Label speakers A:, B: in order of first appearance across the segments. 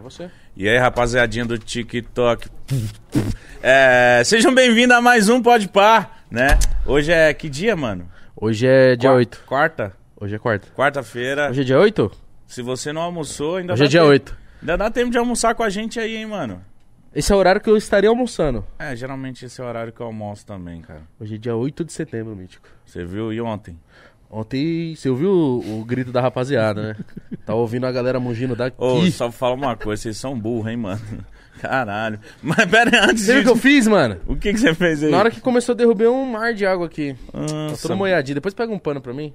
A: você.
B: E aí, rapaziadinha do TikTok. É, sejam bem-vindos a mais um Pode Par, né? Hoje é que dia, mano?
A: Hoje é dia
B: Quar-
A: 8.
B: Quarta?
A: Hoje é quarta.
B: Quarta-feira.
A: Hoje é dia 8?
B: Se você não tá almoçou, ainda
A: Hoje
B: dá
A: é dia
B: tempo.
A: 8.
B: Ainda dá tempo de almoçar com a gente aí, hein, mano?
A: Esse é o horário que eu estaria almoçando.
B: É, geralmente esse é o horário que eu almoço também, cara.
A: Hoje é dia 8 de setembro, mítico.
B: Você viu? E ontem?
A: Ontem você ouviu o, o grito da rapaziada, né? Tá ouvindo a galera mungindo daqui.
B: Ô, só fala uma coisa, vocês são burros, hein, mano? Caralho. Mas pera, antes
A: Você viu o
B: de...
A: que eu fiz, mano?
B: O que, que você fez aí?
A: Na hora que começou, eu derrubei um mar de água aqui. Tá
B: Nossa,
A: toda molhadinha. Depois pega um pano pra mim.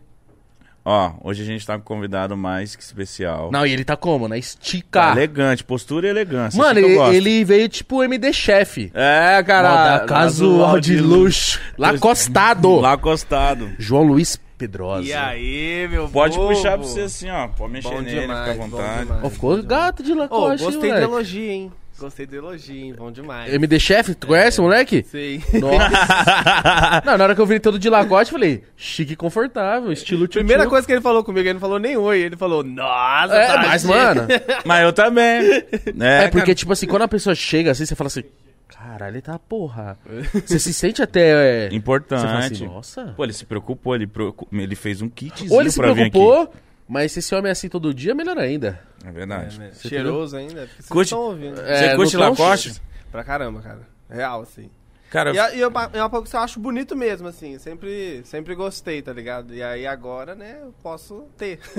B: Ó, hoje a gente tá com um convidado mais que especial.
A: Não, e ele tá como? Na
B: Tá
A: estica.
B: elegante, postura e elegância.
A: Mano,
B: isso que eu
A: ele,
B: gosto.
A: ele veio tipo MD chefe.
B: É, cara.
A: Moda casual de luxo. Lacostado.
B: Lá acostado.
A: João Luiz Pedrosa.
C: E aí, meu
B: Pode
C: povo?
B: puxar pra você assim, ó. Pode mexer
C: Bom
B: nele, fica
C: demais,
B: à vontade.
C: bom
A: Ó,
C: demais.
A: ficou gato de
C: Ô,
A: lacoste, hein,
C: gostei do
A: moleque?
C: elogio, hein? Gostei do elogio, hein? Bom demais.
A: MD Chef, tu conhece, moleque?
C: Sei.
A: Nossa. Não, na hora que eu vi ele todo de lacote, eu falei, chique e confortável, estilo tio.
C: Primeira coisa que ele falou comigo, ele não falou nem oi, ele falou, nossa,
A: É,
C: tá
A: mas,
C: cheio."
A: mano.
B: Mas eu também.
A: É,
B: É,
A: porque, tipo assim, quando a pessoa chega assim, você fala assim, caralho, ele tá porra. Você se sente até. É,
B: cara,
A: você fala
B: Importante.
A: assim, nossa.
B: Pô, ele se preocupou, ele, procu- ele fez um kitzinho
A: Ou ele se
B: pra vir
A: preocupou, mas se esse homem é assim todo dia, melhor ainda.
B: aqui. É verdade.
C: É, Cheiroso ainda. porque Vocês
B: Curte-
C: estão ouvindo.
A: É,
B: Você
A: não
B: curte
A: tão
B: Lacoste?
C: Pra caramba, cara. Real, assim.
B: Cara,
C: E, a- e é uma é uma coisa que eu acho bonito mesmo, assim. Sempre, sempre gostei, tá ligado? E aí agora, né, eu posso ter.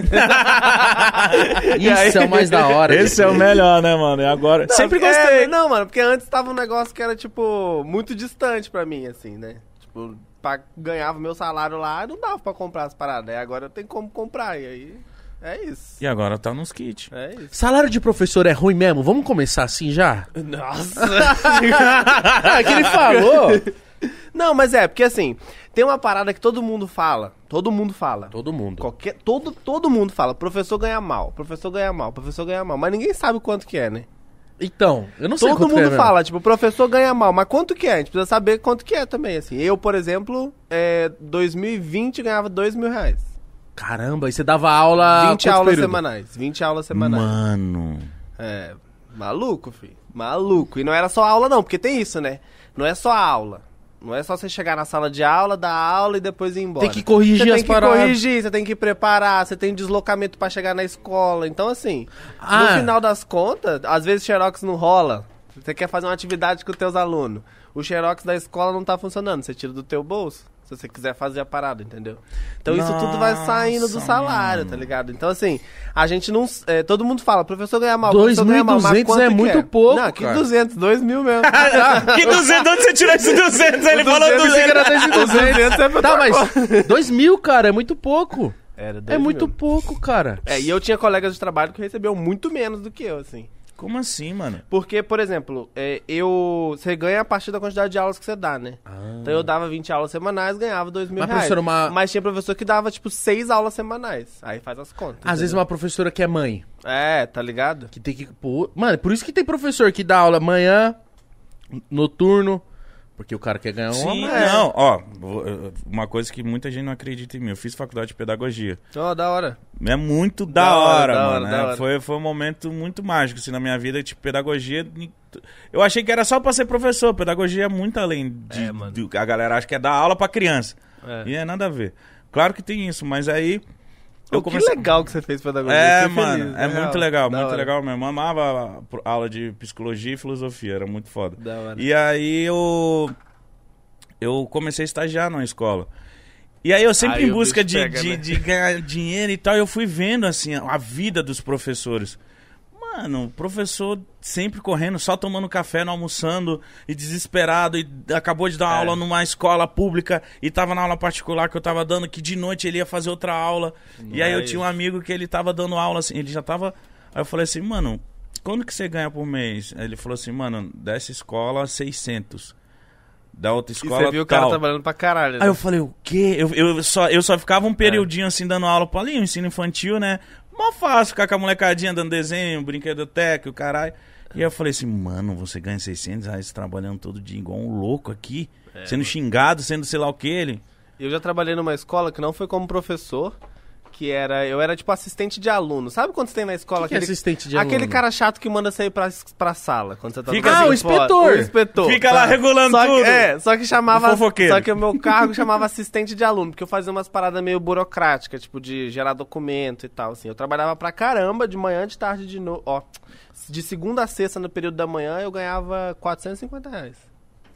A: Isso é o mais da hora.
B: esse é o melhor, né, mano? E agora.
C: Não,
B: Sempre
C: é,
B: gostei.
C: não, mano, porque antes tava um negócio que era, tipo, muito distante pra mim, assim, né? Tipo, pra, ganhava meu salário lá, não dava pra comprar as paradas. Aí agora eu tenho como comprar, e aí é isso.
B: E agora tá nos kits.
C: É isso.
A: Salário de professor é ruim mesmo? Vamos começar assim já?
C: Nossa!
A: Ah, que ele falou.
C: não, mas é, porque assim, tem uma parada que todo mundo fala. Todo mundo fala.
A: Todo mundo.
C: Qualquer, todo, todo mundo fala, professor ganha mal, professor ganha mal, professor ganha mal, mas ninguém sabe quanto que é, né?
A: Então, eu não sei
C: Todo
A: quanto que é
C: mundo
A: mesmo.
C: fala, tipo, o professor ganha mal, mas quanto que é? A gente precisa saber quanto que é também, assim. Eu, por exemplo, é, 2020 ganhava 2 mil reais.
A: Caramba, e você dava aula. Ah,
C: 20
A: quanto
C: aulas
A: período?
C: semanais, 20 aulas semanais.
B: Mano.
C: É, maluco, filho, maluco. E não era só aula não, porque tem isso, né? Não é só aula. Não é só você chegar na sala de aula, dar aula e depois ir embora.
A: Tem que corrigir
C: você
A: as
C: tem que
A: paradas.
C: corrigir, você tem que preparar, você tem deslocamento pra chegar na escola. Então, assim,
A: Ah.
C: no final das contas, às vezes xerox não rola. Você quer fazer uma atividade com os teus alunos. O xerox da escola não tá funcionando, você tira do teu bolso. Se você quiser fazer a parada, entendeu? Então isso tudo vai saindo do
B: Nossa,
C: salário, tá ligado? Então assim, a gente não... é, todo mundo fala, professor ganha mal, professor ganha mal, mas
A: 2.200
C: quanto
A: é
C: que
A: muito pouco,
C: Não, que
A: cara.
C: 200, 2 mil mesmo.
A: Ah,
B: Que 200? De onde você tirou esse 200? Ele falou
C: 200,
B: 200.
A: Era 2 e 200.
C: é pra
A: Tá,
C: tua conta.
A: mas 2 mil, cara, é muito pouco.
C: Era
A: É
C: 2
A: muito
C: mil.
A: pouco, cara.
C: É, e eu tinha colegas de trabalho que recebiam muito menos do que eu, assim.
B: Como assim, mano?
C: Porque, por exemplo, é, eu. Você ganha a partir da quantidade de aulas que você dá, né? Então eu dava 20 aulas semanais, ganhava 2 mil
A: Mas,
C: reais.
A: professor, uma-
C: Mas tinha professor que dava, tipo, 6 aulas semanais. Aí faz as contas.
A: Às vezes
C: entendeu?
A: uma professora que é mãe,
C: É, tá ligado?
A: que tem que. Pô, mano, por isso que tem professor que dá aula manhã, noturno, porque o cara quer ganhar uma.
B: Sim,
C: merda.
B: não, ó, vou- eu- uma coisa que muita gente não acredita em mim, eu fiz faculdade de pedagogia.
C: Ó, da hora.
B: É muito da,
C: Da hora,
B: hora,
C: da hora,
B: mano.
C: da
B: é,
C: hora.
B: Foi, foi um momento muito mágico, assim, na minha vida, tipo, pedagogia. Eu achei que era só pra ser professor, pedagogia é muito além de,
C: É, mano.
B: do- a galera acha que é dar aula pra criança.
C: É.
B: E é nada a ver. Claro que tem isso, mas aí.
C: Pô, Que legal que você fez pedagogia.
B: É,
C: fiquei
B: mano,
C: feliz,
B: é
C: na
B: muito
C: real.
B: legal,
C: Da
B: muito
C: hora.
B: legal mesmo. Amava a pro- aula de psicologia e filosofia, era muito foda.
C: Da hora.
B: E aí eu eu comecei a estagiar na escola. E aí eu sempre
C: Aí
B: em
C: o
B: busca
C: bicho
B: de,
C: pega,
B: de-
C: né?
B: de ganhar dinheiro e tal, eu fui vendo assim a vida dos professores. Mano, o professor sempre correndo, só tomando café, não almoçando e desesperado. E acabou de dar uma
C: É.
B: aula numa escola pública e tava na aula particular que eu tava dando, que de noite ele ia fazer outra aula. E aí eu
C: Nice.
B: tinha um amigo que ele tava dando aula assim, ele já tava. Aí eu falei assim, mano, quando que você ganha por mês? Aí ele falou assim, mano, dessa escola 600. Da outra
C: E
B: escola.
C: você viu o cara
B: tal.
C: trabalhando pra caralho. né?
B: Aí eu falei, o quê? Eu, eu, só, eu só ficava um periodinho assim dando aula pra ali, um ensino infantil, né? Mó fácil ficar com a molecadinha dando desenho, brinquedoteca, e o caralho. E aí eu falei assim, mano, você ganha 600 reais trabalhando todo dia igual um louco aqui, sendo xingado, sendo sei lá o que ele.
C: Eu já trabalhei numa escola que não foi como professor, que era. Eu era tipo assistente de aluno. Sabe quando você tem na escola
A: Que que é assistente de
C: Aquele
A: aluno?
C: cara chato que manda sair pra, pra sala quando você tá
B: Fica-
C: no
B: Ah, o
C: transporte.
A: inspetor.
C: O inspetor. tá.
B: Fica lá regulando
C: só que-
B: tudo.
C: é, só que
B: O
C: chamava.
B: fofoqueiro.
C: Só que o meu cargo chamava assistente de aluno, porque eu fazia umas paradas meio burocráticas, tipo de gerar documento e tal, assim. Eu trabalhava pra caramba de manhã, de tarde, de novo. Ó, de segunda a sexta no período da manhã eu ganhava 450 reais.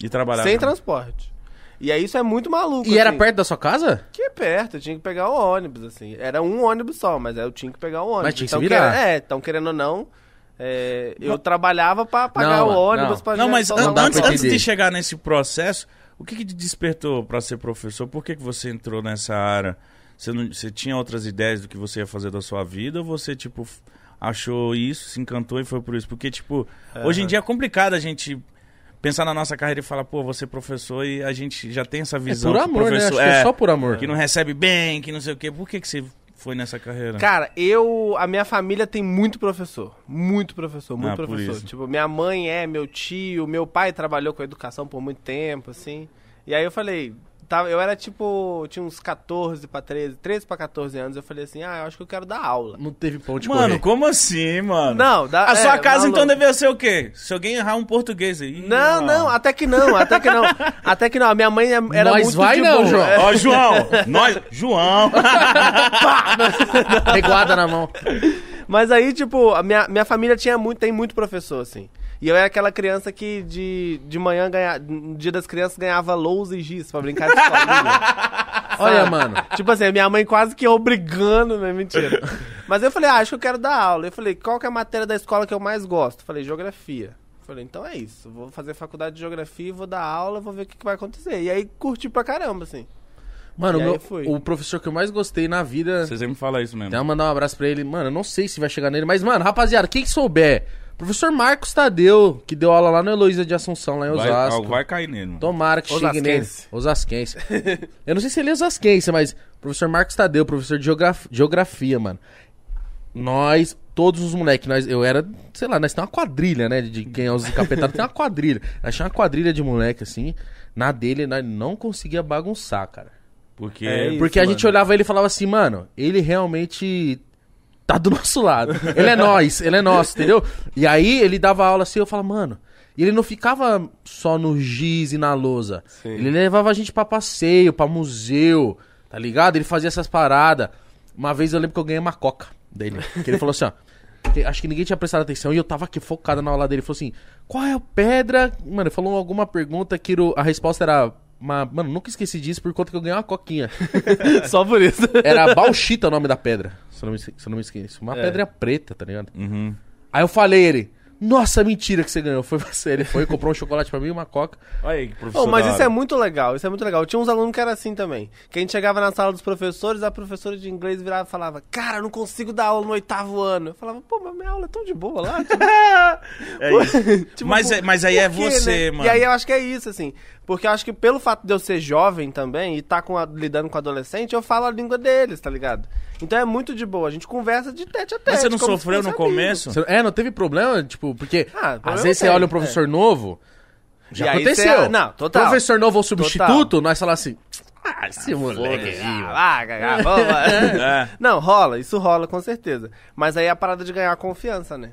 B: E trabalhar.
C: Sem transporte. E aí isso é muito maluco.
A: E era
C: assim.
A: perto da sua casa?
C: Que é perto, eu tinha que pegar o ônibus, assim. Era um ônibus só, mas eu tinha que pegar o ônibus.
A: Mas tinha que se
C: Então,
A: virar.
C: querendo- é, então querendo ou não, é, eu trabalhava pra pagar
A: Não, é,
C: o ônibus.
A: não.
C: Pra
B: Não,
C: gente
B: mas
C: soltar
A: dá
B: an-
A: pra
C: uma
B: antes,
C: nota.
A: entender.
B: antes de chegar nesse processo, o que, que te despertou pra ser professor? Por que, que você entrou nessa área? Você, não, você tinha outras ideias do que você ia fazer da sua vida? Ou você, tipo, f- achou isso, se encantou e foi por isso? Porque, tipo, hoje em dia é complicado a gente pensar na nossa carreira e falar, pô, vou ser professor e a gente já tem essa
A: É
B: visão.
A: por
B: que o
A: amor, né? Acho
B: professor
A: que é só por amor.
B: que não recebe bem, que não sei o quê. Por que, que você foi nessa carreira?
C: Cara, eu. A minha família tem muito professor. Muito professor, muito
B: Ah, por
C: professor.
B: isso.
C: Tipo, minha mãe é, meu tio, meu pai trabalhou com educação por muito tempo, assim. E aí eu falei. Tava, eu era tipo. Tinha uns 14 pra 13, 13 pra 14 anos. Eu falei assim, ah, eu acho que eu quero dar aula.
A: Não teve pão de
B: mano,
A: correr.
B: como assim, mano?
C: Não, dá-
B: Hum. A sua
C: é,
B: casa, então,
C: maluco.
B: devia ser o quê? Se alguém errar um português aí... Ih,
C: Não, não,
B: ó.
C: até que não, até que não. Até que não, a minha mãe é, era
A: Nós
C: muito
A: vai
C: de
A: não,
C: boa.
A: João.
C: É,
B: Ó, João, nós... João!
A: Reguada na mão.
C: Mas aí, tipo, a minha, minha família tinha muito, tem muito professor, assim. E eu era aquela criança que de, de manhã, ganha, no dia das crianças, ganhava lousa e giz pra brincar de escolinha.
A: Olha,
C: Sabe?
A: mano.
C: tipo assim, a minha mãe quase que obrigando, né? Mentira. Mas eu falei, ah, acho que eu quero dar aula. Eu falei, qual que é a matéria da escola que eu mais gosto? Falei, geografia. Falei, então é isso. Vou fazer faculdade de geografia, vou dar aula, vou ver o que, que vai acontecer. E aí curti pra caramba, assim.
A: Mano, o,
C: E aí
A: meu-
C: foi.
A: o professor que eu mais gostei na vida.
B: Você sempre fala isso mesmo.
A: Até mandar um abraço pra ele. Mano, eu não sei se vai chegar nele, mas, mano, rapaziada, quem souber, professor Marcos Tadeu, que deu aula lá no Heloísa de Assunção,
C: um
A: lá em
B: Vai,
A: Osasco.
B: algo vai cair nele, mano.
A: Tomara que chegue nele.
C: Osasquense.
A: Osasquense. eu não sei se ele é osasquense, mas professor Marcos Tadeu, professor de geograf- geografia, mano. Nós, todos os moleques, nós, eu era, sei lá, nós tem uma quadrilha, né? De quem é os encapetados, tem uma quadrilha. Nós tinha uma quadrilha de moleque, assim, na dele, nós não conseguia bagunçar, cara.
B: Porque...
C: É isso.
A: Porque a gente
C: mano.
A: olhava ele e falava assim, mano, ele realmente tá do nosso lado. Ele é nós, ele é nosso, entendeu? E aí ele dava aula assim, eu falava, mano. E ele não ficava só no giz e na lousa. Ele levava a gente pra passeio, pra museu, tá ligado? Ele fazia essas paradas. Uma vez eu lembro que eu ganhei uma coca dele. Que ele falou assim, ó. "Te- Acho que ninguém tinha prestado atenção e eu tava aqui focado na aula dele. Ele falou assim: qual é a pedra? Mano, ele falou alguma pergunta que o- a resposta era. "Ma- mano, nunca esqueci disso por conta que eu ganhei uma coquinha.
C: Só por isso.
A: Era Bauxita o nome da pedra, se eu não me, se eu não me esqueço. Uma
C: É.
A: pedra preta, tá ligado?
B: Uhum.
A: Aí eu falei ele, nossa, é mentira que você ganhou. Foi você. Ele foi, comprou um chocolate pra mim e uma coca.
B: Olha aí, que professor
C: Oh, mas
B: da
C: isso é
B: hora.
C: muito legal, isso é muito legal. Tinha uns alunos que era assim também. Que a gente chegava na sala dos professores, a professora de inglês virava e falava, cara, eu não consigo dar aula no oitavo ano. Eu falava, pô, mas minha aula é tão de boa lá. tipo,
B: É isso.
C: tipo,
B: mas,
C: por-
B: é- mas aí é
C: por quê,
B: você,
C: né?
B: mano.
C: E aí eu acho que é isso, assim. Porque eu acho que pelo fato de eu ser jovem também e estar com a- lidando com adolescente, eu falo a língua deles, tá ligado? Então é muito de boa, a gente conversa de tete a tete.
B: Mas você não
C: É, como se
B: sofreu
C: fosse
B: no
C: amigo.
B: começo?
A: Você- É, não teve problema, tipo, porque
C: Então. Ah, problema
A: às vezes você
C: tem,
A: olha um professor novo. Já
C: E aí
A: aconteceu.
C: você- é, não, total.
A: Professor novo ou substituto, nós falamos assim. Ah, esse moleque aí, mano."
C: Ah, ah, ah, vamos lá.
B: É.
C: Não, rola, isso rola com certeza. Mas aí é a parada de ganhar confiança, né?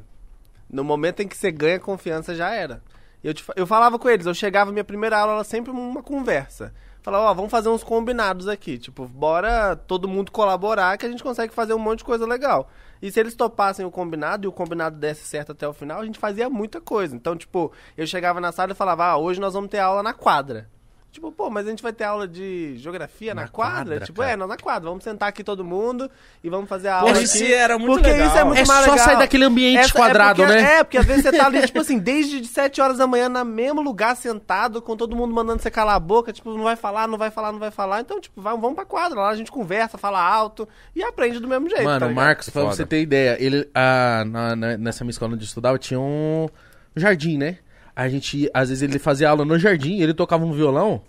C: No momento em que você ganha confiança, já era. Eu, te fa- eu falava com eles, eu chegava, minha primeira aula era sempre uma conversa. Falava, ó, vamos fazer uns combinados aqui. Tipo, bora todo mundo colaborar que a gente consegue fazer um monte de coisa legal. E se eles topassem o combinado e o combinado desse certo até o final, a gente fazia muita coisa. Então, tipo, eu chegava na sala e falava, ah, hoje nós vamos ter aula na quadra. Tipo, pô, mas a gente vai ter aula de geografia na,
A: Na
C: quadra?
A: quadra,
C: Tipo,
A: cara.
C: é, nós na quadra. Vamos sentar aqui todo mundo e vamos fazer a
B: Pô,
C: aula.
B: isso
C: aqui.
B: era muito
C: porque
B: legal.
C: isso é muito
A: É
C: mais
A: só
C: legal.
A: sair daquele ambiente
C: Essa- é
A: quadrado,
C: porque-
A: né?
C: É, porque às vezes você tá ali, tipo assim, desde de 7 horas da manhã, no mesmo lugar, sentado, com todo mundo mandando você calar a boca, tipo, não vai falar, não vai falar, não vai falar. Então, tipo, vai- vamos pra quadra, lá a gente conversa, fala alto e aprende do mesmo jeito.
A: Mano,
C: tá
A: o
C: ligado?
A: Marcos, pra
B: Foda.
A: você ter ideia, ele ah, na- na- nessa minha escola onde eu estudava tinha um jardim, né? A gente, às vezes ele fazia aula no jardim, ele tocava um violão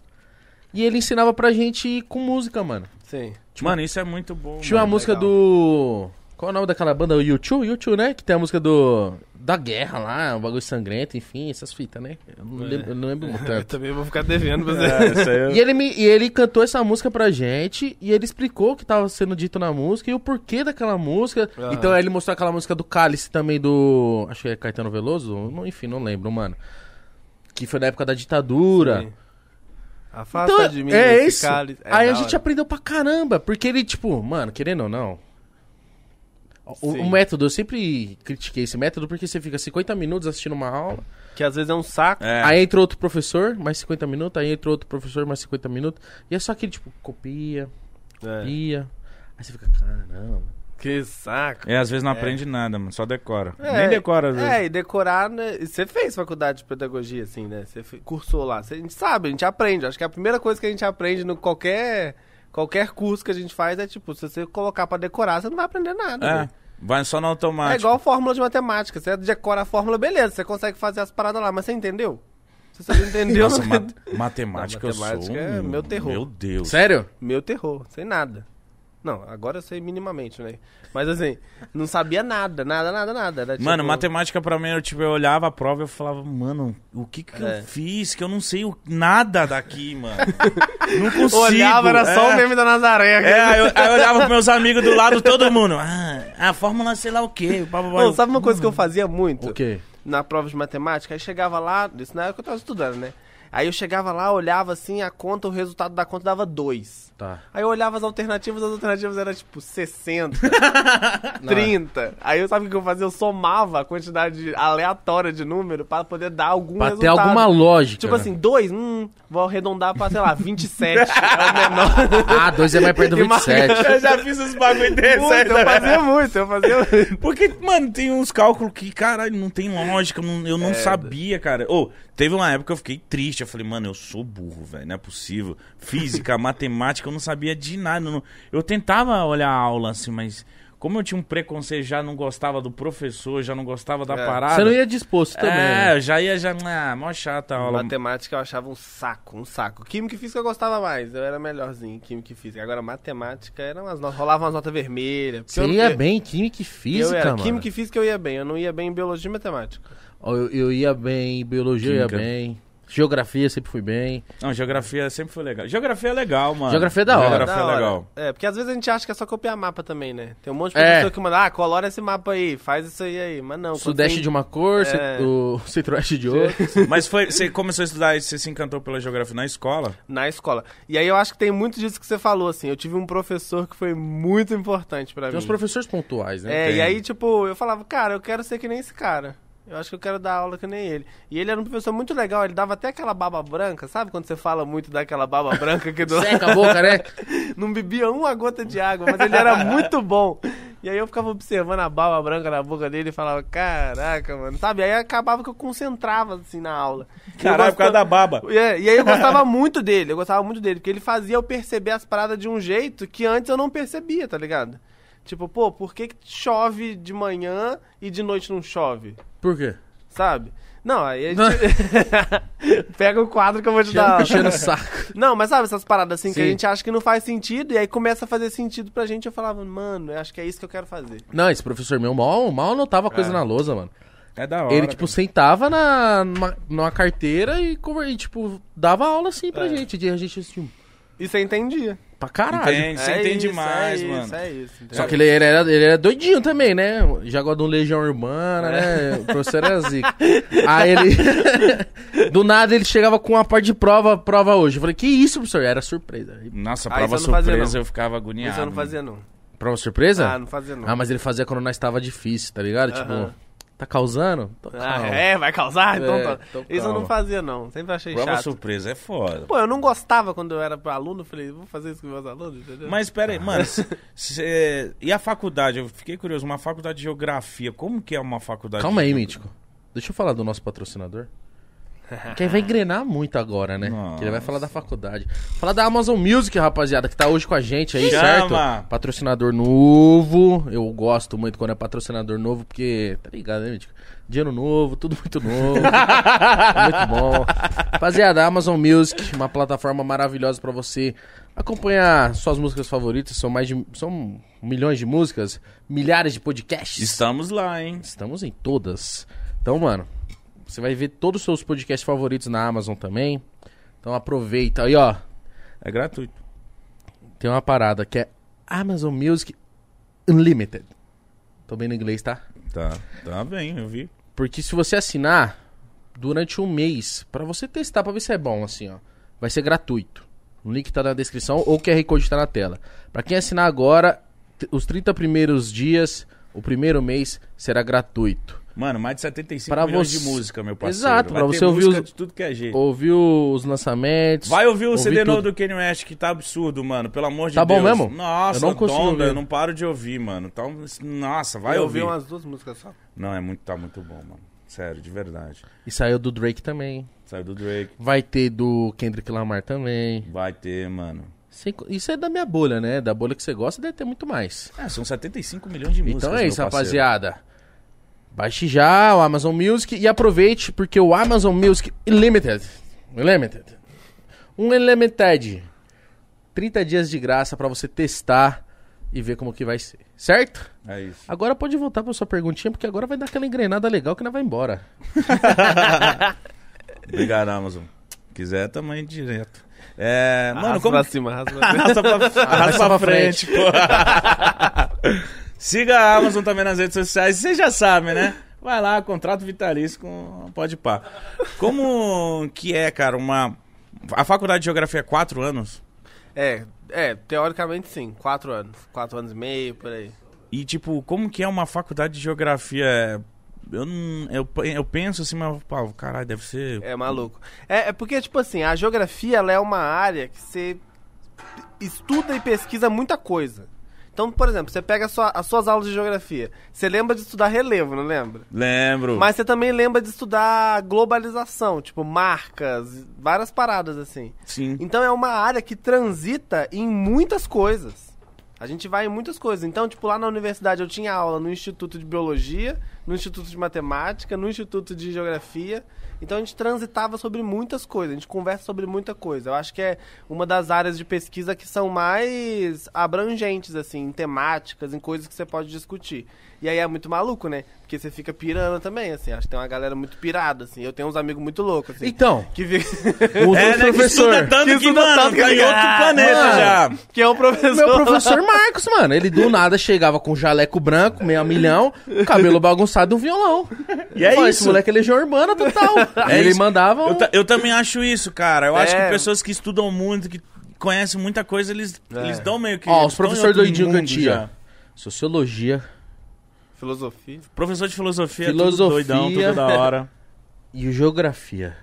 A: e ele ensinava pra gente com música, mano.
C: Sim.
B: Mano, isso é muito bom.
A: Tinha uma
B: mano.
A: música
C: legal.
A: do Qual é o nome daquela banda? O YouTube, YouTube, né? Que tem a música do da guerra lá, um bagulho sangrento, enfim, essas fitas, né? Eu
C: É.
A: não lembro, eu não lembro muito.
C: Eu também vou ficar devendo pra você.
B: É, isso aí eu-
A: E ele, me, e ele cantou essa música pra gente e ele explicou o que tava sendo dito na música e o porquê daquela música.
C: Aham.
A: Então aí ele mostrou aquela música do Cálice também do. Acho que é Caetano Veloso? Não- Enfim, não lembro, mano. Que foi na época da ditadura.
C: Sim. Afasta de mim.
A: é
C: esse
A: isso.
C: cálice. É
A: Aí a
C: da
A: gente
C: hora.
A: aprendeu pra caramba, porque ele, tipo, mano, querendo ou não. O, o
C: Sim.
A: método, eu sempre critiquei esse método porque você fica 50 minutos assistindo uma aula,
C: Que às vezes é um saco.
B: É.
A: aí entra outro professor, mais 50 minutos, aí entra outro professor, mais 50 minutos, e é só aquele tipo, copia,
C: É.
A: copia. Aí você fica, caramba.
C: Que saco.
B: É, às vezes não aprende nada, mano. Só decora.
C: É,
B: Nem decora, às vezes.
C: É, e decorar, né? e Você fez faculdade de pedagogia, assim, né? Você fe- cursou lá. Você- a gente sabe, a gente aprende. Acho que a primeira coisa que a gente aprende no qualquer, qualquer curso que a gente faz é, tipo, se você colocar pra decorar, você não vai aprender nada.
B: É,
C: né?
B: vai só no
C: É
B: automático.
C: igual fórmula de matemática. Você decora a fórmula, beleza, você consegue fazer as paradas lá, mas você entendeu? Se você não entendeu,
B: Nossa,
C: não-
B: ma- matemática, eu
C: matemática
B: sou.
C: é
B: um-
C: meu terror.
B: Meu Deus.
A: Sério?
C: meu terror, sem nada. Não, agora eu sei minimamente, né? Mas assim, não sabia nada, nada, nada, nada. Era,
B: Mano,
C: tipo,
B: matemática pra mim, eu, tipo, eu olhava a prova e eu falava, mano, o que que
C: É.
B: eu fiz que eu não sei o- nada daqui, mano. não consigo.
C: Olhava, era só
B: é.
C: o meme da Nazaré.
B: É, aí eu, aí eu olhava pros meus amigos do lado, todo mundo. Ah, a fórmula sei lá o quê. blá, blá, blá.
C: Ô, sabe uma coisa que eu fazia muito?
A: Hum. O quê?
C: na prova de matemática, aí chegava lá, isso na época que eu tava estudando, né? Aí eu chegava lá, olhava assim, a conta, o resultado da conta dava 2.
A: Tá.
C: Aí eu olhava as alternativas, as alternativas eram tipo 60,
A: é.
C: 30. Aí eu sabe o que eu fazia? Eu somava a quantidade de- aleatória de número pra poder dar algum
A: Pra ter
C: resultado.
A: alguma lógica.
C: Tipo assim, 2, hum, vou arredondar pra, sei lá, 27. é o menor.
A: Ah, dois é mais perto do
C: Ele
A: 27.
B: Eu já fiz uns bagulho desse. aí
C: muito, eu
B: também.
C: fazia muito, eu fazia muito.
B: Porque, mano, tem uns cálculos que, caralho, não tem lógica, não- eu
A: É,
B: não sabia, cara. Ô, teve uma época que eu fiquei triste, eu falei, mano, eu sou burro, velho, não é possível. Física, matemática, eu não sabia de nada. eu não- eu tentava olhar a aula, assim, mas como eu tinha um preconceito, já não gostava do professor, já não gostava da
C: É.
B: parada...
A: Você não ia disposto também.
B: É,
A: né?
B: eu já ia, já... Ah, mó chata a aula.
C: Matemática eu achava um saco, um saco. Química e física eu gostava mais, eu era melhorzinho em química e física. Agora matemática era umas notas, rolava umas notas vermelhas. porque
A: Você
C: eu não-
A: ia
C: eu-
A: bem em química e física,
C: eu era.
A: mano.
C: Química e física eu ia bem, eu não ia bem em biologia e matemática.
A: Ó, Eu, eu ia bem, biologia eu ia
B: Química.
A: bem, geografia sempre fui bem.
B: Não, geografia sempre foi legal. Geografia é legal, mano.
A: Geografia é da hora.
B: Geografia
C: Da
B: é
C: hora.
B: legal.
C: É, porque às vezes a gente acha que é só copiar mapa também, né? Tem um monte de
A: É.
C: professor que manda, ah, colora esse mapa aí, faz isso aí aí. Mas não. quando
A: Sudeste
C: tem-
A: de uma cor, ce-
C: É.
A: o centro-oeste de outra.
B: Mas foi, você começou a estudar e você se encantou pela geografia na escola?
C: Na escola. E aí eu acho que tem muito disso que você falou, assim. Eu tive um professor que foi muito importante pra
A: Tem
C: mim.
A: uns professores pontuais, né?
C: É,
B: Entendo.
C: e aí, tipo, eu falava, cara, eu quero ser que nem esse cara. Eu acho que eu quero dar aula que nem ele. E ele era um professor muito legal, ele dava até aquela baba branca, sabe? Quando você fala muito daquela baba branca que do...
A: Seca a boca, né?
C: não bebia uma gota de água, mas ele era muito bom. E aí eu ficava observando a baba branca na boca dele e falava, caraca, mano, sabe? Aí acabava que eu concentrava, assim, na aula. E eu
B: Caralho, por causa
C: gostava-
B: da baba.
C: é, e aí eu gostava muito dele, eu gostava muito dele, porque ele fazia eu perceber as paradas de um jeito que antes eu não percebia, tá ligado? Tipo, pô, por que, que chove de manhã e de noite não chove?
A: Por quê?
C: Sabe? Não, aí a gente. Pega o quadro que eu vou te dar.
A: Tá enchendo o saco.
C: Não, mas sabe essas paradas assim que a
A: Sim.
C: gente acha que não faz sentido e aí começa a fazer sentido pra gente? Eu falava, mano, eu acho que é isso que eu quero fazer.
A: Não, esse professor meu mal, mal anotava coisa na lousa, mano.
B: É da hora.
A: Ele, tipo, sentava na, numa, numa carteira e, conver- e, tipo, dava aula assim
C: É.
A: pra gente. E a gente assistiu
C: E você entendia.
A: pra caralho.
B: Entende, você entende mais,
C: é
B: mano.
C: Isso, é isso. entendeu?
A: Só que ele, ele era, ele era doidinho também, né? Já gosta de um Legião Urbana,
C: É.
A: né? O professor era zica. Aí ele. do nada ele chegava com uma parte de prova, prova hoje. Eu falei, que isso, professor? Era surpresa. E
B: Nossa,
C: Ah,
B: prova
C: isso eu não fazia,
B: surpresa
C: não.
B: eu ficava agoniado.
C: Isso eu não fazia, não.
A: Prova surpresa?
B: é.
C: Ah, não fazia, não.
A: Ah, mas ele fazia quando nós tava difícil, tá ligado?
C: Aham.
A: Tipo, tá causando? Tô
C: Ah,
A: calma.
C: é? Vai causar? Então,
A: É,
C: tá.
A: então
C: Isso eu
A: calma.
C: não fazia, não. Sempre achei
B: Prova
C: chato.
B: surpresa é foda.
C: Pô, eu não gostava quando eu era pra aluno. Falei, vou fazer isso com meus alunos, entendeu?
B: Mas pera aí, mano, c- cê- e a faculdade? Eu fiquei curioso, uma faculdade de geografia, como que é uma faculdade?
A: Calma
B: de
A: aí,
B: geografia?
A: Mítico. Deixa eu falar do nosso patrocinador. Que aí vai engrenar muito agora, né? Que ele vai falar da faculdade. Falar da Amazon Music, rapaziada, que tá hoje com a gente aí,
B: Chama!
A: certo? Patrocinador novo. Eu gosto muito quando é patrocinador novo, porque, tá ligado, né, Mítico? Dinheiro novo, tudo muito novo. É muito bom. Rapaziada, Amazon Music, uma plataforma maravilhosa pra você acompanhar suas músicas favoritas, são mais de. São milhões de músicas, milhares de podcasts.
B: Estamos lá, hein?
A: Estamos em todas. Então, mano, você vai ver todos os seus podcasts favoritos na Amazon também. Então aproveita. Aí, ó,
B: É gratuito.
A: tem uma parada que é Amazon Music Unlimited. Tô bem no inglês, tá?
B: Tá, tá bem, eu vi.
A: Porque se você assinar durante um mês, pra você testar, pra ver se é bom, assim, ó, vai ser gratuito. O link tá na descrição ou o QR Code tá na tela. Pra quem assinar agora, t- os 30 primeiros dias, o primeiro mês será gratuito.
B: Mano, mais de 75
A: Pra
B: milhões de
A: você-
B: música, meu parceiro.
A: Exato,
B: Vai
A: pra
B: ter
A: você ouvir
B: música
A: os-
B: de tudo que é jeito.
A: Ouviu os lançamentos?
B: Vai ouvir o
A: ouvi
B: CD novo
A: tudo.
B: do Kanye West, que tá absurdo, mano. Pelo amor de
A: Tá bom
B: Deus.
A: mesmo?
B: Nossa,
A: Eu não consigo
B: Donda,
A: ouvir.
B: eu não paro de ouvir, mano. Então, nossa, vai
C: eu
B: ouvir.
C: ouvi umas duas músicas só.
B: Não, é muito, tá muito bom, mano. Sério, de verdade.
A: E saiu do Drake também.
B: Saiu do Drake,
A: Vai ter do Kendrick Lamar também.
B: vai ter, mano.
A: Sem co- Isso é da minha bolha, né? Da bolha que você gosta, deve ter muito mais.
B: É, são 75 milhões de músicas,
A: Então é
B: meu
A: isso,
B: parceiro.
A: rapaziada. Baixe já o Amazon Music e aproveite, porque o Amazon Music Unlimited. Unlimited. Um Unlimited. 30 dias de graça pra você testar e ver como que vai ser. Certo?
B: É isso.
A: Agora pode voltar pra sua perguntinha, porque agora vai dar aquela engrenada legal que nós vai embora.
B: Obrigado, Amazon. Quiser, tamo aí direto. É, mano,
C: Arrasta
B: como
C: pra cima, arrasta pra cima.
B: Arrasta pra, arrasta pra
A: pra
B: frente, pô. Siga a Amazon também nas redes sociais, vocês já sabem, né? Vai lá, contrato vitalício com Pode Pá. Como que é, cara, uma. A faculdade de geografia é quatro anos?
C: É, é, teoricamente sim, quatro anos. Quatro anos e meio, por aí.
B: E, tipo, como que é uma faculdade de geografia? É, Eu, não, eu, pe- eu penso assim, mas, pô, caralho, deve ser.
C: É maluco. É, é porque, tipo assim, a geografia ela é uma área que você estuda e pesquisa muita coisa. Então, por exemplo, você pega a sua- as suas aulas de geografia. Você lembra de estudar relevo, não lembra?
B: Lembro.
C: Mas você também lembra de estudar globalização, tipo marcas, várias paradas assim.
B: Sim.
C: Então é uma área que transita em muitas coisas. A gente vai em muitas coisas. Então, tipo, lá na universidade eu tinha aula no Instituto de Biologia, no Instituto de Matemática, no Instituto de Geografia. Então a gente transitava sobre muitas coisas, a gente conversa sobre muita coisa. Eu acho que é uma das áreas de pesquisa que são mais abrangentes, assim, em temáticas, em coisas que você pode discutir. E aí é muito maluco, né? Porque você fica pirando também, assim. Acho que tem uma galera muito pirada, assim. Eu tenho uns amigos muito loucos, assim.
A: Então,
C: Que fica...
A: o
B: É,
A: nosso
B: né, que
A: professor.
B: estuda tanto que,
C: Que estuda
B: mano,
C: tanto que
B: tá em
C: ele-
B: outro
C: Ah,
B: planeta
A: mano.
B: já.
C: Que é o professor.
A: Meu professor Marcos, mano. Ele do nada chegava com jaleco branco, meio a milhão, cabelo bagunçado e um violão.
B: E é
A: Pô,
B: isso.
A: Esse moleque é legião urbana total.
B: É
A: Aí ele
B: isso.
A: mandava. um-
B: Eu, ta- eu também acho isso, cara. Eu acho que
C: É.
B: pessoas que estudam muito, que conhecem muita coisa, eles,
C: É.
B: eles dão meio que.
A: Ó,
B: eles
A: os
B: estão em
A: professores
B: outro
A: doidinhos que eu
B: mundo
A: tinha.
B: já.
A: Sociologia
C: Filosofia.
B: Professor de filosofia, é
A: Filosofia.
B: tudo doidão, tudo da hora.
A: e geografia.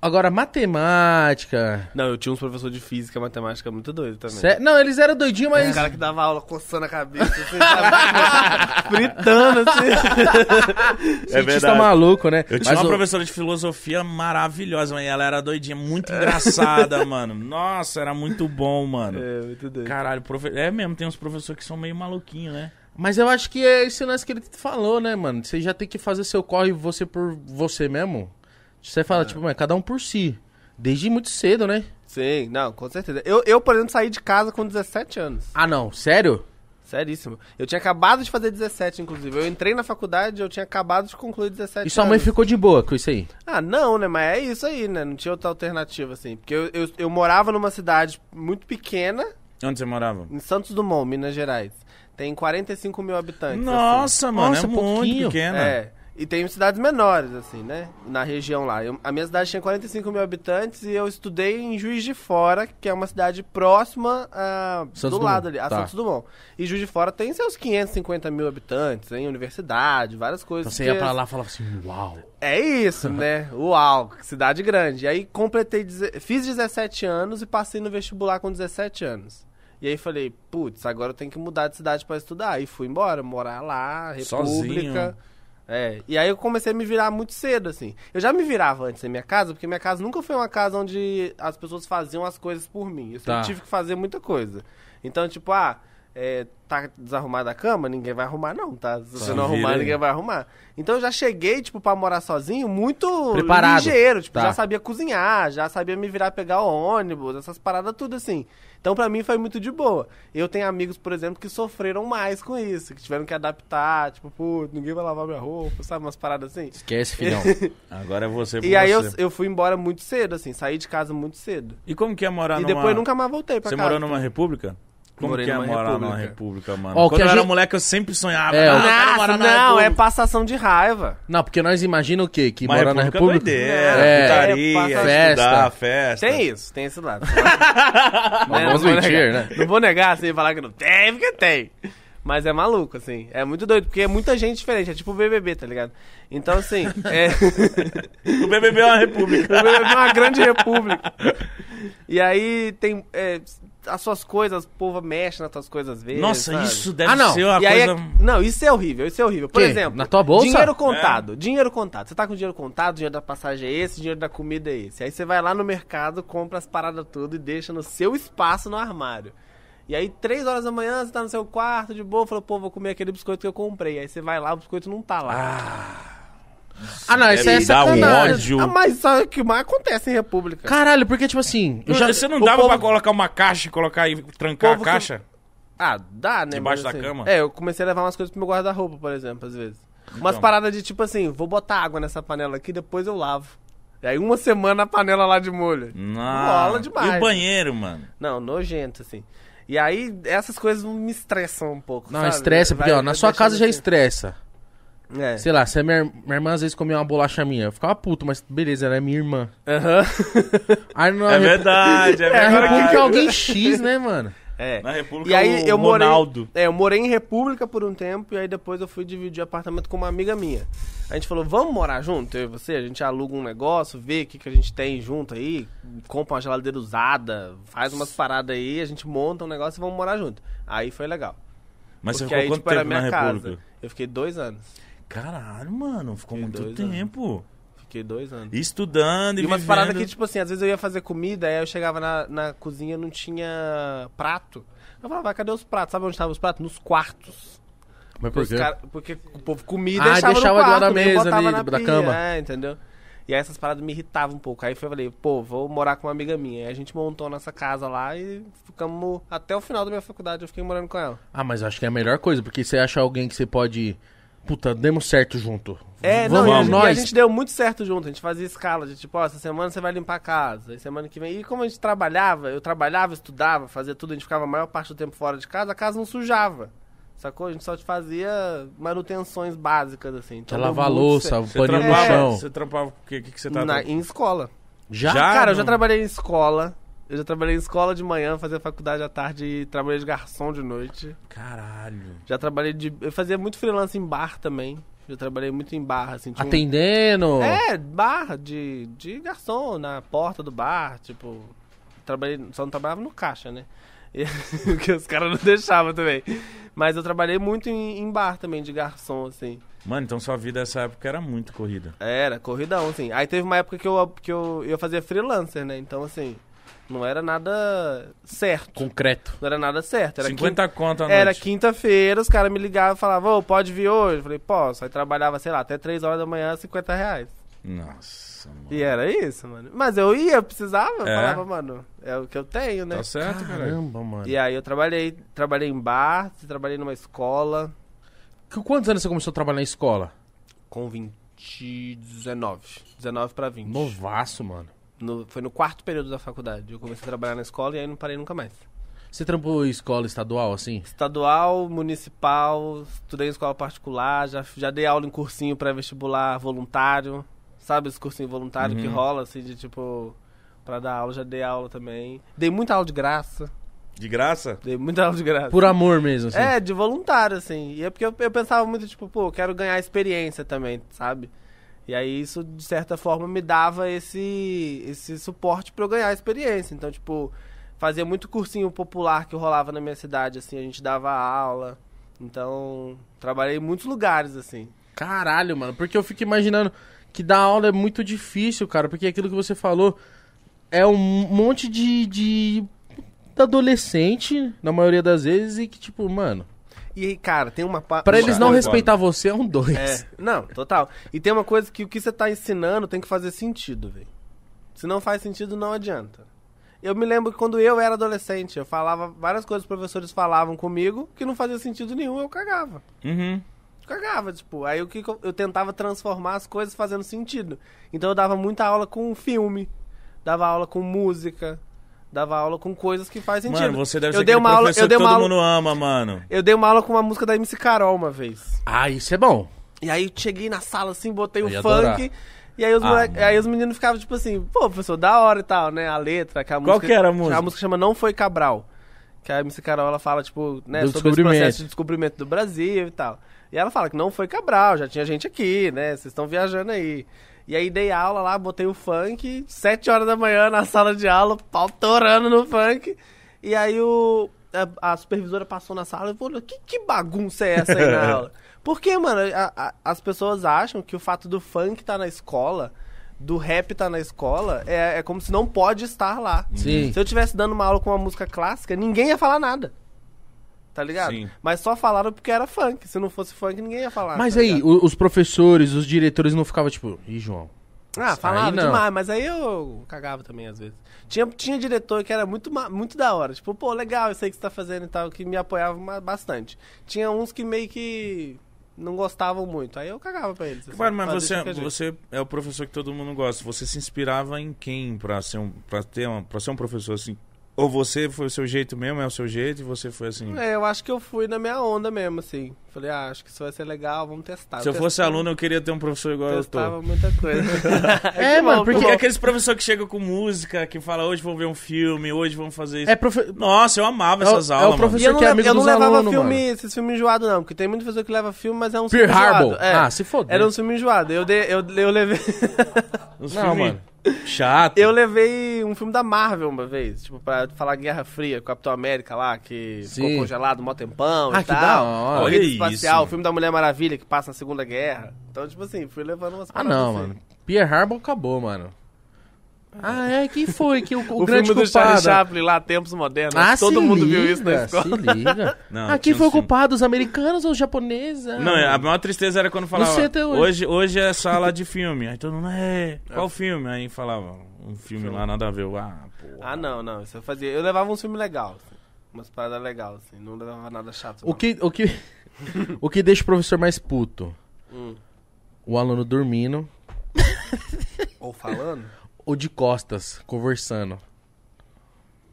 A: Agora, matemática.
C: Não, eu tinha uns professores de física e matemática muito doidos também.
A: Sé- Não, eles eram doidinhos,
C: Um
B: É
A: mas.
C: cara que dava aula coçando a cabeça, assim, sabe? fritando, assim.
B: É
A: cientista maluco, né?
B: Eu tinha
A: mas
B: uma
A: o-
B: professora de filosofia maravilhosa, mas ela era doidinha, muito engraçada, mano. Nossa, era muito bom, mano.
C: É, muito doido.
B: Caralho, profe... é mesmo, tem uns professores que são meio maluquinhos, né?
A: Mas eu acho que é esse lance que ele falou, né, mano? Você já tem que fazer seu corre você por você mesmo. Você
B: É.
A: fala, tipo, mano, cada um por si. Desde muito cedo, né?
C: Sim, não, com certeza. Eu, eu, por exemplo, saí de casa com 17 anos.
A: Ah, não, sério?
C: Seríssimo. Eu tinha acabado de fazer 17, inclusive. Eu entrei na faculdade, eu tinha acabado de concluir 17
A: E sua mãe
C: anos.
A: ficou de boa com isso aí?
C: Ah, não, né? Mas é isso aí, né? Não tinha outra alternativa, assim. Porque eu, eu, eu morava numa cidade muito pequena,
B: Onde você morava?
C: em Santos Dumont, Minas Gerais. Tem 45 mil habitantes. assim.
B: Nossa, mano,
A: Nossa,
B: é muito
A: pouquinho.
B: pequena.
C: É. E tem cidades menores, assim, né? Na região lá. Eu- a minha cidade tinha 45 mil habitantes e eu estudei em Juiz de Fora, que é uma cidade próxima a, do
A: Santos Dumont,
C: lado ali, a
A: tá.
C: Santos Dumont. E Juiz de Fora tem seus 550 mil habitantes, hein? Universidade, várias coisas.
A: Então você ia
C: que-
A: pra lá e falava assim, uau.
C: É isso, né? Uau, que cidade grande. E aí completei, deze- fiz 17 anos e passei no vestibular com 17 anos. E aí falei, putz, agora eu tenho que mudar de cidade pra estudar. E fui embora, morar lá, república.
B: Sozinho.
C: É, e aí eu comecei a me virar muito cedo, assim. Eu já me virava antes em minha casa, porque minha casa nunca foi uma casa onde as pessoas faziam as coisas por mim. Eu sempre
A: Tá.
C: tive que fazer muita coisa. Então, tipo, ah, é, é, tá desarrumada a cama, ninguém vai arrumar, não, tá? Se você
B: Só
C: não
B: vira
C: arrumar,
B: aí.
C: ninguém vai arrumar. Então eu já cheguei, tipo, pra morar sozinho, muito
A: Preparado.
C: ligeiro. Tipo,
A: Tá.
C: já sabia cozinhar, já sabia me virar pegar ônibus, essas paradas tudo assim. Então pra mim foi muito de boa. Eu tenho amigos, por exemplo, que sofreram mais com isso, que tiveram que adaptar, tipo, pô, ninguém vai lavar minha roupa, sabe? Umas paradas assim.
A: Esquece, é filhão.
B: Agora é você por
C: E aí eu,
B: você.
C: eu fui embora muito cedo, assim, saí de casa muito cedo.
B: E como que é morar
C: e
B: numa...
C: depois nunca mais voltei pra
B: Você
C: casa.
B: morou numa república? Como
C: Morei
B: que é
C: numa
B: morar então. numa
C: república.
B: república, mano?
A: Ó, o que
B: Quando
A: a
B: eu era
A: gente-
B: moleque, eu sempre sonhava.
A: É,
B: "Ah,
A: o-
B: eu quero morar
C: Nossa,
B: na
C: não, é
B: república."
C: passação de raiva.
A: Não, porque nós imagina o quê? Que
B: Uma
A: morar na República.
B: é doideira,
A: É.
B: putaria,
C: É, passa-
B: estudar, festa.
C: Tem isso, tem esse lado.
A: Não
C: Né?
A: vamos
B: é
C: Não vou
A: mentir,
C: negar-
A: né?
C: Não vou negar, assim, falar que não tem, porque tem. Mas é maluco, assim. É muito doido, porque é muita gente diferente. É tipo o BBB, tá ligado? Então, assim, é...
B: O BBB é uma república.
C: o BBB é uma grande república. E aí tem... é, as suas coisas, o povo mexe nas suas coisas às vezes,
B: Nossa,
C: sabe?
B: isso deve
A: Ah, não.
B: ser uma
C: E aí,
B: coisa... É.
C: é- não, isso é horrível, isso é horrível. Por
A: Quê?
C: exemplo,
A: Na tua bolsa?
C: dinheiro contado, dinheiro contado. Você tá com dinheiro contado, dinheiro da passagem é esse, dinheiro da comida é esse. Aí você vai lá no mercado, compra as paradas tudo e deixa no seu espaço no armário. E aí, três horas da manhã, você tá no seu quarto de boa, falou, pô, vou comer aquele biscoito que eu comprei. Aí você vai lá, o biscoito não tá lá.
A: Ah, não, isso aí é
B: Deve dar um
A: sacanagem.
B: ódio.
C: Ah, mas sabe o que mais acontece em República?
A: Caralho, porque, tipo assim, eu já...
B: Você não
C: o
B: dava
C: povo-
B: pra colocar uma caixa e colocar e trancar
C: povo
B: a
C: que-
B: caixa?
C: Ah, dá, né?
B: Debaixo
C: mas
B: da cama? Então.
C: É, eu comecei a levar umas coisas pro meu guarda-roupa, por exemplo, às vezes. Umas paradas de tipo assim, vou botar água nessa panela aqui, depois eu lavo. E aí uma semana a panela lá de molho.
B: Não.
C: Rola demais.
B: Ah, E o banheiro, mano?
C: Não, nojento, assim. E aí essas coisas me estressam um pouco,
A: Não,
C: sabe?
A: estressa, porque,
C: Vai-
A: ó, na
C: vai
A: sua casa já
C: deixando
A: estressa.
C: assim.
A: Sei lá, se a minha, minha irmã às vezes comia uma bolacha minha, eu ficava puto, mas beleza, ela é minha irmã.
C: É. Aham.
A: Aí não
B: É verdade, é
A: É, a
B: verdade.
A: República é alguém X, né, mano?
C: É.
B: Na República
C: E aí
B: o
C: eu morei,
B: Ronaldo.
C: é, eu morei em República por um tempo e aí depois eu fui dividir apartamento com uma amiga minha. A gente falou, vamos morar junto, eu e você? A gente aluga um negócio, vê o que, que a gente tem junto aí, compra uma geladeira usada, faz umas paradas aí, a gente monta um negócio e vamos morar junto. Aí foi legal.
B: Mas você
C: Porque
B: ficou
C: aí,
B: quanto
C: tipo, era
B: tempo
C: minha
B: na
C: casa.
B: República?
C: Eu fiquei dois anos.
B: Caralho, mano, ficou muito
C: dois anos.
B: tempo.
C: Fiquei dois anos.
B: Estudando e,
C: né? E umas
B: vivendo.
C: paradas que, tipo assim, às vezes eu ia fazer comida, aí eu chegava na, na cozinha não tinha prato. Eu falava, "Ah, cadê os pratos? Sabe onde estavam os pratos? Nos quartos.
A: Mas por
C: Porque,
A: quê?
C: os cara- porque o povo comia e
A: Ah,
C: deixava,
A: deixava
C: no
A: de
C: quarto,
A: lá na
C: nem
A: mesa
C: botava
A: ali,
C: na
A: da
C: pia,
A: cama.
C: É, entendeu? E aí essas paradas me irritavam um pouco. Aí eu falei, pô, vou morar com uma amiga minha. Aí a gente montou a nossa casa lá e ficamos... Até o final da minha faculdade eu fiquei morando com ela.
A: Ah, mas eu acho que é a melhor coisa, porque você acha alguém que você pode... Puta, demos certo junto.
C: É, não,
A: Vamos
C: e a, gente- e a
A: nós.
C: gente deu muito certo junto. A gente fazia escala de tipo, ó, essa semana você vai limpar a casa. E semana que vem... E como a gente trabalhava, eu trabalhava, estudava, fazia tudo. A gente ficava a maior parte do tempo fora de casa. A casa não sujava. Sacou? A gente só fazia manutenções básicas, assim.
A: Já
C: Então deu
A: Tá lavar a
C: muito
A: louça,
C: certo.
B: Você
A: paninho no
B: trampava,
A: chão.
B: você trampava com o quê? O que, que você tá
C: Na-
B: trampando?
C: em escola.
A: Já?
B: Já?
C: Cara, eu já
B: não.
C: trabalhei em escola. Eu já trabalhei em escola de manhã, fazia faculdade à tarde e trabalhei de garçom de noite.
B: Caralho.
C: Já trabalhei de. Eu fazia muito freelance em bar também. Já trabalhei muito em bar, assim. tinha um-
A: Atendendo.
C: É, bar de, de garçom, na porta do bar, tipo. Trabalhei, só não trabalhava no caixa, né? E- Porque os caras não deixavam também. Mas eu trabalhei muito em, em bar também, de garçom, assim.
B: Mano, então sua vida nessa época era muito corrida.
C: Era, corridão, assim. Aí teve uma época que eu, que eu, eu fazia freelancer, né? Então, assim, não era nada certo.
A: Concreto.
C: Não era nada certo. Era
B: 50 conto à
C: quinta, Era
B: noite.
C: quinta-feira, os caras me ligavam e falavam, ô, pode vir hoje? Eu falei, posso. Aí trabalhava, sei lá, até 3 horas da manhã, 50 reais.
B: Nossa, mano.
C: E era isso, mano. Mas eu ia, eu precisava, eu
B: É.
C: falava, mano, é o que eu tenho, né?
B: Tá certo, cara?
A: Caramba, mano.
C: E aí eu trabalhei, trabalhei em bar, trabalhei numa escola
A: Com Quantos anos você começou a trabalhar na escola?
C: com 20, 19. 19 pra 20.
A: Novaço, mano.
C: No- foi no quarto período da faculdade. Eu comecei a trabalhar na escola e aí não parei nunca mais.
A: Você trampou em escola estadual, assim?
C: Estadual, municipal, estudei em escola particular, já, já dei aula em cursinho pré-vestibular voluntário. Sabe esse cursinho voluntário que rola, assim, de tipo, pra dar aula, já dei aula também. Dei muita aula de graça.
B: De graça?
C: Dei muita aula de graça.
A: Por amor mesmo, assim.
C: É, de voluntário, assim. E é porque eu, eu pensava muito, tipo, pô, eu quero ganhar experiência também, sabe? E aí isso, de certa forma, me dava esse, esse suporte pra eu ganhar experiência. Então, tipo, fazia muito cursinho popular que rolava na minha cidade, assim, a gente dava aula. Então, trabalhei em muitos lugares, assim.
A: Caralho, mano, porque eu fico imaginando que dar aula é muito difícil, cara, porque aquilo que você falou é um monte de. de adolescente, na maioria das vezes, e que, tipo, mano,
C: E aí, cara, tem uma parte.
A: pra eles não
B: Concordo.
A: respeitar você é um dois.
C: É, não, total. E tem uma coisa que o que você tá ensinando tem que fazer sentido, velho. Se não faz sentido, não adianta. Eu me lembro que quando eu era adolescente, eu falava várias coisas que os professores falavam comigo que não fazia sentido nenhum, eu cagava.
B: Uhum.
C: Cagava, tipo. Aí o que que eu, eu tentava transformar as coisas fazendo sentido. Então eu dava muita aula com filme, dava aula com música, dava aula com coisas que fazem sentido.
B: Mano, você deve
C: eu
B: ser
C: dei
B: aquele
C: uma aula,
B: professor
C: eu dei
B: que
C: uma
B: todo
C: aula,
B: mundo ama, mano.
C: eu dei uma aula com uma música da MC Carol uma vez.
A: Ah, isso é bom.
C: E aí eu cheguei na sala assim, botei
A: Eu
C: o
A: ia
C: funk.
A: adorar.
C: E aí os,
B: Ah,
C: moleque-
B: mano.
C: aí os meninos ficavam tipo assim, pô, professor, da hora e tal, né? A letra, que a
B: Qual
C: música.
B: que era a música?
C: A música chama Não Foi Cabral. Que a MC Carol ela fala, tipo, né,
A: Do
C: sobre o
A: descobrimento.
C: processo de descobrimento do Brasil e tal. E ela fala que não foi Cabral, já tinha gente aqui, né? Vocês estão viajando aí. E aí dei aula lá, botei o funk, sete horas da manhã na sala de aula, o pau torando no funk. E aí o, a, a supervisora passou na sala e falou, que, que bagunça é essa aí na aula? Porque, mano, a- a- as pessoas acham que o fato do funk tá na escola, do rap tá na escola, é, é como se não pode estar lá.
A: Sim.
C: Se eu tivesse dando uma aula com uma música clássica, ninguém ia falar nada. Tá ligado?
B: Sim.
C: Mas só falaram porque era funk. Se não fosse funk, ninguém ia falar.
A: Mas
C: tá
A: aí,
C: ligado?
A: o- os professores, os diretores não ficavam tipo, ih, João.
C: Ah, falava
A: Aí não.
C: demais, mas aí eu cagava também às vezes. Tinha, tinha diretor que era muito, ma- muito da hora, tipo, pô, legal isso aí que você tá fazendo e tal, que me apoiava ma- bastante. Tinha uns que meio que não gostavam muito, aí eu cagava pra eles. assim,
B: Claro, mas
C: fazia de
B: você,
C: qualquer jeito.
B: você é o professor que todo mundo gosta. Você se inspirava em quem pra ser um, pra ter uma, pra ser um professor assim? Ou você foi o seu jeito mesmo, é o seu jeito, e você foi assim.
C: É, eu acho que eu fui na minha onda mesmo, assim. Falei, ah, acho que isso vai ser legal, vamos testar.
B: Se eu fosse
C: testava-
B: aluno, eu queria ter um professor igual eu tô.
C: Testava muita coisa.
A: É,
C: Que
A: mano, porque
C: bom, que
B: Porque
C: bom.
B: aqueles professores que chegam com música, que fala hoje vão ver um filme, hoje vão fazer isso.
A: É, profe...
B: Nossa, eu amava
A: É o-
B: essas
A: é o
B: aulas, mano.
A: professor-
C: E eu não,
A: que é
C: le-
A: amigo
C: eu não
A: dos
C: levava
A: alunos,
C: filme,
A: mano.
C: esses filmes enjoados, não, porque tem muita pessoa que leva filme, mas é um
A: Pearl
C: filme enjoado.
A: Harbor.
C: É.
A: Ah, se foder.
C: Era um filme enjoado. Eu, dei, eu, eu levei.
B: Os
A: Não,
B: filmes
A: mano.
B: Chato.
C: eu levei um filme da Marvel uma vez, tipo, pra falar Guerra Fria, Capitão América lá, que
A: Sim.
C: ficou congelado um mó tempão
A: Ah,
C: e
A: que
C: tal.
A: da hora.
C: Corrida
B: Olha
C: espacial,
B: isso.
C: o filme da Mulher Maravilha, que passa na Segunda Guerra. Então, tipo assim, fui levando umas
A: Ah,
C: paradas
A: não,
C: assim.
A: mano. Pierre Harbour acabou, mano. Ah, é? Quem foi? Que o, o
C: O,
A: grande
C: filme do Charlie
A: culpado.
C: Chaplin lá, Tempos Modernos.
A: Ah,
C: todo
A: se
C: mundo viu
A: liga,
C: isso na escola.
A: Se liga.
B: Não,
A: ah, quem
B: tinha
A: foi
B: um
A: o
B: filme.
A: culpado? Os americanos ou os japoneses? Ah,
B: Não, é, a
C: é
A: mano.
B: maior tristeza era quando falava.
A: sei até hoje.
B: hoje. hoje é sala de filme. Aí todo mundo, é. Qual filme? Aí falava, um filme lá, nada a ver. Eu, Ah, porra.
C: Ah, não, não. Isso eu fazia. Eu levava um filme legal, assim, umas paradas legais, assim. Não levava nada chato.
A: O que, o, que, o que deixa o professor mais puto?
C: Hum.
A: O aluno dormindo
C: não. Ou falando?
A: ou de costas, conversando.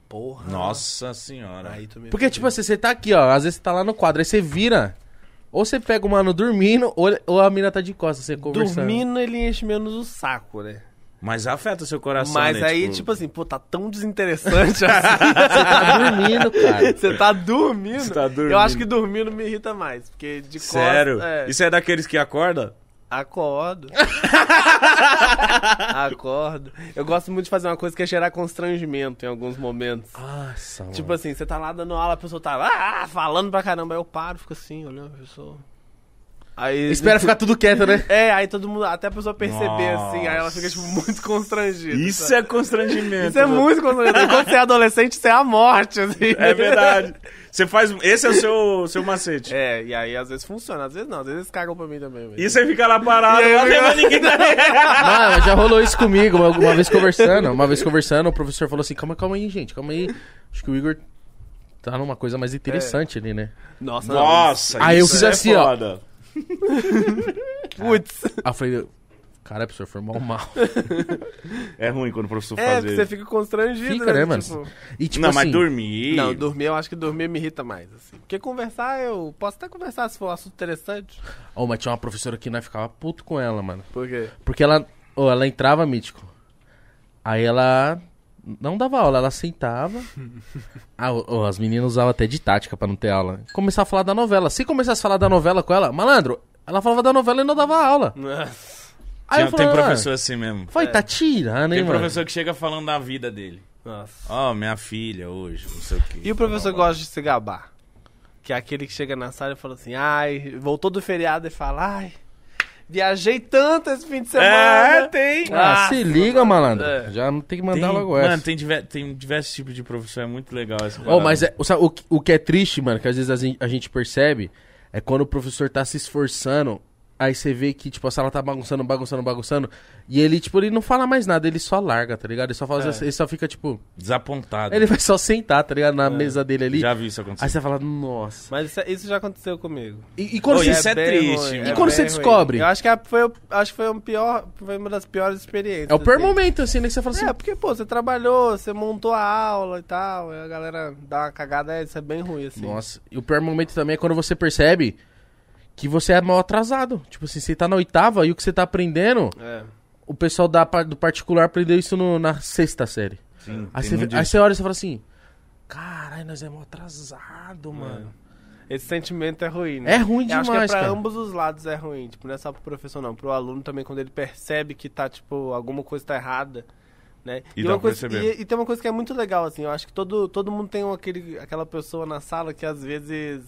C: Porra.
B: Nossa senhora.
C: Aí tu me
A: Porque, tipo assim, você tá aqui, ó. Às vezes você tá lá no quadro, aí você vira. Ou você pega o mano dormindo, ou, ou a mina tá de costas, você conversando.
C: dormindo ele enche menos o saco, né?
B: Mas afeta o seu coração.
C: Mas
B: né?
C: aí, tipo... assim, pô, tá tão desinteressante assim.
A: Você tá dormindo, cara.
C: Você tá dormindo.
B: Você tá dormindo.
C: Eu acho que dormindo me irrita mais. Porque de costas.
B: Sério?
C: É,
B: Isso é daqueles que acorda?
C: Acordo. Acordo. Eu gosto muito de fazer uma coisa que é gerar constrangimento em alguns momentos.
A: Nossa, mano.
C: Tipo assim, você tá lá dando aula, a pessoa tá lá, ah, falando pra caramba. Aí eu paro, fico assim, olhando a pessoa. Aí.
A: Espera ficar tudo quieto, né?
C: É, aí todo mundo, até a pessoa perceber assim, aí ela
B: Nossa.
C: fica, tipo, muito constrangida.
B: Isso
C: sabe?
B: é constrangimento.
C: Isso é muito constrangedor. Quando você é adolescente, você é a morte, assim.
B: É verdade. Você faz. Esse é o seu, seu macete.
C: É, e aí às vezes funciona, às vezes não, às vezes cagam pra mim também. velho.
B: E você fica lá parado,
C: E aí
B: lá
C: eu-
B: levando ninguém tá nem-
A: Mano, já rolou isso comigo, uma, uma vez conversando. Uma vez conversando, o professor falou assim: calma, calma aí, gente, calma aí. Acho que o Igor tá numa coisa mais interessante ali, né?
C: Nossa,
B: Nossa,
A: Aí eu
B: isso
A: fiz
B: é
A: assim, ó.
B: foda.
C: não. Putz.
A: Aí eu falei: cara, professor, foi mal, mal.
B: É ruim quando o professor
C: É,
B: faz
C: porque
B: isso.
C: você fica constrangido,
A: Fica, né, mano?
C: Tipo,
A: E tipo
B: não,
A: assim,
B: mas dormir.
C: Não, dormir, eu acho que dormir me irrita mais, assim. Porque conversar, eu posso até conversar se for um assunto interessante.
A: Ô, mas tinha uma professora que nós ficava puto com ela, mano.
C: Por quê?
A: Porque ela, ô, ela entrava mítico. Aí ela não dava aula, ela sentava. Ah, ô, ô, as meninas usavam até de tática pra não ter aula. Começava a falar da novela. Se começasse a falar da novela com ela, malandro, ela falava da novela e não dava aula. Aí
B: Tinha-
A: eu
B: tem
A: falava, "Ah,
B: professor assim mesmo.
A: Foi, tá tirando, hein,
B: Tem
A: mano?
B: professor que chega falando da vida dele.
C: Nossa.
B: Ó, minha filha hoje, não sei o quê.
C: E o professor gosta de se gabar. Que é aquele que chega na sala e fala assim, ai, voltou do feriado e fala, ai, Viajei tanto esse fim de semana.
B: É, tem.
A: Ah,
C: Ah,
A: se liga, malandro.
C: é.
A: Já não tem que
B: Tem-
A: mandar logo essa.
B: mano, tem, diver- tem diversos tipos de professor, é muito legal essa
A: Oh,
B: parada.
A: mas é- sabe o, que- o que é triste, mano, que às vezes a gente, a gente percebe, é quando o professor tá se esforçando, aí você vê que, tipo, a sala tá bagunçando, bagunçando, bagunçando, e ele, tipo, ele não fala mais nada, ele só larga, tá ligado? Ele só, faz, ele só fica, tipo,
B: Desapontado.
A: ele vai só sentar, tá ligado? Na mesa dele ali.
B: Já vi isso acontecer.
A: Aí você fala, nossa.
C: Mas isso, é, isso já aconteceu comigo.
A: E, e quando
B: Oh,
A: você...
B: isso é
C: bem
B: triste,
C: ruim,
B: mano.
A: E
C: é
A: quando
C: bem
A: você
C: ruim.
A: descobre?
C: Eu acho que a- foi, o- acho que foi, um pior, foi uma das piores experiências.
A: É o pior
C: assim.
A: momento, assim, né? Que você fala assim,
C: É, porque, pô, você trabalhou, você montou a aula e tal, e a galera dá uma cagada, é, isso é bem ruim, assim.
A: Nossa, e o pior momento também é quando você percebe que você é mal atrasado. Tipo assim, você tá na oitava e o que você tá aprendendo,
C: É.
A: o pessoal da, pa- do particular aprendeu isso no- na sexta série.
B: Sim,
A: Aí
B: tem
A: você,
B: muito
A: aí
B: disso.
A: você olha e você fala assim, caralho, nós é mal
C: É.
A: atrasado, mano.
C: Esse sentimento é ruim, né?
A: É ruim
C: Eu
A: demais,
C: acho que é pra
A: cara.
C: ambos os lados é ruim, tipo, não é só pro professor não, pro aluno também, quando ele percebe que tá, tipo, alguma coisa tá errada, né?
B: E dá
C: uma
B: pra
C: coisa,
B: perceber.
C: e- e tem uma coisa que é muito legal, assim, eu acho que todo, todo mundo tem um, aquele, aquela pessoa na sala que às vezes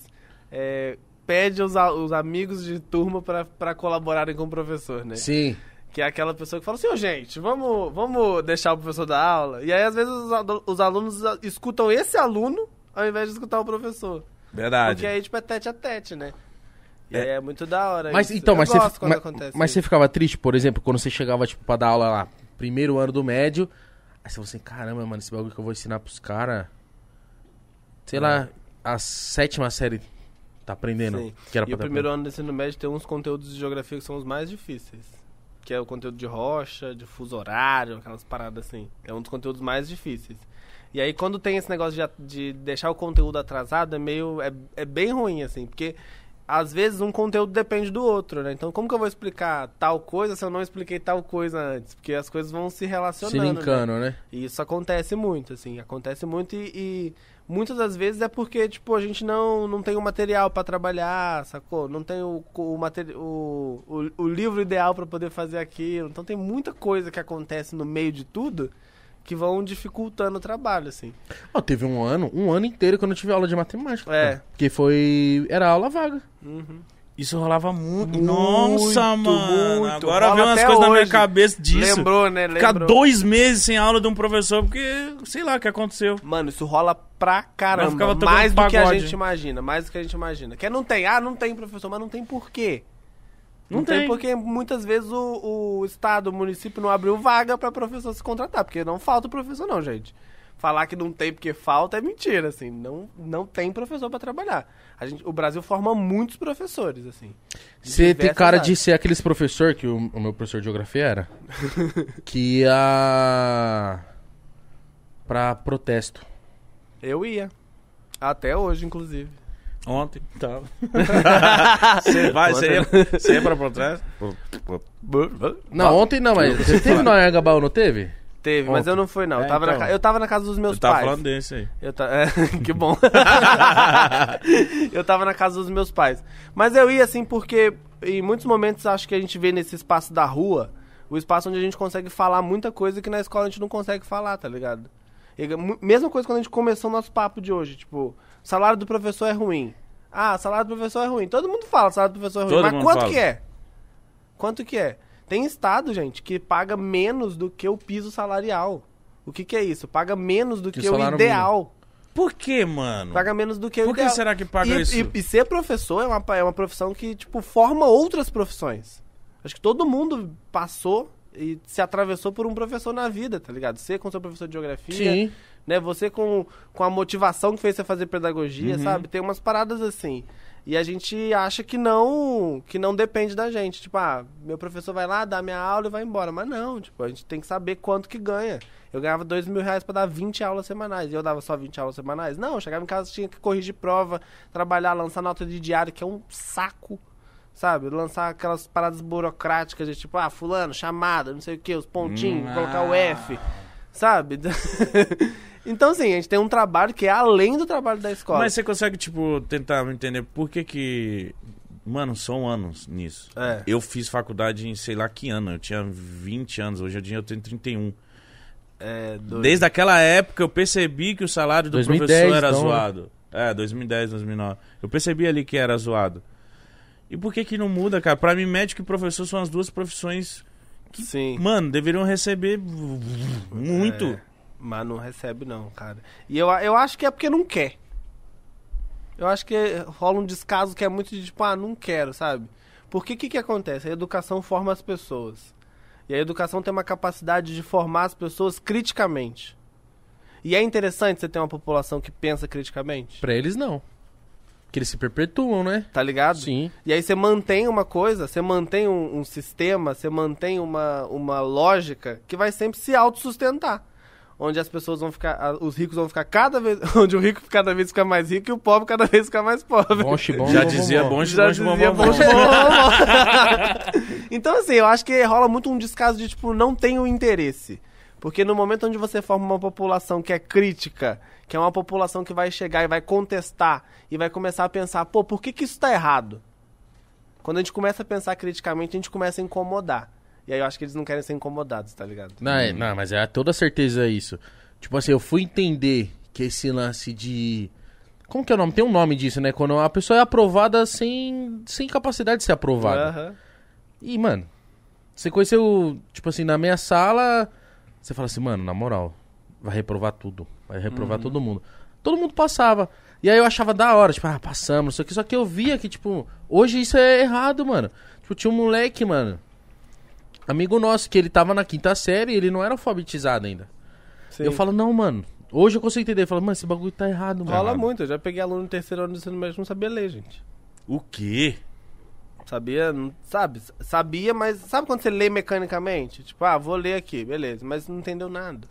C: é, pede os, a- os amigos de turma pra, pra colaborarem com o professor, né?
A: Sim.
C: Que é aquela pessoa que fala assim, ô gente, vamos, vamos deixar o professor dar aula. E aí, às vezes, os, adu- os alunos a- escutam esse aluno ao invés de escutar o professor.
B: Verdade.
C: Porque aí, tipo, é tete a tete, né? E
B: É.
C: aí é muito da hora.
A: Mas
C: isso.
A: então,
C: Eu
A: mas, você,
C: gosto
A: fi-
C: quando
A: ma- mas,
C: acontece
A: você
C: isso.
A: ficava triste, por exemplo, quando você chegava, tipo, pra dar aula lá, primeiro ano do médio, aí você falou assim, caramba, mano, esse bagulho que eu vou ensinar pros caras, sei lá, a sétima série tá aprendendo.
C: Sim.
A: Que era
C: E o
A: tá
C: primeiro ano do ensino médio tem uns conteúdos de geografia que são os mais difíceis. Que é o conteúdo de rocha, de fuso horário, aquelas paradas assim. É um dos conteúdos mais difíceis. E aí, quando tem esse negócio de, a- de deixar o conteúdo atrasado, é meio. É, é bem ruim, assim, porque às vezes um conteúdo depende do outro, né? Então, como que eu vou explicar tal coisa se eu não expliquei tal coisa antes? Porque as coisas vão se
A: Se
C: relacionando. né?
A: linkando, né?
C: E isso acontece muito, assim, acontece muito e, e muitas das vezes é porque, tipo, a gente não, não tem o material pra trabalhar, sacou? Não tem o, o, materi- o, o, o livro ideal pra poder fazer aquilo. Então tem muita coisa que acontece no meio de tudo que vão dificultando o trabalho, assim.
A: Ó, teve um ano, um ano inteiro que eu não tive aula de matemática.
C: É.
A: cara. Porque foi. Era aula vaga.
C: Uhum.
B: Isso rolava muito.
C: Muito,
B: Nossa, mano.
C: muito.
B: Agora
C: Rola
B: veio umas
C: até
B: coisas na minha
C: hoje.
B: cabeça disso.
C: Lembrou, né? Lembrou.
B: Ficar dois meses sem aula de um professor, porque sei lá o que aconteceu.
C: Mano, isso rola pra
B: Mas
C: caramba.
B: ficava tocando
C: Mais do que a
B: pagode.
C: gente imagina, mais do que a gente imagina. Que é não tem, ah, não tem professor, mas não tem por quê. Não,
B: Não
C: tem.
B: tem.
C: porque muitas vezes o, o estado, o município não abriu vaga pra professor se contratar, porque não falta professor não, gente. Falar que não tem porque falta é mentira, assim, não, não tem professor pra trabalhar. A gente, o Brasil forma muitos professores, assim. de
A: Você tem
C: diversas
A: cara de
C: áreas.
A: ser aqueles professor que o, o meu professor de geografia era. que ia. pra protesto.
C: Eu ia. Até hoje, inclusive.
B: Ontem. Tava. Você vai, você ia, você ia pra protesto?
A: Não, ontem não, mas. Você teve no Anhangabaú, não teve?
C: Teve, mas
A: Ontem.
C: eu não fui, não. Eu
A: É,
C: tava, na,
A: então.
C: ca- eu tava na casa dos meus
B: Eu tava
C: pais.
B: falando desse aí.
C: Eu ta... é, que bom. eu tava na casa dos meus pais. Mas eu ia assim porque em muitos momentos acho que a gente vê nesse espaço da rua, o espaço onde a gente consegue falar muita coisa que na escola a gente não consegue falar, tá ligado? E mu- mesma coisa quando a gente começou o nosso papo de hoje, tipo, salário do professor é ruim. Ah, salário do professor é ruim. Todo mundo fala salário do professor é ruim,
B: Todo
C: mas
B: mundo
C: quanto
B: fala.
C: que é? Quanto que é? Tem estado, gente, que paga menos do que o piso salarial. O que que é isso? Paga menos do
A: Que
C: que,
A: o
C: o
A: salário
C: ideal.
B: Por que, mano?
C: Paga menos do que o
B: Por que
C: ideal.
B: será que paga
C: e,
B: isso?
C: E, e ser professor é uma, pa- é uma profissão que, tipo, forma outras profissões. Acho que todo mundo passou e se atravessou por um professor na vida, tá ligado? Você com seu professor de geografia,
A: Sim.
C: né? Você com, com a motivação que fez você fazer pedagogia, sabe? Tem umas paradas assim. E a gente acha que não que não depende da gente. Tipo, ah, meu professor vai lá, dá minha aula e vai embora. Mas não, tipo, a gente tem que saber quanto que ganha. Eu ganhava dois mil reais pra dar 20 aulas semanais. E eu dava só 20 aulas semanais? Não, eu chegava em casa, tinha que corrigir prova, trabalhar, lançar nota de diário, que é um saco. Sabe? Lançar aquelas paradas burocráticas de tipo, ah, fulano, chamada, não sei o que, os pontinhos,
B: Hum,
C: colocar o
B: ah.
C: F. Sabe? então, assim, a gente tem um trabalho que é além do trabalho da escola.
B: Mas você consegue, tipo, tentar entender por que que... Mano, são anos nisso.
C: É.
B: Eu fiz faculdade em sei lá que ano. Eu tinha 20 anos, hoje em dia eu tenho 31.
C: É, doido.
B: Desde aquela época eu percebi que o salário do
A: 2010,
B: professor era
A: então, né?
B: zoado. É, 2010, 2009. Eu percebi ali que era zoado. E por que que não muda, cara? Pra mim, médico e professor são as duas profissões
C: Sim.
B: Mano, deveriam receber muito.
C: É, mas não recebe, não, cara. E eu, eu acho que é porque não quer. Eu acho que rola um descaso que é muito de tipo, ah, não quero, sabe? Porque o que, que acontece? A educação forma as pessoas. E a educação tem uma capacidade de formar as pessoas criticamente. E é interessante você ter uma população que pensa criticamente,
A: Pra eles, não. Porque eles se perpetuam, né?
C: tá ligado?
A: Sim.
C: E aí você mantém uma coisa, você mantém um, um sistema, você mantém uma, uma lógica que vai sempre se autossustentar. Onde as pessoas vão ficar, a- os ricos vão ficar cada vez, onde o rico cada vez fica mais rico e o pobre cada vez fica mais pobre.
A: Bom, chibom,
B: Já
A: bom,
B: dizia
A: bom, bom.
B: bom,
C: Já
B: bom, bom,
C: dizia
B: bom,
C: bom,
B: bom.
C: bom, bom, bom. Então, assim, eu acho que rola muito um descaso de, tipo, não tenho interesse. Porque no momento onde você forma uma população que é crítica, que é uma população que vai chegar e vai contestar e vai começar a pensar, pô, por que, que isso tá errado? Quando a gente começa a pensar criticamente, a gente começa a incomodar. E aí eu acho que eles não querem ser incomodados, tá ligado?
B: Né,
A: Não, é- não, mas é toda certeza isso. Tipo assim, eu fui entender que esse lance de. Como que é o nome? Tem um nome disso, né? Quando a pessoa é aprovada sem, sem capacidade de ser aprovada.
C: Aham.
A: E, mano, você conheceu, tipo assim, na minha sala, você fala assim, mano, na moral, vai reprovar tudo. Vai reprovar todo mundo. Todo mundo passava. E aí eu achava da hora, tipo, ah, passamos, não sei o que. Só que eu via que, tipo, hoje isso é errado, mano. Tipo, tinha um moleque, mano, amigo nosso, que ele tava na quinta série e ele não era alfabetizado ainda.
C: Sim.
A: Eu falo, não, mano, hoje eu consigo entender. Eu falo, mano, esse bagulho tá errado, mano.
C: Rola muito, eu já peguei aluno no terceiro ano do ensino médio que não sabia ler, gente.
B: O quê?
C: Sabia, não- sabe? Sabia, mas sabe quando você lê mecanicamente? Tipo, ah, vou ler aqui, beleza, mas não entendeu nada.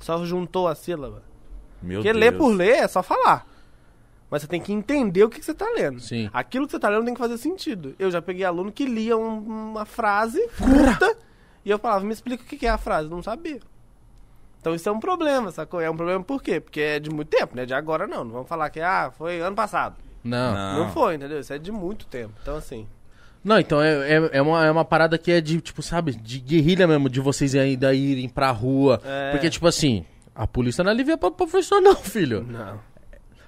C: Só juntou a sílaba.
B: Meu
C: Porque
B: Deus.
C: ler por ler é só falar. Mas você tem que entender o que, que você tá lendo.
A: Sim.
C: Aquilo que você tá lendo tem que fazer sentido. Eu já peguei aluno que lia um- uma frase curta e eu falava, me explica o que, que é a frase. Não sabia. Então isso é um problema, sacou? É um problema por quê? Porque é de muito tempo, né? De agora não. Não vamos falar que, ah, foi ano passado.
A: Não.
B: Não.
C: Não foi, entendeu? Isso é de muito tempo. Então assim.
A: Não, então é, é, é uma, é uma parada que é de, tipo, sabe, de guerrilha mesmo, de vocês ainda irem pra rua.
C: É.
A: Porque, tipo assim, a polícia não alivia pra professor, não, filho.
C: Não.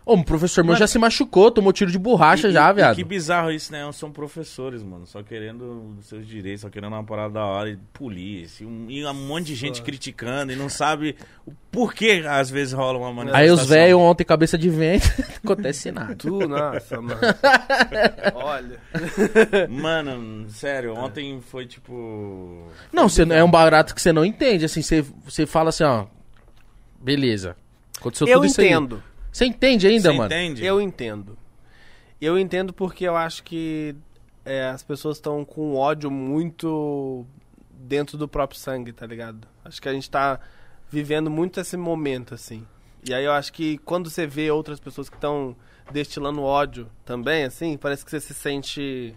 A: Ô, um professor meu já se machucou, tomou tiro de borracha
B: E-
A: já,
B: e- e
A: viado.
B: que bizarro isso, né? São professores, mano. Só querendo os seus direitos, só querendo uma parada da hora. E polícia, e um, e um monte de gente criticando e não sabe o porquê às vezes rola
C: É.
B: uma
A: Aí
B: manifestação.
A: os velhos ontem cabeça de vento, acontece nada.
C: Tu, nossa, mano. Olha.
B: Mano, sério, ontem foi tipo...
A: Não, você, não- é um barato que você não entende, assim, você, você fala assim, ó, beleza, aconteceu
C: Eu
A: tudo isso
C: entendo.
A: aí. Você entende ainda,
B: Você
A: mano?
B: entende?
C: Eu entendo. Eu entendo porque eu acho que é, as pessoas estão com ódio muito dentro do próprio sangue, tá ligado? Acho que a gente tá vivendo muito esse momento, assim. E aí eu acho que quando você vê outras pessoas que estão destilando ódio também, assim, parece que você se sente,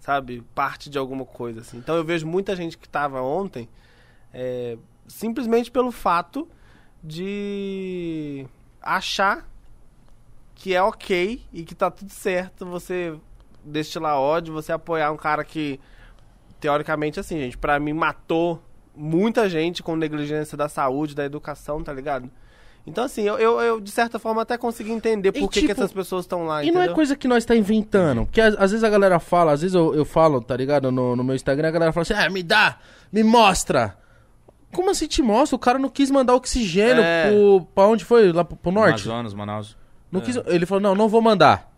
C: sabe, parte de alguma coisa, assim. Então eu vejo muita gente que tava ontem é, simplesmente pelo fato de achar que é ok e que tá tudo certo você destilar ódio, você apoiar um cara que, teoricamente, assim, gente, pra mim matou muita gente com negligência da saúde, da educação, tá ligado? Então, assim, eu, eu, eu, de certa forma até consegui entender por que, que
A: tipo,
C: essas pessoas estão
B: Ah,
C: lá,
A: E não é
C: entendeu?
A: coisa que nós tá inventando. Porque às, às vezes a galera fala, às vezes eu, eu falo, tá ligado? No, no meu Instagram, a galera fala assim, ah, me dá, me mostra. Como assim te mostra? O cara não quis mandar oxigênio
C: É.
A: pro, pra onde foi? Lá pro, pro norte?
B: Amazonas, Manaus.
A: Não quis, ele falou, não, não vou mandar.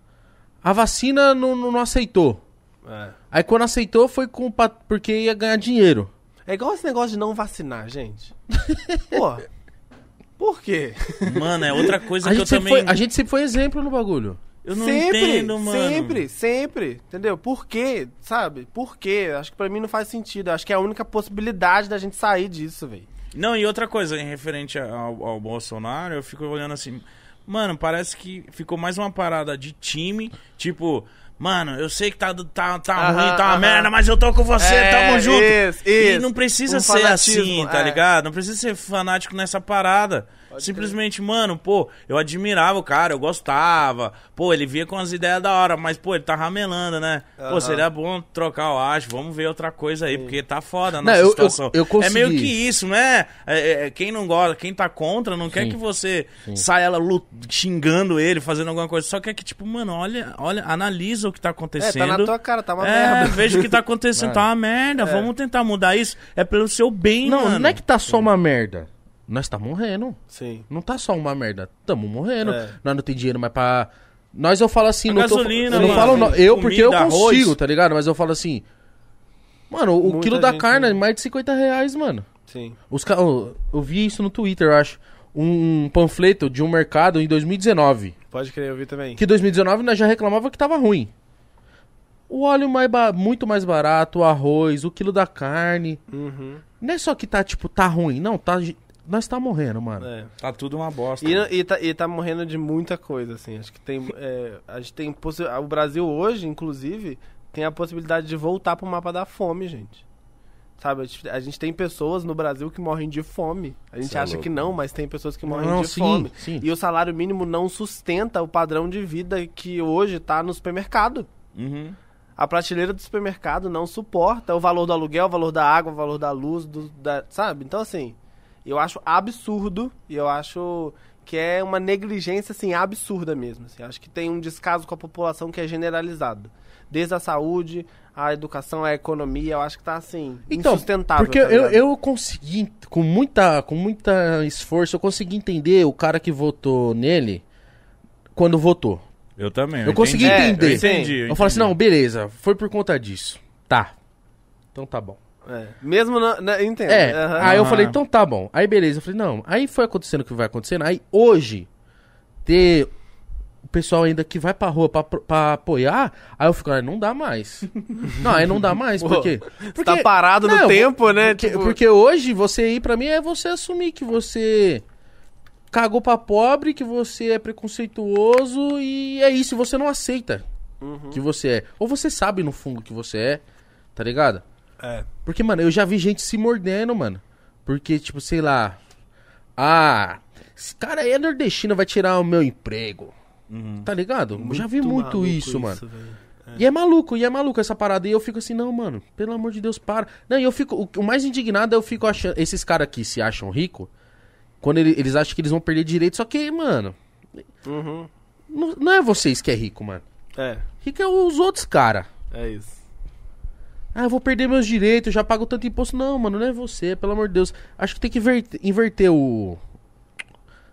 A: A vacina não, não, não aceitou.
C: É.
A: Aí quando aceitou foi com, pa- porque ia ganhar dinheiro.
C: É igual esse negócio de não vacinar, gente. Pô, por quê?
B: Mano, é outra coisa
A: A
B: que eu
A: gente, sempre
B: também...
A: foi, a gente sempre foi exemplo no bagulho.
B: Eu não
C: sempre,
B: entendo, mano.
C: Sempre, sempre. Entendeu? Por quê? Sabe? Por quê? Acho que pra mim não faz sentido. Acho que é a única possibilidade da gente sair disso, velho.
B: Não, e outra coisa, em referente ao, ao Bolsonaro, eu fico olhando assim. Mano, parece que ficou mais uma parada de time. Tipo, mano, eu sei que tá, do- tá, tá
C: Aham,
B: ruim, tá uma
C: aham.
B: merda, mas eu tô com você,
C: É,
B: tamo junto.
C: isso,
B: e
C: isso.
B: não precisa
C: Um
B: ser
C: fanatismo,
B: assim, tá
C: é.
B: ligado? Não precisa ser fanático nessa parada. Simplesmente, mano, pô, eu admirava o cara, eu gostava. Pô, ele via com as ideias da hora, mas, pô, ele tá ramelando, né? Pô,
C: Aham.
B: seria bom trocar o acho, vamos ver outra coisa aí, porque tá foda a
A: Não,
B: nossa
A: eu- eu-
B: situação.
A: eu
B: É
A: consegui.
B: meio que isso, né? É, é, quem não gosta, quem tá contra, não quer
A: Sim.
B: que você saia lá lu- xingando ele, fazendo alguma coisa. Só quer que, tipo, mano, olha, olha, analisa o que tá
C: É,
B: acontecendo.
C: tá na tua cara, tá
B: É,
C: uma merda. É.
B: veja o que tá acontecendo, tá uma merda, vamos tentar mudar isso. É pelo seu bem,
A: Não,
B: mano.
A: não é que tá só uma merda. Nós tá morrendo.
C: Sim.
A: Não tá só uma merda. Tamo morrendo.
C: É.
A: Nós não tem dinheiro mais pra. Nós eu falo assim,
B: A
A: não tô-
B: gasolina,
A: eu não
B: mano,
A: falo não, eu
B: comida,
A: porque eu
B: arroz.
A: consigo, tá ligado? Mas eu falo assim. Mano, o
C: Muita
A: quilo da
C: gente,
A: carne é
C: né?
A: mais de 50 reais, mano.
C: Sim.
A: Os ca... eu, eu vi isso no Twitter, eu acho. Um panfleto de um mercado em 2019.
C: Pode crer, eu vi também.
A: Que 2019 nós já reclamava que tava ruim. O óleo mais ba- muito mais barato, o arroz, o quilo da carne.
C: Uhum.
A: Não é só que tá, tipo, tá ruim. Não, tá. Nós tá morrendo, mano.
C: É.
B: Tá tudo uma bosta.
C: E,
B: mano.
C: não- e tá, e tá morrendo de muita coisa, assim. Acho que tem. é, a gente tem possi- o Brasil hoje, inclusive, tem a possibilidade de voltar pro mapa da fome, gente. Sabe, a gente- a gente tem pessoas no Brasil que morrem de fome. A gente
B: Cê é
C: acha
B: louco.
C: que não, mas tem pessoas que morrem
A: Não,
C: de
A: sim,
C: fome.
A: sim.
C: E o salário mínimo não sustenta o padrão de vida que hoje tá no supermercado.
B: Uhum.
C: A prateleira do supermercado não suporta o valor do aluguel, o valor da água, o valor da luz, do, da, sabe? Então, assim, eu acho absurdo e eu acho que é uma negligência, assim, absurda mesmo. assim. Acho que tem um descaso com a população que é generalizado. Desde a saúde, a educação, a economia, eu acho que tá, assim,
A: Então,
C: insustentável.
A: porque
C: tá
A: eu,
C: ligado?
A: eu consegui, com muita, com muita esforço, eu consegui entender o cara que votou nele quando votou.
B: Eu também.
A: Eu consegui
B: entendi.
C: É,
A: entender.
B: Eu entendi.
A: Eu,
B: Eu,
A: falo assim,
B: entendi.
A: não, beleza, foi por conta disso. Tá. Então tá bom.
C: É. Mesmo na, na- entendo. né?
A: É,
C: aham.
A: aí eu
B: Aham.
A: falei, então tá bom. Aí beleza, eu falei, não. Aí foi acontecendo o que vai acontecendo. Aí hoje, ter o pessoal ainda que vai pra rua pra, pro- pra apoiar, aí eu fico, ah, não dá mais. não, aí não dá mais, por
C: Pô,
A: quê?
C: Você tá parado
A: Não,
C: no tempo, né?
A: Porque,
C: Tipo,
A: porque hoje você ir pra mim é você assumir que você cagou pra pobre, que você é preconceituoso e é isso, e você não aceita
C: Uhum.
A: que você é. Ou você sabe no fundo que você é, tá ligado?
C: É.
A: Porque, mano, eu já vi gente se mordendo, mano. Porque, tipo, sei lá. Ah, esse cara aí é nordestino, vai tirar o meu emprego.
B: Uhum.
A: Tá ligado? eu já vi muito
C: maluco
A: isso, mano.
C: velho.
A: E é maluco, e é maluco essa parada. E eu fico assim, não, mano, pelo amor de Deus, para. Não, e eu fico. O, o mais indignado é eu fico achando. Esses caras que se acham rico, quando ele- eles acham que eles vão perder direito. Só que, mano,
C: Uhum.
A: não, não é vocês que é rico, mano.
C: É,
A: Rico é os outros cara.
C: é isso.
A: Ah, eu vou perder meus direitos, eu já pago tanto imposto. Não, mano, não é você, pelo amor de Deus. Acho que tem que inverte- inverter o.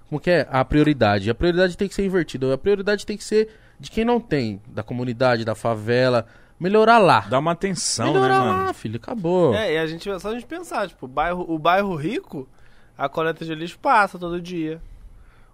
A: Como que é? A prioridade. A prioridade tem que ser invertida. A prioridade tem que ser de quem não tem, da comunidade, da favela. Melhorar lá.
B: Dá uma atenção, né,
A: Melhorar
B: mano?
A: lá, filho, acabou.
C: É, e a gente, só a gente pensar, tipo, o bairro, o bairro rico, a coleta de lixo passa todo dia.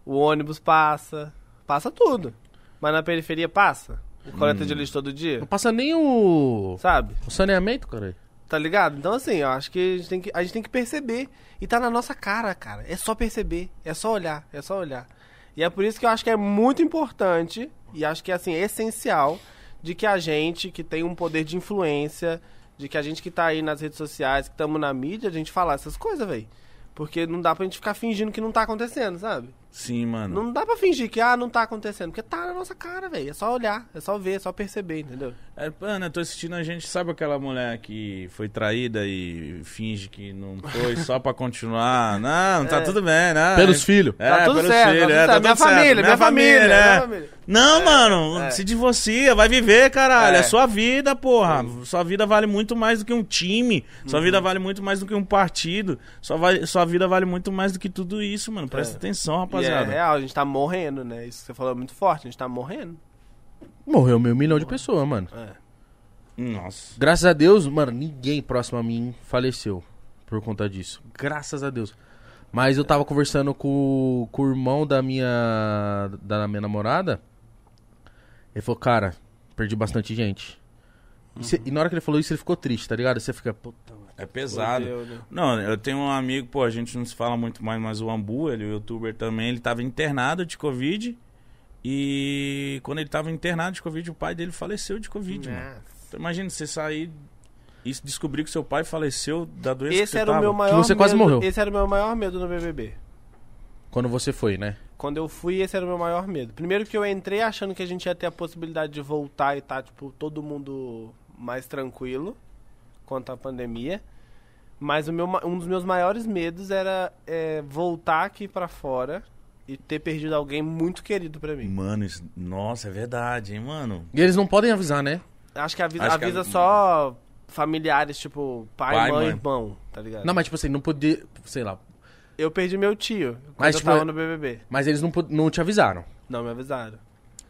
C: O ônibus passa, passa tudo. Mas na periferia passa? O coleta de lixo todo dia?
A: Não passa nem o,
C: Sabe?
A: o saneamento, cara.
C: Tá ligado? Então, assim, eu acho que a, gente tem que a gente tem que perceber. E tá na nossa cara, cara. É só perceber. É só olhar. É só olhar. E é por isso que eu acho que é muito importante e acho que, assim, é essencial de que a gente que tem um poder de influência, de que a gente que tá aí nas redes sociais, que estamos na mídia, a gente falar essas coisas, velho. Porque não dá pra gente ficar fingindo que não tá acontecendo, sabe?
B: Sim, mano.
C: Não dá pra fingir que, ah, não tá acontecendo. Porque tá na nossa cara, velho. É só olhar, é só ver, é só perceber, entendeu?
B: É, mano, eu tô assistindo a gente, sabe aquela mulher que foi traída e finge que não foi só pra continuar? Não, tá tudo bem, né?
A: Pelos filhos.
B: É,
C: É. Tá tudo
B: pelos
C: certo,
B: filhos,
C: tá tudo
B: é, tá
C: certo. Minha
B: tudo certo.
C: família, minha família,
B: né?
C: minha família.
B: Não, mano, se divorcia, vai viver, caralho. É,
C: É.
B: sua vida, porra. Sua vida vale muito mais do que um time. Sua
C: Uhum.
B: vida vale muito mais do que um partido. Sua, va- sua vida vale muito mais do que tudo isso, mano. Presta atenção,
C: E é
B: rapaziada.
C: real, a gente tá morrendo, né? Isso que você falou é muito forte, a gente tá morrendo.
A: Morreu meio milhão de pessoas, mano.
B: Nossa.
A: Graças a Deus, mano, ninguém próximo a mim faleceu por conta disso. Graças a Deus. Mas eu tava conversando com, com o irmão da minha da minha namorada. Ele falou, cara, perdi bastante gente. E, cê- e na hora que ele falou isso, ele ficou triste, tá ligado? Você fica, puta, mano.
B: É pesado.
C: né?
B: Não, eu tenho um amigo, pô, a gente não se fala muito mais, mas o Ambu, ele, o youtuber também, ele tava internado de Covid. E quando ele tava internado de Covid, o pai dele faleceu de Covid, mano.
C: Né?
B: Então, imagina, você sair e descobrir que seu pai faleceu da doença que
C: Esse
B: você
C: era o
B: tava.
C: meu maior
A: você quase
C: medo-
A: morreu.
C: Esse era o meu maior medo no BBB.
A: Quando você foi, né?
C: Quando eu fui, esse era o meu maior medo. Primeiro que eu entrei achando que a gente ia ter a possibilidade de voltar e tá, tipo, todo mundo mais tranquilo quanto à pandemia. Mas o meu, ma- um dos meus maiores medos era é, voltar aqui pra fora e ter perdido alguém muito querido pra mim.
B: Mano, isso... nossa, é verdade, hein, mano?
A: E eles não podem avisar, né?
C: Acho que avisa,
B: Acho que
C: avisa
B: a-
C: só familiares, tipo, pai,
B: Pai,
C: mãe,
B: mãe.
C: irmão, tá ligado?
A: Não, mas tipo assim, não poder. Sei lá.
C: Eu perdi meu tio quando
A: Mas,
C: eu
A: tipo,
C: tava no BBB.
A: Mas eles não, pod- não te avisaram.
C: Não me avisaram.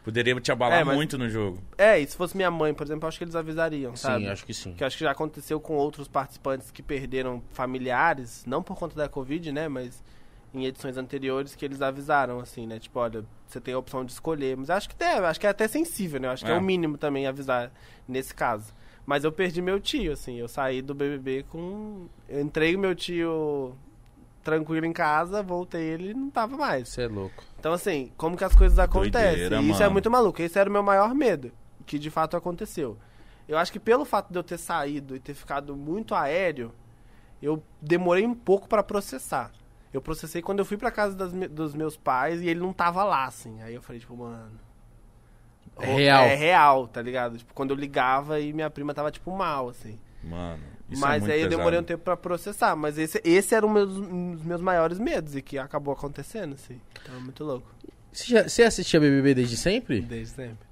B: Poderia te abalar
C: É, mas-
B: muito no jogo.
C: É, e se fosse minha mãe, por exemplo, acho que eles avisariam, sabe?
A: Sim, acho que sim.
C: Que eu acho que já aconteceu com outros participantes que perderam familiares, não por conta da Covid, né? Mas em edições anteriores que eles avisaram, assim, né? Tipo, olha, você tem a opção de escolher. Mas acho que é, acho que é até sensível, né? eu Acho que é.
B: É.
C: o mínimo também avisar nesse caso. Mas eu perdi meu tio, assim, eu saí do BBB com... Eu entrei com meu tio tranquilo em casa, voltei ele e não tava mais.
A: Você é louco.
C: Então, assim, como que as coisas acontecem?
B: Doideira,
C: isso é
B: mano.
C: muito maluco. Esse era o meu maior medo, que de fato aconteceu. Eu acho que pelo fato de eu ter saído e ter ficado muito aéreo, eu demorei um pouco pra processar. Eu processei quando eu fui pra casa das me- dos meus pais e ele não tava lá, assim. Aí eu falei, tipo, mano.
A: É real.
C: É real, tá ligado? Tipo, quando eu ligava e minha prima tava, tipo, mal, assim.
B: Mano, isso é
C: mas
B: muito
C: aí eu
B: pesado.
C: demorei um tempo pra processar. Mas esse, esse era um meus- um dos meus maiores medos e que acabou acontecendo, assim. Então é muito louco.
A: Você, já- você assistia BBB desde sempre?
C: Desde sempre.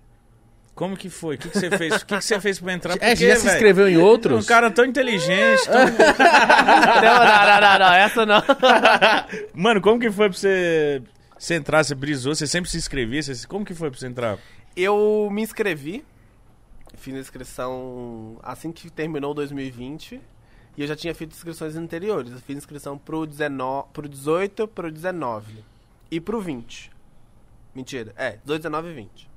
B: Como que foi? O que, que você fez? O que, que você fez pra entrar?
A: é,
B: Por
A: você
B: quê,
A: já se
B: velho?
A: inscreveu em outros?
B: Um cara tão inteligente.
C: Ah,
B: tão-
C: Não, não, não, não, não, essa não.
B: Mano, como que foi pra você... Você entrar, você brisou, você sempre se inscrevia, você... como que foi pra você entrar?
C: Eu me inscrevi, fiz a inscrição assim que terminou 2020. E eu já tinha feito inscrições anteriores. Eu fiz inscrição pro, 19, pro 18, pro 19 e pro 20. Mentira, é, 18, 19 e 20.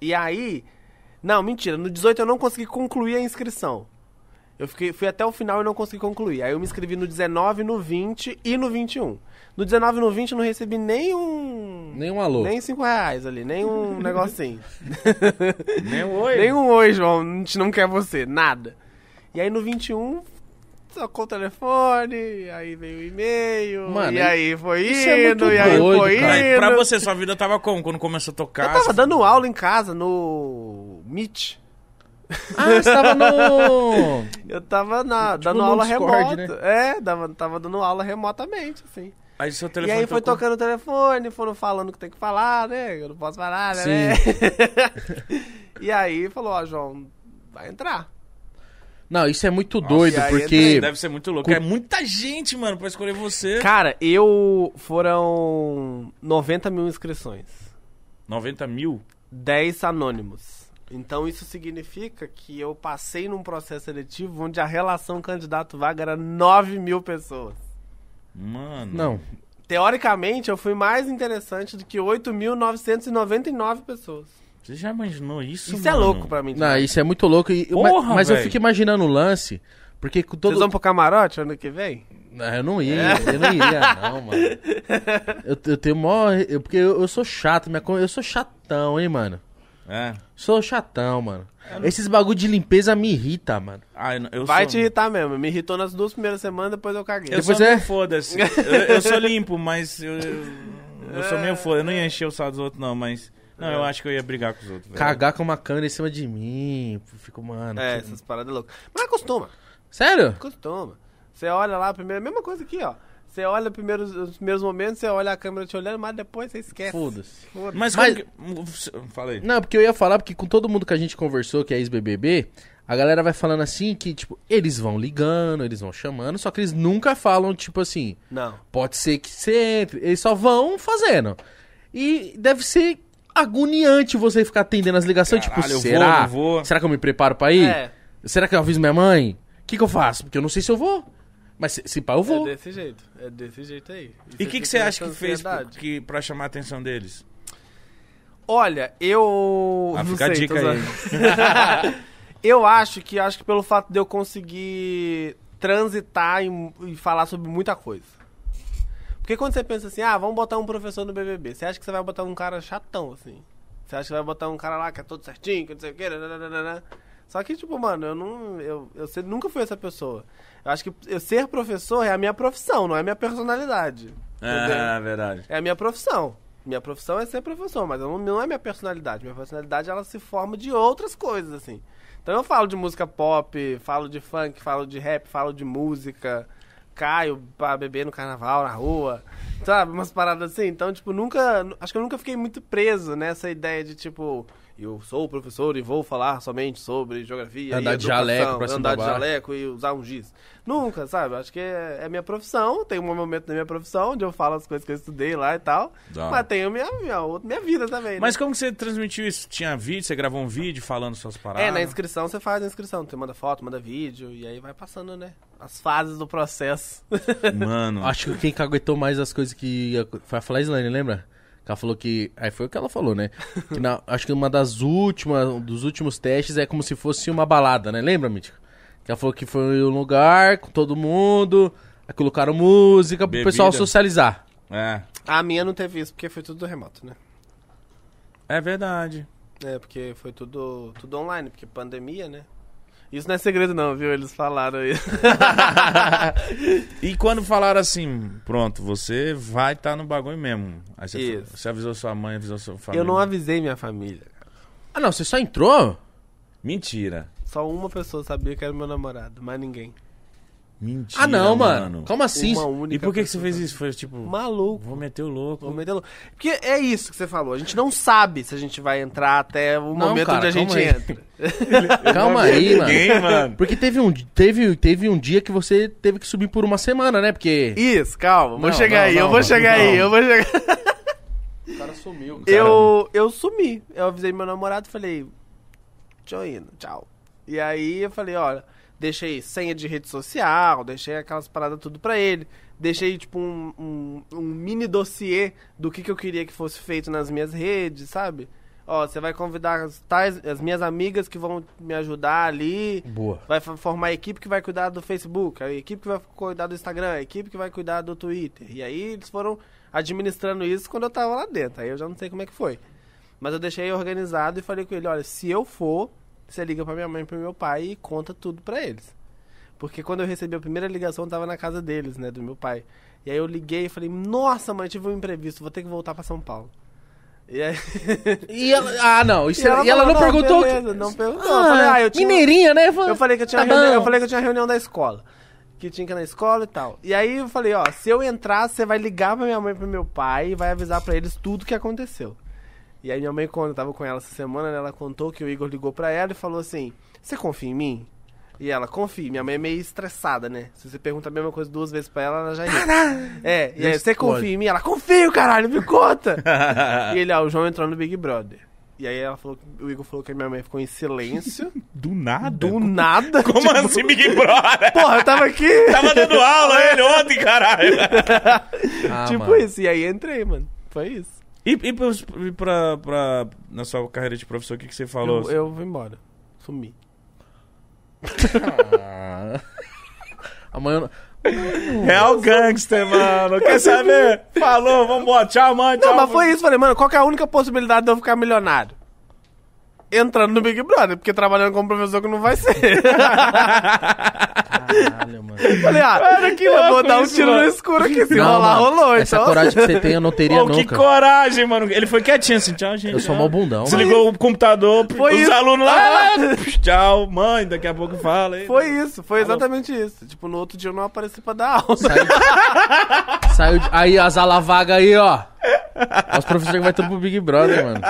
C: E aí. Não, mentira, no 18 eu não consegui concluir a inscrição. Eu fiquei, fui até o final e não consegui concluir. Aí eu me inscrevi no 19, no 20 e no 21. No 19 e no 20 eu não recebi nenhum.
A: Nenhum um alô.
C: Nem cinco reais ali, nem um negocinho.
B: Nem oi.
C: nem um oi, João, a gente não quer você, nada. E aí no 21, tocou o telefone, aí veio o e-mail,
A: Mano,
C: e aí foi
A: isso é
C: indo,
A: muito
C: e aí
A: doido,
C: foi
A: cara.
B: Mas
C: indo.
B: pra você, sua vida tava como? Quando começou a tocar?
C: Eu tava
B: você-
C: dando aula em casa no Meet.
A: Ah, você tava no.
C: Eu tava na- dando
A: Tipo no
C: aula
A: Discord, né?
C: remota. É, dava- tava dando aula remotamente, assim.
B: Aí seu
C: E
B: telefone
C: aí foi
B: tocou.
C: tocando o telefone, foram falando o que tem que falar, né? Eu não posso falar, né? e aí falou, ó, João, vai entrar.
A: Não, isso é muito doido,
C: e aí
A: porque.
B: Deve ser muito louco. É muita gente, mano, pra escolher você.
C: Cara, eu. Foram 90 mil inscrições.
B: 90 mil?
C: 10 anônimos. Então isso significa que eu passei num processo seletivo onde a relação candidato-vaga era 9 mil pessoas.
B: Mano.
A: Não.
C: Teoricamente, eu fui mais interessante do que 8.999 pessoas.
B: Você já imaginou isso,
C: Isso é
B: mano?
C: louco pra mim.
A: Não,
C: demais.
A: isso é muito louco. e-
B: Porra,
A: mas mas eu
B: velho.
A: fico imaginando o lance, porque com todo.
C: Vocês vão É. pro camarote ano que vem?
A: Não, eu não ia, eu não ia, não, mano. Eu, eu tenho maior. eu- porque eu, eu sou chato, minha, co- eu sou chatão, hein, mano.
B: É.
A: Sou chatão, mano. Esses bagulho de limpeza me irrita, mano.
B: Ah, eu, eu
C: Vai
B: sou...
C: te irritar mesmo. Me irritou nas duas primeiras semanas, depois eu caguei.
B: Eu
A: Depois
B: sou
A: é-
B: meio foda-se. eu, eu sou limpo, mas eu, eu,
C: É.
B: eu sou meio foda. Eu não ia encher o saco dos outros, não, mas... Não, eu acho que eu ia brigar com os outros. velho.
A: Cagar com uma câmera em cima de mim. Fico, mano.
C: É,
A: que-
C: essas paradas loucas. Mas acostuma.
A: Sério?
C: Costuma. Você olha lá primeiro, mesma coisa aqui, ó. Você olha primeiro, os primeiros momentos, você olha a câmera te olhando, mas depois você esquece.
A: Foda-se.
C: Foda.
B: Mas,
A: Mas-
B: como que... Falei.
A: Não, porque eu ia falar, porque com todo mundo que a gente conversou, que é ex-BBB, a galera vai falando assim que, tipo, eles vão ligando, eles vão chamando, só que eles nunca falam, tipo assim,
C: Não.
A: pode ser que você entre. Eles só vão fazendo. E deve ser agoniante você ficar atendendo as ligações,
B: Caralho,
A: tipo,
B: eu
A: será?
B: vou, não vou?
A: Será que eu me preparo pra ir?
C: É.
A: Será que eu aviso minha mãe? O que, que eu faço? Porque eu não sei se eu vou. Mas se, se pá, eu
C: É
A: vou.
C: desse jeito. É desse jeito aí.
B: E o que, que você
C: fica
B: acha que
C: nessa
B: fez
C: ansiedade.
B: que, pra chamar a atenção deles?
C: Olha, eu.
B: Ah,
C: não
B: fica a
C: sei,
B: dica
C: tô
B: aí.
C: zoando. eu acho que acho que pelo fato de eu conseguir transitar e, e falar sobre muita coisa. Porque quando você pensa assim, ah, vamos botar um professor no BBB, você acha que você vai botar um cara chatão, assim. Você acha que vai botar um cara lá que é todo certinho, que não sei o quê, né, nananana. Só que, tipo, mano, eu, não, eu, eu se- nunca fui essa pessoa. Eu acho que eu ser professor é a minha profissão, não é a minha personalidade.
B: É, verdade.
C: É a minha profissão. Minha profissão é ser professor, mas eu não, não é minha personalidade. Minha personalidade ela se forma de outras coisas, assim. Então eu falo de música pop, falo de funk, falo de rap, falo de música, caio pra beber no carnaval, na rua, sabe? Umas paradas assim. Então, tipo, nunca. Acho que eu nunca fiquei muito preso nessa ideia de, tipo, eu sou o professor e vou falar somente sobre geografia.
A: Andar
C: e
A: de jaleco
C: educação,
A: pra cima
C: Andar
A: pra
C: de
A: baixo.
C: jaleco e usar um giz. Nunca, sabe? Acho que é, é minha profissão. Tem um momento da minha profissão onde eu falo as coisas que eu estudei lá e tal.
B: Dá.
C: Mas tem a minha, minha, outra- minha vida também. né?
B: Mas como que você transmitiu isso? Tinha vídeo, você gravou um vídeo falando suas paradas?
C: É, na inscrição você faz a inscrição. Você manda foto, manda vídeo e aí vai passando, né? As fases do processo.
B: Mano,
A: Acho que quem caguetou mais as coisas que. ia- Foi a Flyslane, lembra? Que ela falou que. Aí foi o que ela falou, né? Que na- acho que uma das últimas. um dos últimos testes é como se fosse uma balada, né? Lembra, Mítico? Que ela falou que foi um lugar com todo mundo. Aí colocaram música pro
B: Bebida.
A: pessoal socializar.
B: é.
C: A minha não teve isso porque foi tudo remoto, né?
B: É verdade.
C: É, porque foi tudo, tudo online, porque pandemia, né? Isso não é segredo não, viu? Eles falaram isso.
B: E quando falaram assim, pronto, você vai estar no bagulho mesmo. Aí você,
C: Isso.
B: você avisou sua mãe, avisou sua família.
C: Eu não avisei minha família.
A: Ah, não, você só entrou?
B: Mentira.
C: Só uma pessoa sabia que era meu namorado, mais ninguém.
B: Mentira.
A: Ah, não, mano. Como assim?
C: Uma única
B: E por que, que você
C: pessoa.
B: fez isso? Foi tipo,
C: Maluco.
B: vou meter o louco.
C: Vou meter louco. Porque é isso que você falou. A gente não sabe se a gente vai entrar até o
A: Não,
C: momento
A: cara,
C: onde a gente
A: calma aí.
C: entra.
A: Calma aí, mano.
B: Ninguém, mano.
A: Porque teve um, teve, teve um dia que você teve que subir por uma semana, né? Porque.
C: Isso, calma. Vou
A: Não,
C: chegar
A: não,
C: aí, eu
A: não,
C: vou chegar aí,
A: não.
C: eu vou chegar.
A: O cara sumiu,
C: Eu, eu sumi. Eu avisei meu namorado e falei, tô indo, tchau. E aí eu falei, olha, deixei senha de rede social, deixei aquelas paradas tudo pra ele. Deixei, tipo, um, um, um mini dossiê do que, que eu queria que fosse feito nas minhas redes, sabe? Ó, você vai convidar as, tais, as minhas amigas que vão me ajudar ali.
A: Boa.
C: Vai fo- formar a equipe que vai cuidar do Facebook, a equipe que vai cuidar do Instagram, a equipe que vai cuidar do Twitter. E aí eles foram administrando isso quando eu tava lá dentro. Aí eu já não sei como é que foi. Mas eu deixei organizado e falei com ele, olha, se eu for, você liga pra minha mãe e pro meu pai e conta tudo pra eles. Porque quando eu recebi a primeira ligação, eu tava na casa deles, né, do meu pai. E aí eu liguei e falei, nossa mãe, tive um imprevisto, vou ter que voltar pra São Paulo. E aí...
A: E ela, ah, não. Isso era- e ela,
C: falou,
A: não, perguntou. que-
C: beleza, não perguntou.
A: Ah,
C: eu falei, ah, eu tinha...
A: Mineirinha, né? Fala-
C: Eu falei que eu tinha,
A: tá
C: reunião,
A: bom.
C: eu falei que eu tinha reunião da escola. Que tinha que ir na escola e tal. E aí eu falei, ó, se eu entrar, você vai ligar pra minha mãe e pro meu pai e vai avisar pra eles tudo que aconteceu. E aí minha mãe, quando eu tava com ela essa semana, né, ela contou que o Igor ligou pra ela e falou assim, você confia em mim? E ela, confia. Minha mãe é meio estressada, né? Se você pergunta a mesma coisa duas vezes pra ela, ela já irrita. É, e aí, você
A: Explode.
C: confia em mim? Ela, confio, caralho, me conta! e ele, ó, o João entrou no Big Brother. E aí ela falou, que- o Igor falou que a minha mãe ficou em silêncio.
B: Do nada?
C: Do nada.
B: Como
C: tipo,
B: assim, Big Brother?
C: Porra, eu tava aqui.
B: Tava dando aula ele ontem, caralho.
A: Ah,
C: tipo
A: mano.
C: isso. E aí entrei, mano. Foi isso.
B: E, e, pros- e pra, pra- na sua carreira de professor, o que, que você falou? assim.
C: Eu, eu vou embora. Sumi.
A: Ah. Amanhã. eu não-
B: Real É gangster, mano. Quer saber? Falou, vambora. Tchau, mãe. Tchau.
C: Não, mas foi isso. Falei, mano, qual que é a única possibilidade de eu ficar milionário? Entrando no Big Brother, porque trabalhando como professor que não vai ser.
A: Caralho, mano.
C: Falei, ah, eu vou
B: louco
C: dar um
B: isso,
C: tiro
B: mano.
C: no escuro aqui. Se
A: Não,
C: rolar,
A: mano,
C: rolou.
A: Essa
C: então...
A: coragem que você tem eu não teria
B: Pô, que
A: nunca.
B: coragem, mano. Ele foi quietinho assim. Tchau, gente.
A: Eu sou
C: né?
B: Tchau.
A: mó bundão. mano.
B: Desligou o computador,
C: Foi
B: os
C: isso.
B: alunos lá.
C: Ah.
B: Tchau, mãe. Daqui a pouco fala. hein?
C: Foi isso, foi
B: Alô?
C: exatamente isso. Tipo, no outro dia eu não apareci pra dar aula.
A: Saiu de... Aí, as alavagas aí, ó. Os professores que vai tudo pro Big Brother, mano.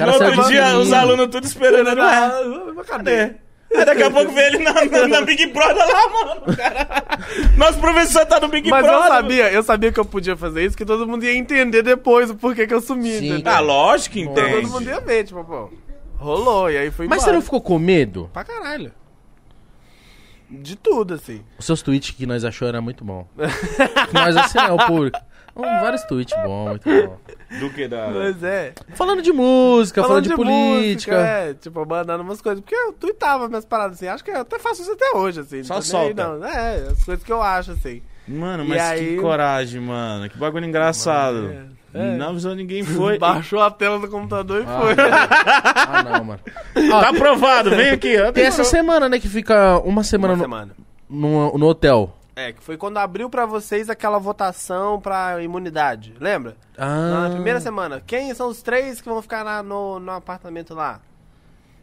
A: O
B: No
A: saiu
B: outro
A: de
B: dia,
A: mim.
B: os alunos tudo esperando. ele lá.
C: Cadê?
B: Aí daqui a pouco vê ele na, na- na Big Brother lá, mano. Cara. Nosso professor tá no Big
C: Mas
B: Brother.
C: eu sabia, eu sabia que eu podia fazer isso, que todo mundo ia entender depois o porquê que eu sumi,
A: Sim,
C: entendeu?
B: Ah, lógico que
C: Então
B: entende.
C: todo mundo ia ver, tipo, pô. Rolou, e aí foi
A: Mas você
C: embora.
A: não ficou com medo?
C: Pra caralho. De tudo, assim.
A: Os seus tweets que nós achou era muito bom. nós assim não, por. Hum, vários tweets bom, muito bom.
B: Do que da...
C: Mas é.
A: Falando de música, falando, de, política.
C: música, é, tipo, mandando umas coisas. Porque eu tuitava minhas paradas, assim. Acho que eu até faço isso até hoje, assim.
B: Só
C: não tô nem aí,
B: solta.
C: não. É, as coisas que eu acho, assim.
B: Mano,
C: E
B: mas
C: aí-
B: que coragem, mano. Que bagulho engraçado.
C: é.
B: Não avisou ninguém, foi.
C: Baixou a tela do computador e
A: Ah,
C: foi.
A: não. Ah, não, mano.
B: Tá aprovado, vem aqui. ó.
A: Tem essa semana, né, que fica uma semana,
C: Uma
A: no,
C: semana.
A: no, no hotel.
C: É, que foi quando abriu pra vocês aquela votação pra imunidade, lembra?
A: Ah,
C: Na primeira semana. Quem são os três que vão ficar lá no, no apartamento lá?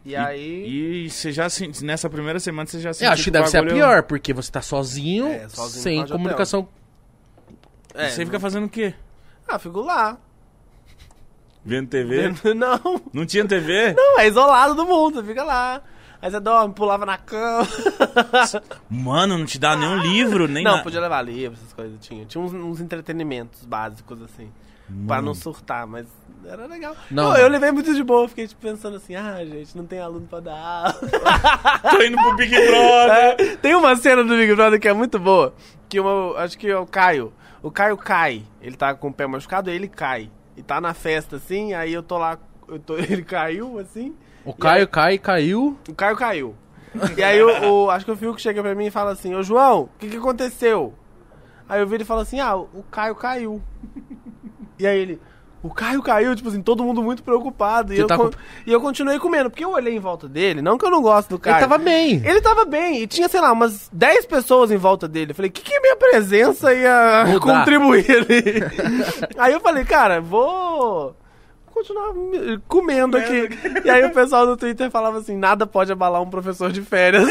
C: E, aí.
B: E você já sent- nessa primeira semana você já
A: É, eu
B: sentiu
A: acho que
B: o
A: deve ser a
B: bagulho- é
A: pior, porque você tá sozinho,
C: É, sozinho no
A: sem
C: quarto de
A: comunicação.
C: É,
B: um- E você fica fazendo o quê?
C: Ah, fico lá.
B: Vendo TV?
C: Não.
B: Não tinha TV?
C: Não, é isolado do mundo, fica lá. Aí você dorme, pulava na cama.
B: Mano, não te dá nenhum livro, nem
C: não,
B: na-
C: podia levar livro, essas coisas. Tinha, tinha uns, uns entretenimentos básicos, assim. Pra não surtar, mas era legal.
A: Não.
C: Não, eu levei muito de boa, fiquei tipo, pensando assim, ah, gente, não tem aluno pra dar aula.
B: Tô indo pro Big Brother.
C: É, Tem uma cena do Big Brother que é muito boa. Que uma, acho que é o Caio. O Caio cai. Ele tá com o pé machucado, ele cai. E tá na festa assim, aí eu tô lá. eu tô- ele caiu assim.
A: O Caio cai, caiu.
C: O Caio caiu. E aí o, o- acho que o Fiuk chega pra mim e fala assim, ô João, o que, que aconteceu? Aí eu vi ele fala assim, ah, o Caio caiu. E aí ele, o Caio caiu, tipo assim, todo mundo muito preocupado. E,
A: Você
C: eu,
A: tá
C: con-
A: com-
C: e eu continuei comendo, porque eu olhei em volta dele, não que eu não gosto do Caio.
A: Ele tava bem.
C: Ele tava bem, e tinha, sei lá, umas 10 pessoas em volta dele. Eu falei, o que, que minha presença ia
A: Mudar.
C: contribuir ali? aí eu falei, cara, vou continuar me- comendo aqui. e aí o pessoal do Twitter falava assim, nada pode abalar um professor de férias.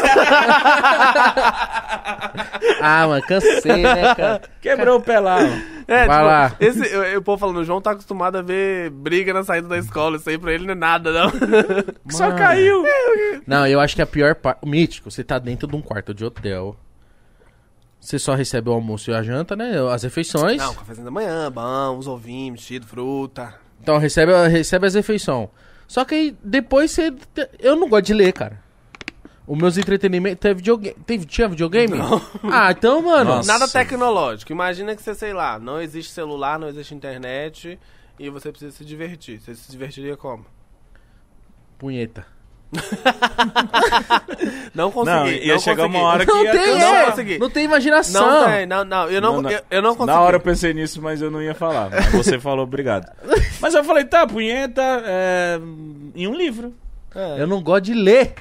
A: Ah, mano, cansei, né, cara?
B: Quebrou o pé lá.
C: é,
A: Vai lá.
C: Esse, eu, eu, o povo falando, o João tá acostumado a ver briga na saída da escola, isso aí pra ele não é nada, não. É,
B: Só
A: Mano.
B: caiu.
A: Não, eu acho que a pior parte. Mítico, você tá dentro de um quarto de hotel. Você só recebe o almoço e a janta, né? As refeições.
C: não, cafezinho da manhã, bom, uns ovinhos, mexido, fruta.
A: Então recebe, a- recebe as refeições. Só que aí depois você. te- Eu não gosto de ler, cara. Os meus entretenimentos. Teve videogame. Teve, tinha videogame? Ah, então, mano.
B: Nossa.
C: Nada tecnológico. Imagina que você, sei lá, não existe celular, não existe internet e você precisa se divertir. Você se divertiria como?
A: Punheta.
C: Não consegui.
B: Não, ia chegar
C: consegui.
B: uma hora que
A: Não
B: ia
A: tem,
B: cansar.
A: é,
C: consegui.
A: não tem imaginação.
C: Não tem, não, não. Eu não,
B: Não, não.
C: Eu, eu não consegui.
B: Na hora eu pensei nisso, mas eu não ia falar. Mas Você falou obrigado. Mas eu falei, tá, punheta é, em um livro.
C: É.
A: Eu não gosto de ler.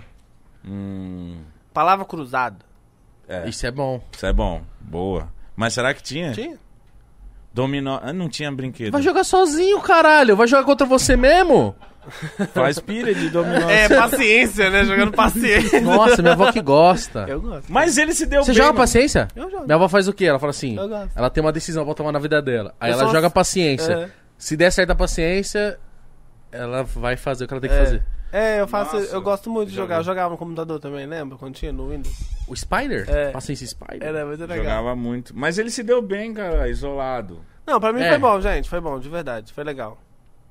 B: Hum,
C: Palavra cruzada.
B: é,
A: Isso é bom.
B: isso é bom. Boa. Mas será que tinha?
C: Tinha?
B: Dominó. Ah, não tinha brinquedo.
A: Vai jogar sozinho, caralho. Vai jogar contra você mesmo?
B: Faz pilha de dominó.
C: É, paciência, né? Jogando paciência.
A: Nossa, minha avó que gosta.
C: Eu gosto.
B: Mas ele se deu
A: Você
B: bem.
A: joga
B: mano.
A: paciência?
C: Eu jogo.
A: Minha avó faz o quê? Ela fala assim:
C: Eu gosto.
A: ela tem uma decisão pra tomar na vida dela. Aí
C: Eu
A: ela
C: sou-
A: joga paciência.
C: É.
A: Se der certo a paciência, ela vai fazer o que ela tem que
C: É.
A: fazer.
C: É, eu faço.
B: Nossa.
C: eu gosto muito de jogar.
B: Joga.
C: Eu jogava no computador também, lembra? Quando tinha no Windows.
A: O Spider?
C: É.
A: Paciência Spider?
C: Era muito legal.
B: Jogava muito. Mas ele se deu bem, cara, isolado.
C: Não, pra mim
A: É.
C: foi bom, gente. Foi bom, de verdade. Foi legal.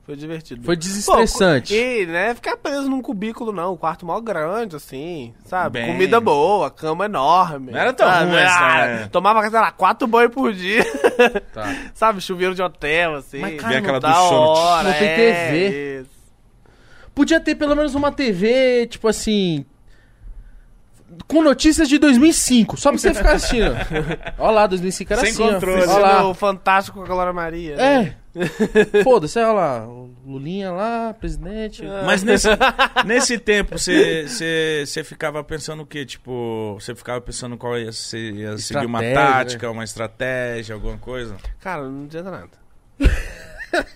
C: Foi divertido.
A: Foi
C: Pô,
A: desestressante.
C: cu- E, né, ficar preso num cubículo, não. Um quarto mó grande, assim, sabe?
B: Bem.
C: Comida boa, cama enorme.
B: Não era tão
C: sabe? Ah,
B: ruim
A: assim,
B: essa, né?
C: Tomava, sei lá, quatro banhos por dia.
A: Tá.
C: sabe? Chuveiro de hotel, assim.
A: Mas, cara,
B: Vê aquela do
C: da
B: short.
C: hora,
A: Não tem
C: é,
A: TV.
C: isso.
A: Podia ter pelo menos uma TV, tipo assim. Com notícias de 2005, só pra você ficar assistindo. Olha lá, 2005 era
B: Sem
A: assim. ó.
B: controle.
A: Ó
C: Assistindo
A: lá.
C: o Fantástico com a Glória Maria. né?
A: É. Foda-se, olha lá. o Lulinha lá, presidente.
C: Ah.
B: Mas nesse, nesse tempo, você- você você ficava pensando o quê? Tipo, você ficava pensando qual ia, ser, ia seguir uma
A: Estratégia,
B: tática, uma estratégia, alguma coisa?
A: É.
C: Cara, não adianta nada.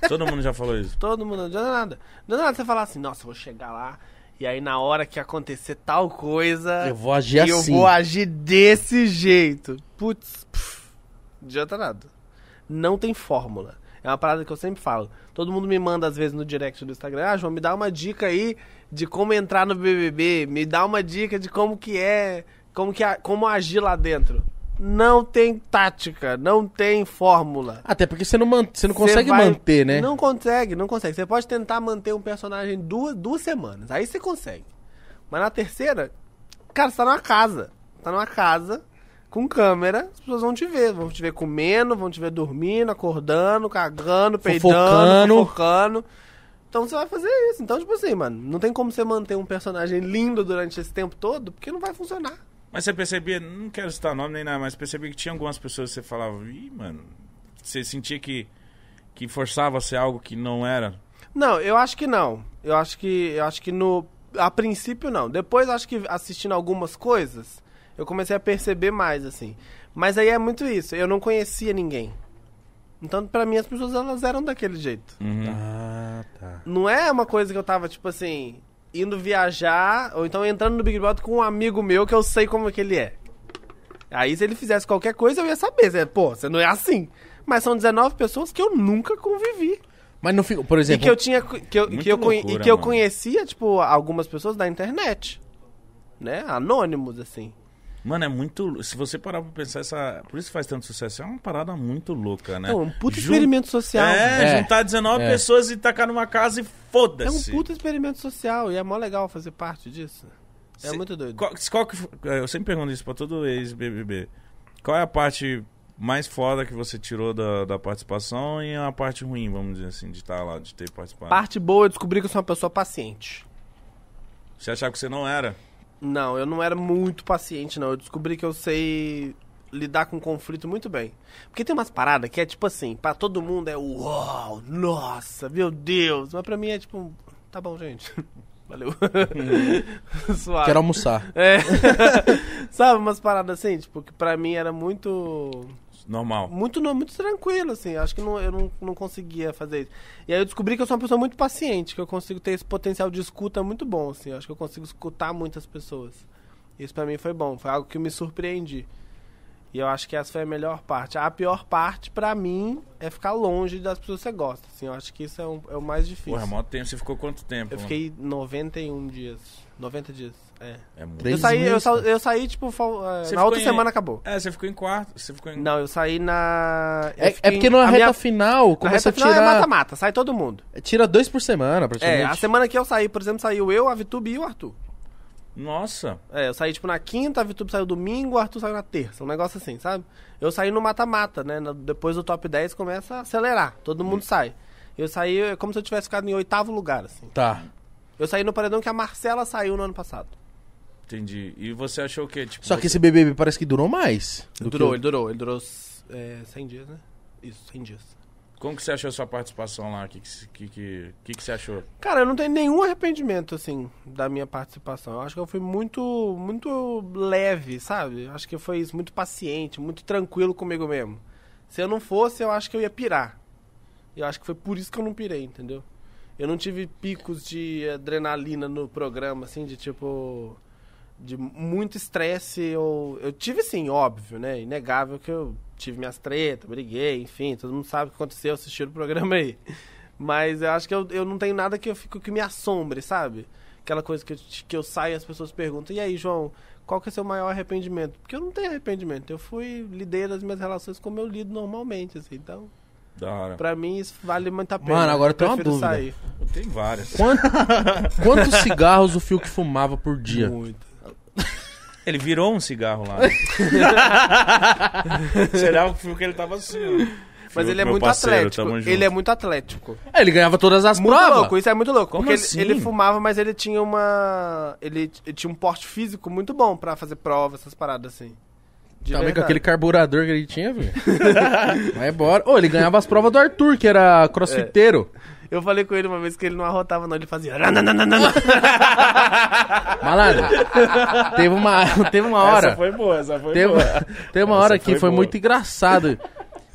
B: Todo mundo já falou isso.
C: Todo mundo, não adianta nada. Não adianta nada você falar assim, nossa, eu vou chegar lá. E aí, na hora que acontecer tal coisa.
A: Eu vou agir
C: e eu
A: assim.
C: vou agir desse jeito. Putz, pff, não adianta nada. Não tem fórmula. É uma parada que eu sempre falo. Todo mundo me manda, às vezes, no direct do Instagram, ah, João, me dá uma dica aí de como entrar no BBB, me dá uma dica de como que é, como que a- como agir lá dentro. Não tem tática, não tem fórmula.
A: Até porque você não, man- você não
C: Você
A: consegue
C: vai-
A: manter, né?
C: Não consegue, não consegue. Você pode tentar manter um personagem duas, duas semanas, aí você consegue. Mas na terceira, cara, você tá numa casa. Tá numa casa com câmera, as pessoas vão te ver. Vão te ver comendo, vão te ver dormindo, acordando, cagando,
A: Fofocando.
C: peidando, fofocando. Então você vai fazer isso. Então, tipo assim, mano, não tem como você manter um personagem lindo durante esse tempo todo, porque não vai funcionar.
B: Mas você percebia, não quero citar nome nem nada, mas percebia que tinha algumas pessoas que você falava, ih, mano, você sentia que, que forçava a ser algo que não era.
C: Não, eu acho que não. Eu acho que eu acho que no a princípio não. Depois acho que assistindo algumas coisas, Eu comecei a perceber mais, assim. Mas aí é muito isso. Eu não conhecia ninguém. Então, pra mim, as pessoas elas eram daquele jeito.
A: Ah, tá.
C: Não é uma coisa que eu tava, tipo assim, indo viajar, ou então entrando no Big Brother com um amigo meu que eu sei como que ele é. Aí se ele fizesse qualquer coisa, eu ia saber. Zé, Pô, você não é assim. Mas são 19 pessoas que eu nunca convivi.
A: Mas não fica, por
C: E
A: exemplo,
C: que eu tinha. Que eu, que eu, conhe-
B: loucura,
C: e que eu
B: mano.
C: conhecia, tipo, algumas pessoas da internet. Né? Anônimos, assim.
B: Mano, é muito. Se você parar pra pensar, essa. Por isso que faz tanto sucesso. É uma parada muito louca, né?
C: É um puto
B: Jun-
C: experimento social.
B: É,
A: É.
B: juntar 19
A: É.
B: pessoas e tacar numa casa e
C: É um
B: foda-se.
C: puto experimento social e é mó legal fazer parte disso. É
B: Cê-
C: muito doido.
B: Qual, qual que, fo- é, eu sempre pergunto isso pra todo ex-BBB. Qual é a parte mais foda que você tirou da, da participação e a parte ruim, vamos dizer assim, de estar lá, de ter participado?
C: Parte boa, eu descobri que eu sou uma pessoa paciente.
B: Você achava que você não era?
C: Não, eu não era muito paciente, não. Eu descobri que eu sei lidar com conflito muito bem. Porque tem umas paradas que é tipo assim, pra todo mundo é uau, nossa, meu Deus. Mas pra mim é tipo, tá bom, gente. Valeu. Suave.
A: quero almoçar.
C: É. Sabe, umas paradas assim, tipo, que pra mim era muito.
B: Normal.
C: Muito, no- muito tranquilo, assim. Acho que não- eu não, não conseguia fazer isso. E aí eu descobri que eu sou uma pessoa muito paciente, que eu consigo ter esse potencial de escuta muito bom, assim. Acho que eu consigo escutar muitas pessoas. Isso pra mim foi bom, foi algo que me surpreendi. E eu acho que essa foi a melhor parte. A pior parte, pra mim, é ficar longe das pessoas que você gosta, assim. Eu acho que isso é, um- é o mais difícil.
B: Porra, mó tempo. Você ficou quanto tempo?
C: eu
B: mano?
C: fiquei 91 dias. 90 dias, é.
B: É muito.
A: Três
C: eu saí, eu,
A: meses,
C: sa-
A: cara.
C: eu saí, tipo, fal- eh,
B: Você
C: na outra
B: ficou em-
C: semana acabou.
B: É, você ficou em quarto. Você ficou em.
C: Não, eu saí na. eu
A: É, é
C: fiquei-
A: porque na
C: a
A: reta
C: minha-
A: final
C: na
A: começa
C: reta
A: a
C: final é
A: tirar.
C: mata-mata, sai todo mundo.
A: Tira dois por semana,
C: É,
A: praticamente.
C: a semana que eu saí, por exemplo, saiu eu, a Vitube e o Arthur.
B: Nossa.
C: É, eu saí tipo na quinta, a Vitube saiu domingo, o Arthur saiu na terça, um negócio assim, sabe? Eu saí no mata-mata, né? Na- Depois do top 10 começa a acelerar, todo mundo sai. Eu saí é como se eu tivesse ficado em oitavo lugar, assim.
A: Tá.
C: Eu saí no paredão que a Marcela saiu no ano passado.
B: Entendi. E você achou o quê? Tipo,
A: Só que esse BBB parece que durou mais. do
C: durou,
A: que o-
C: ele durou, ele durou é, 100 dias, né? Isso, 100 dias.
B: Como que você achou a sua participação lá? O que, que, que, que, que, que você achou?
C: Cara, eu não tenho nenhum arrependimento, assim, da minha participação. Eu acho que eu fui muito, muito leve, sabe? Eu acho que foi isso, muito paciente, muito tranquilo comigo mesmo. Se eu não fosse, eu acho que eu ia pirar. Eu acho que foi por isso que eu não pirei, entendeu? Eu não tive picos de adrenalina no programa, assim, de tipo. de muito estresse. ou eu tive sim, óbvio, né? Inegável que eu tive minhas tretas, briguei, enfim, todo mundo sabe o que aconteceu, assistiu o programa aí. Mas eu acho que eu, eu não tenho nada que eu fico que me assombre, sabe? Aquela coisa que eu, que eu saio e as pessoas perguntam, e aí, João, qual que é o seu maior arrependimento? Porque eu não tenho arrependimento, eu fui, lidei das minhas relações como eu lido normalmente, assim, então,
B: Da hora.
C: pra mim isso vale muito a pena.
A: Mano, agora
C: eu
A: tem uma
C: prefiro
A: dúvida.
C: sair.
B: Tem várias.
A: Quant- Quantos cigarros o Fio que fumava por dia?
C: Muito.
B: Ele virou um cigarro lá. Será o fio que ele tava assim. ó.
C: Mas
B: Fio,
C: ele é
B: meu
C: muito
B: parceiro, tamo
C: atlético.
B: junto.
C: Ele é muito atlético.
A: É, ele ganhava todas as
C: Muito
A: provas.
C: louco, isso é muito louco.
B: Como
C: porque ele-
B: assim?
C: ele, fumava, mas ele tinha uma. Ele, ele tinha um porte físico muito bom pra fazer prova, essas paradas assim. De
A: Também Tá com
C: verdade.
A: aquele carburador que ele tinha, velho. Vai embora. Ô, ele ganhava as provas do Arthur, que era crossfiteiro.
C: Eu falei com ele uma vez que ele não arrotava, não. Ele fazia. "Ranananana". É.
A: Malandro. teve, uma, teve uma
B: Essa
A: hora.
B: foi boa, essa foi
A: Teve,
B: boa.
A: teve uma hora
B: Essa
A: que
B: foi
A: foi,
B: boa.
A: muito engraçado.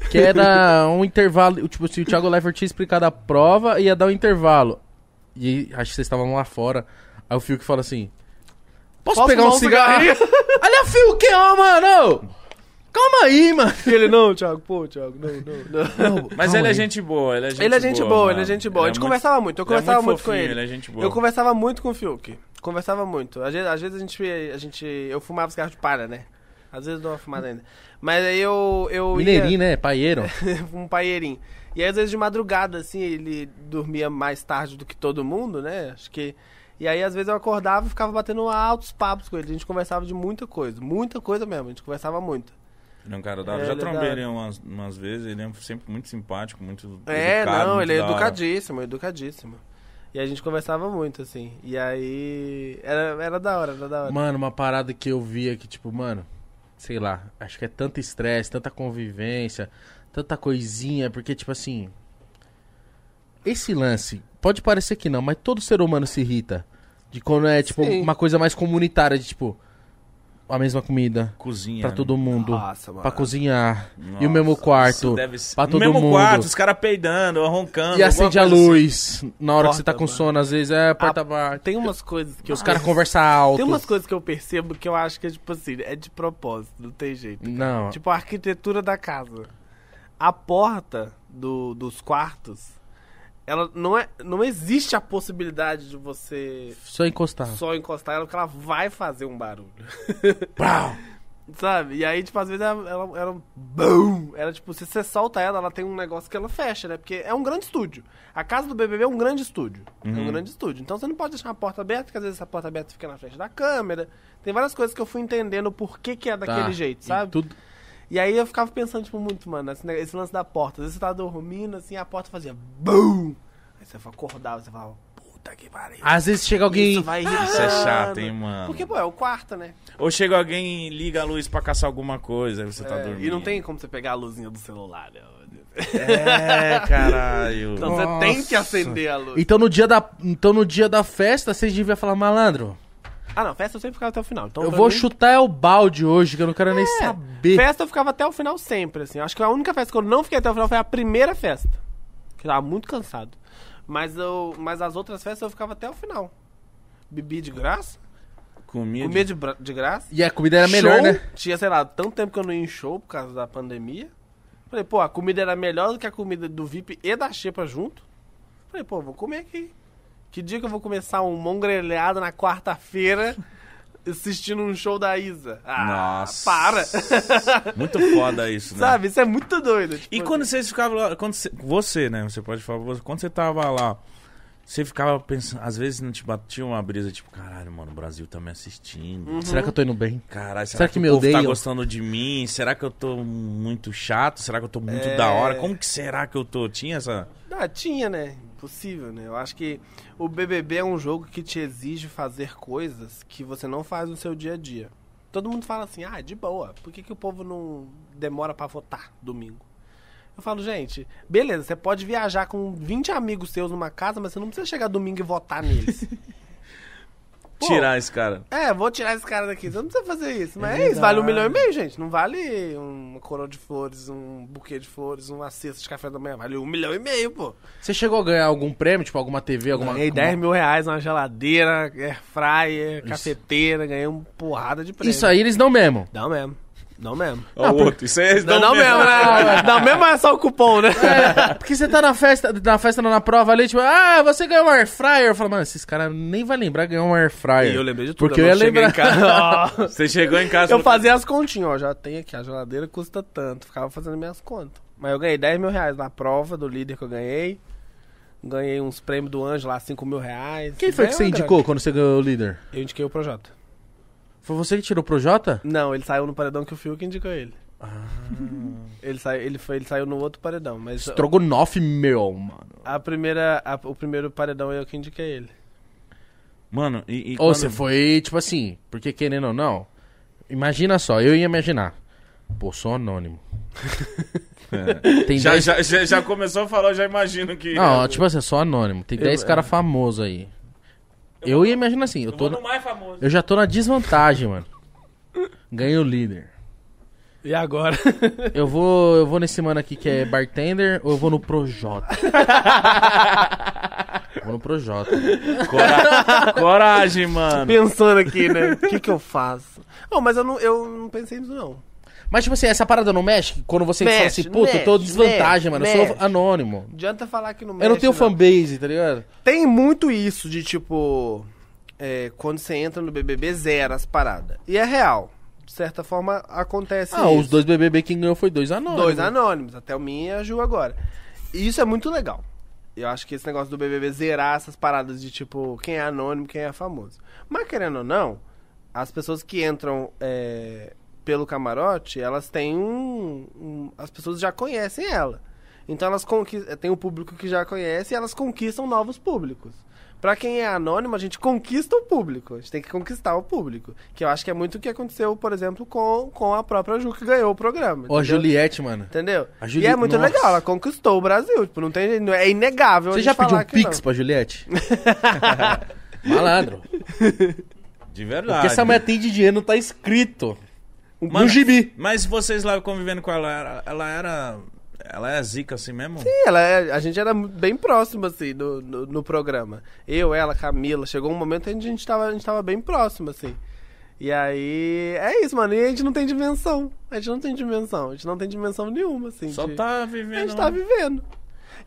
A: Que era um intervalo. Tipo, se o Thiago Leifert tinha explicado a prova, ia dar um intervalo. E acho que vocês estavam lá fora. Aí o Fio que fala assim: Posso,
C: Posso
A: pegar um
C: fumar um
A: cigarro? Olha, Fio, que ó, mano! Calma aí, mano.
C: E ele, não, Thiago, pô, Thiago, não, não, não.
B: Mas
A: Calma
B: ele é
A: aí.
B: gente boa, ele é gente
C: Ele é gente boa, ele é
B: mano.
C: gente boa. A gente
B: é
C: conversava muito, eu
B: ele é
C: conversava muito, com
B: fofinho,
C: ele.
B: Ele é gente boa.
C: eu conversava muito com o Fiuk. Conversava muito. Às vezes, às vezes a, gente, a gente. Eu fumava cigarro de palha, né? Às vezes eu dou uma fumada ainda. Mas aí eu. eu
B: é.
A: Mineirinho, né? Paieiro.
C: um paeirinho. E aí, às vezes de madrugada, assim, ele dormia mais tarde do que todo mundo, né? Acho que. E aí, às vezes, eu acordava e ficava batendo altos papos com ele. A gente conversava de muita coisa, muita coisa mesmo, a gente conversava muito.
B: Ele é um cara da hora.
C: É,
B: Eu já
C: ele é da
B: trombei
C: hora.
B: ele umas, umas vezes, ele é sempre muito simpático, muito
C: É,
B: educado,
C: não,
B: muito
C: ele é
B: da hora.
C: educadíssimo, educadíssimo. E a gente conversava muito, assim. E aí. Era, era da hora, era da hora.
A: Mano, uma parada que eu via que, tipo, mano, sei lá, acho que é tanto estresse, tanta convivência, tanta coisinha, porque, tipo assim. Esse lance, pode parecer que não, mas todo ser humano se irrita. De quando é, tipo,
C: Sim.
A: uma coisa mais comunitária, de tipo. a mesma comida
B: Cozinha.
A: pra
B: né?
A: todo mundo.
C: Nossa, mano.
A: Pra cozinhar. e
B: Nossa,
A: o mesmo quarto
B: Isso deve ser-
A: pra
B: No
A: todo
B: mesmo
A: mundo.
B: quarto, os caras peidando, roncando.
A: E
B: alguma
A: acende a
B: coisa assim.
A: luz na hora que você tá com
C: Porta-bar.
A: sono, às vezes
B: Ah,
A: é porta-bar.
C: Tem umas coisas que eu
A: Os caras
C: perce-
A: conversam alto.
C: Tem umas coisas que eu percebo que eu acho que é tipo assim, é de propósito, não tem jeito.
A: Não.
C: Tipo a arquitetura da casa. A porta do, dos quartos, ela não é. Não existe a possibilidade de você
A: Só encostar.
C: só encostar é ela, porque ela vai fazer um barulho.
A: Brau!
C: Sabe? E aí, tipo, às vezes ela. ela, ela BUM! Ela, tipo, se você solta ela, ela tem um negócio que ela fecha, né? Porque é um grande estúdio. A casa do BBB é um grande estúdio.
A: Uhum.
C: É um grande estúdio. Então você não pode deixar a porta aberta, porque às vezes essa porta aberta fica na frente da câmera. Tem várias coisas que eu fui entendendo por que, que é daquele
A: Tá.
C: jeito,
A: E
C: sabe?
A: tudo-
C: E aí eu ficava pensando, tipo, muito, mano, esse, ne- esse lance da porta. Às vezes você tá dormindo, assim, a porta fazia BUM! Aí você acordava, você falava, puta que pariu.
A: Às vezes chega alguém.
C: Isso vai
B: Isso é
C: irritando.
B: chato, hein, mano.
C: Ah, Porque, pô, é o quarto, né?
B: Ou chega alguém e liga a luz pra caçar alguma coisa, aí você tá
C: É,
B: dormindo.
C: e não tem como você pegar a luzinha do celular, né?
B: É, caralho.
C: Então
A: Nossa.
C: você tem que acender a luz.
A: Então no dia da, então no dia da festa, vocês deviam falar, malandro,
C: Ah, não, festa eu sempre ficava até o final. Então,
A: eu
C: pra
A: vou
C: mim, É.
A: chutar é o balde hoje, que eu não quero nem saber.
C: Festa eu ficava até o final sempre, assim. Acho que a única festa que eu não fiquei até o final foi a primeira festa. Que eu tava muito cansado. Mas, eu, mas as outras festas eu ficava até o final. Bebi de graça,
B: Comida.
C: comia de, bra- de graça.
A: E a comida era melhor,
C: Show,
A: né?
C: Tinha, sei lá, tanto tempo que eu não ia em show por causa da pandemia. Falei, pô, a comida era melhor do que a comida do VIP e da Xepa junto. Falei, pô, vou comer aqui. Que dia que eu vou começar um mão grelhado na quarta-feira assistindo um show da Isa? Ah,
B: Nossa.
C: para!
B: Muito foda isso, né?
C: Sabe, isso é muito doido. tipo
B: E quando
C: assim.
B: vocês ficavam lá, quando você, você, né, você pode falar, pra você, quando você tava lá, você ficava pensando, às vezes não te batia uma brisa, tipo, caralho, mano, o Brasil tá me assistindo.
A: Será que eu tô indo bem?
B: Caralho, será,
A: Será
B: que,
A: que
B: o
A: me
B: povo tá
A: odeiam?
B: gostando de mim? Será que eu tô muito chato? Será que eu tô muito
C: É.
B: da hora? Como que será que eu tô? Tinha essa...
C: Ah, tinha, né? Impossível, né? Eu acho que o BBB é um jogo que te exige fazer coisas que você não faz no seu dia a dia. Todo mundo fala assim, ah, de boa, por que, que o povo não demora pra votar domingo? Eu falo, gente, beleza, você pode viajar com 20 amigos seus numa casa, mas você não precisa chegar domingo e votar neles. Pô,
B: Tirar esse cara.
C: É, vou tirar esse cara daqui, você não precisa fazer isso. Mas é,
B: verdade.
C: isso, vale um milhão e meio, gente. Não vale uma coroa de flores, um buquê de flores, uma cesta de café da manhã. Vale um milhão e meio, pô.
A: Você chegou a ganhar algum prêmio, tipo alguma TV, alguma
C: Ganhei 10 mil reais na geladeira, air fryer, cafeteira, ganhei uma porrada de prêmio.
A: Isso aí eles não mesmo.
C: Não mesmo. Não mesmo.
B: Ó, o outro. Isso aí eles
C: Não,
B: dão
C: não
B: mesmo.
C: mesmo, né? Não mesmo é só o cupom, né?
A: É, porque você tá na festa, na festa, não, na prova ali, tipo, ah, você ganhou um air fryer. Eu falo, mano, esses caras nem vai lembrar que ganhou um air fryer.
C: E eu lembrei de tudo.
A: Porque eu ia
C: não cheguei
A: lembrar.
C: em casa.
B: Você chegou em casa...
C: eu fazia as continhas, ó. Já tem aqui, a geladeira custa tanto. Ficava fazendo minhas contas. Mas eu ganhei 10 mil reais na prova do líder que eu ganhei. Ganhei uns prêmios do Anjo lá, 5 mil reais.
A: Quem foi que
C: Ganhei
A: você
C: uma grana.
A: indicou quando você ganhou o líder?
C: Eu indiquei o Projota.
A: Foi você que tirou pro Jota?
C: Não, ele saiu no paredão que o Fiuk indicou ele. Ele, saiu, ele, foi, ele saiu no outro paredão, mas
A: Strogonoff, meu, mano.
C: a primeira, a- o primeiro paredão eu que indiquei ele.
B: Mano, e, e
A: Ou
B: quando...
A: você foi, tipo assim, porque querendo ou não, imagina só, eu ia imaginar. Pô, sou anônimo. Tem
B: É. Já,
A: 10
B: já, já, já começou a falar, eu já imagino que...
A: Não, tipo assim, só anônimo. Tem
C: é.
A: 10 caras famosos aí. Eu ia imaginar assim, eu, tô, na-
B: mais famoso.
A: eu já tô na desvantagem, mano. Ganhei o líder.
C: E agora?
A: Eu vou, eu vou nesse mano aqui que é bartender ou eu vou no Projota? vou no Projota.
B: Cora- Coragem, mano.
C: Pensando aqui, né? O que que eu faço? Oh, mas eu não, eu não pensei nisso não.
A: Mas, tipo assim, essa parada não mexe? Quando você
C: Mexe,
A: fala assim, puta, eu tô
C: mexe,
A: desvantagem, mano. Eu sou
C: mexe.
A: anônimo.
C: Adianta falar que não mexe,
A: Eu não tenho fanbase, tá ligado?
C: Tem muito isso de tipo. é, quando você entra no BBB, zero as paradas. E é real. De certa forma, acontece
A: Ah,
C: isso.
A: os dois BBB que ganhou foi dois né? anônimos.
C: Dois anônimos, até o minha e a Ju agora. E isso é muito legal. Eu acho que esse negócio do BBB zerar essas paradas de tipo, quem é anônimo, quem é famoso. Mas querendo ou não, as pessoas que entram é, pelo camarote, elas têm um, um- As pessoas já conhecem ela. Então elas conquistam. Tem o público que já conhece e elas conquistam novos públicos. Pra quem é anônimo, a gente conquista o público. A gente tem que conquistar o público. Que eu acho que é muito o que aconteceu, por exemplo, com, com a própria Ju, que ganhou o programa.
A: Ó, a
C: entendeu?
A: Juliette, mano.
C: Entendeu?
A: A
C: E
A: Juli-
C: é muito
A: Nossa.
C: legal, ela conquistou o Brasil. Tipo, não tem jeito, não- É inegável. a
A: Você um
C: gente
A: já pediu
C: falar
A: um
C: que
A: pix
C: não. Ah,
A: pra Juliette? Malandro.
B: De verdade.
A: Porque essa mulher tem de dinheiro, não tá escrito.
B: Mano,
C: Um
A: no gibi.
B: Mas vocês lá convivendo com ela, era- ela era. Ela é zica assim mesmo?
C: Sim, ela é- a gente era bem próximo, assim, no, no, no programa. Eu, ela, Camila. Chegou um momento em que a gente tava, a gente tava bem próximo, assim. E aí. É isso, mano. E a gente não tem dimensão. A gente não tem dimensão. A gente não tem dimensão nenhuma, assim.
B: Só
C: de-
B: tá
C: A
B: vivendo.
C: gente
A: né?
C: tá vivendo.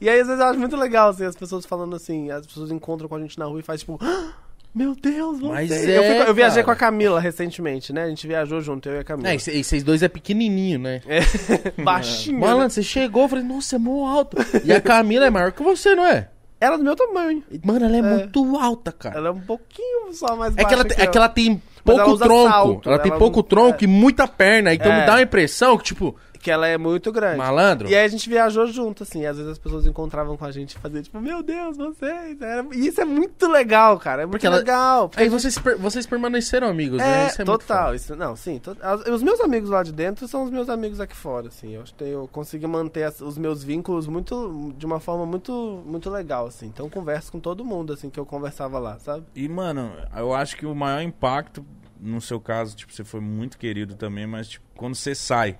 C: E aí, às vezes, eu acho muito legal, assim, as pessoas falando assim, as pessoas encontram com a gente na rua e faz tipo. "Ah, Meu Deus, você."
A: Mas
C: eu,
A: é,
C: fui- eu viajei
A: cara.
C: com a Camila recentemente, né? A gente viajou junto, eu e a Camila.
A: É, e cê- e vocês dois é pequenininho, né?
C: É, baixinho. né?
A: Malandro, você chegou, eu falei, nossa, é mó alto. E a Camila é maior que você, não é?
C: Ela é do meu tamanho.
A: Mano, ela é,
C: É.
A: muito alta, cara.
C: Ela é um pouquinho só mais
A: É que,
C: baixa.
A: ela, te- é
C: eu.
A: que ela tem pouco
C: ela usa
A: tronco.
C: salto,
A: ela tem
C: ela
A: pouco
C: não-
A: tronco
C: é.
A: e muita perna. Então
C: É.
A: me dá uma impressão que, tipo,
C: Que ela é muito grande.
A: malandro.
C: E é aí a gente viajou junto, assim. e Às vezes as pessoas encontravam com a gente e faziam tipo, meu Deus, vocês. Era- E isso é muito legal, cara. É muito
A: Porque ela-
C: legal. porque
A: Aí vocês, per- vocês permaneceram amigos, né?
C: É,
A: Isso é muito
C: total. Isso, não, sim. to- as- os meus amigos lá de dentro são os meus amigos aqui fora, assim. Eu, acho que eu consegui manter as- os meus vínculos muito, de uma forma muito, muito legal, assim. Então eu converso com todo mundo, assim, que eu conversava lá, sabe?
B: E, mano, eu acho que o maior impacto, no seu caso, tipo, você foi muito querido também, mas, tipo, quando você sai,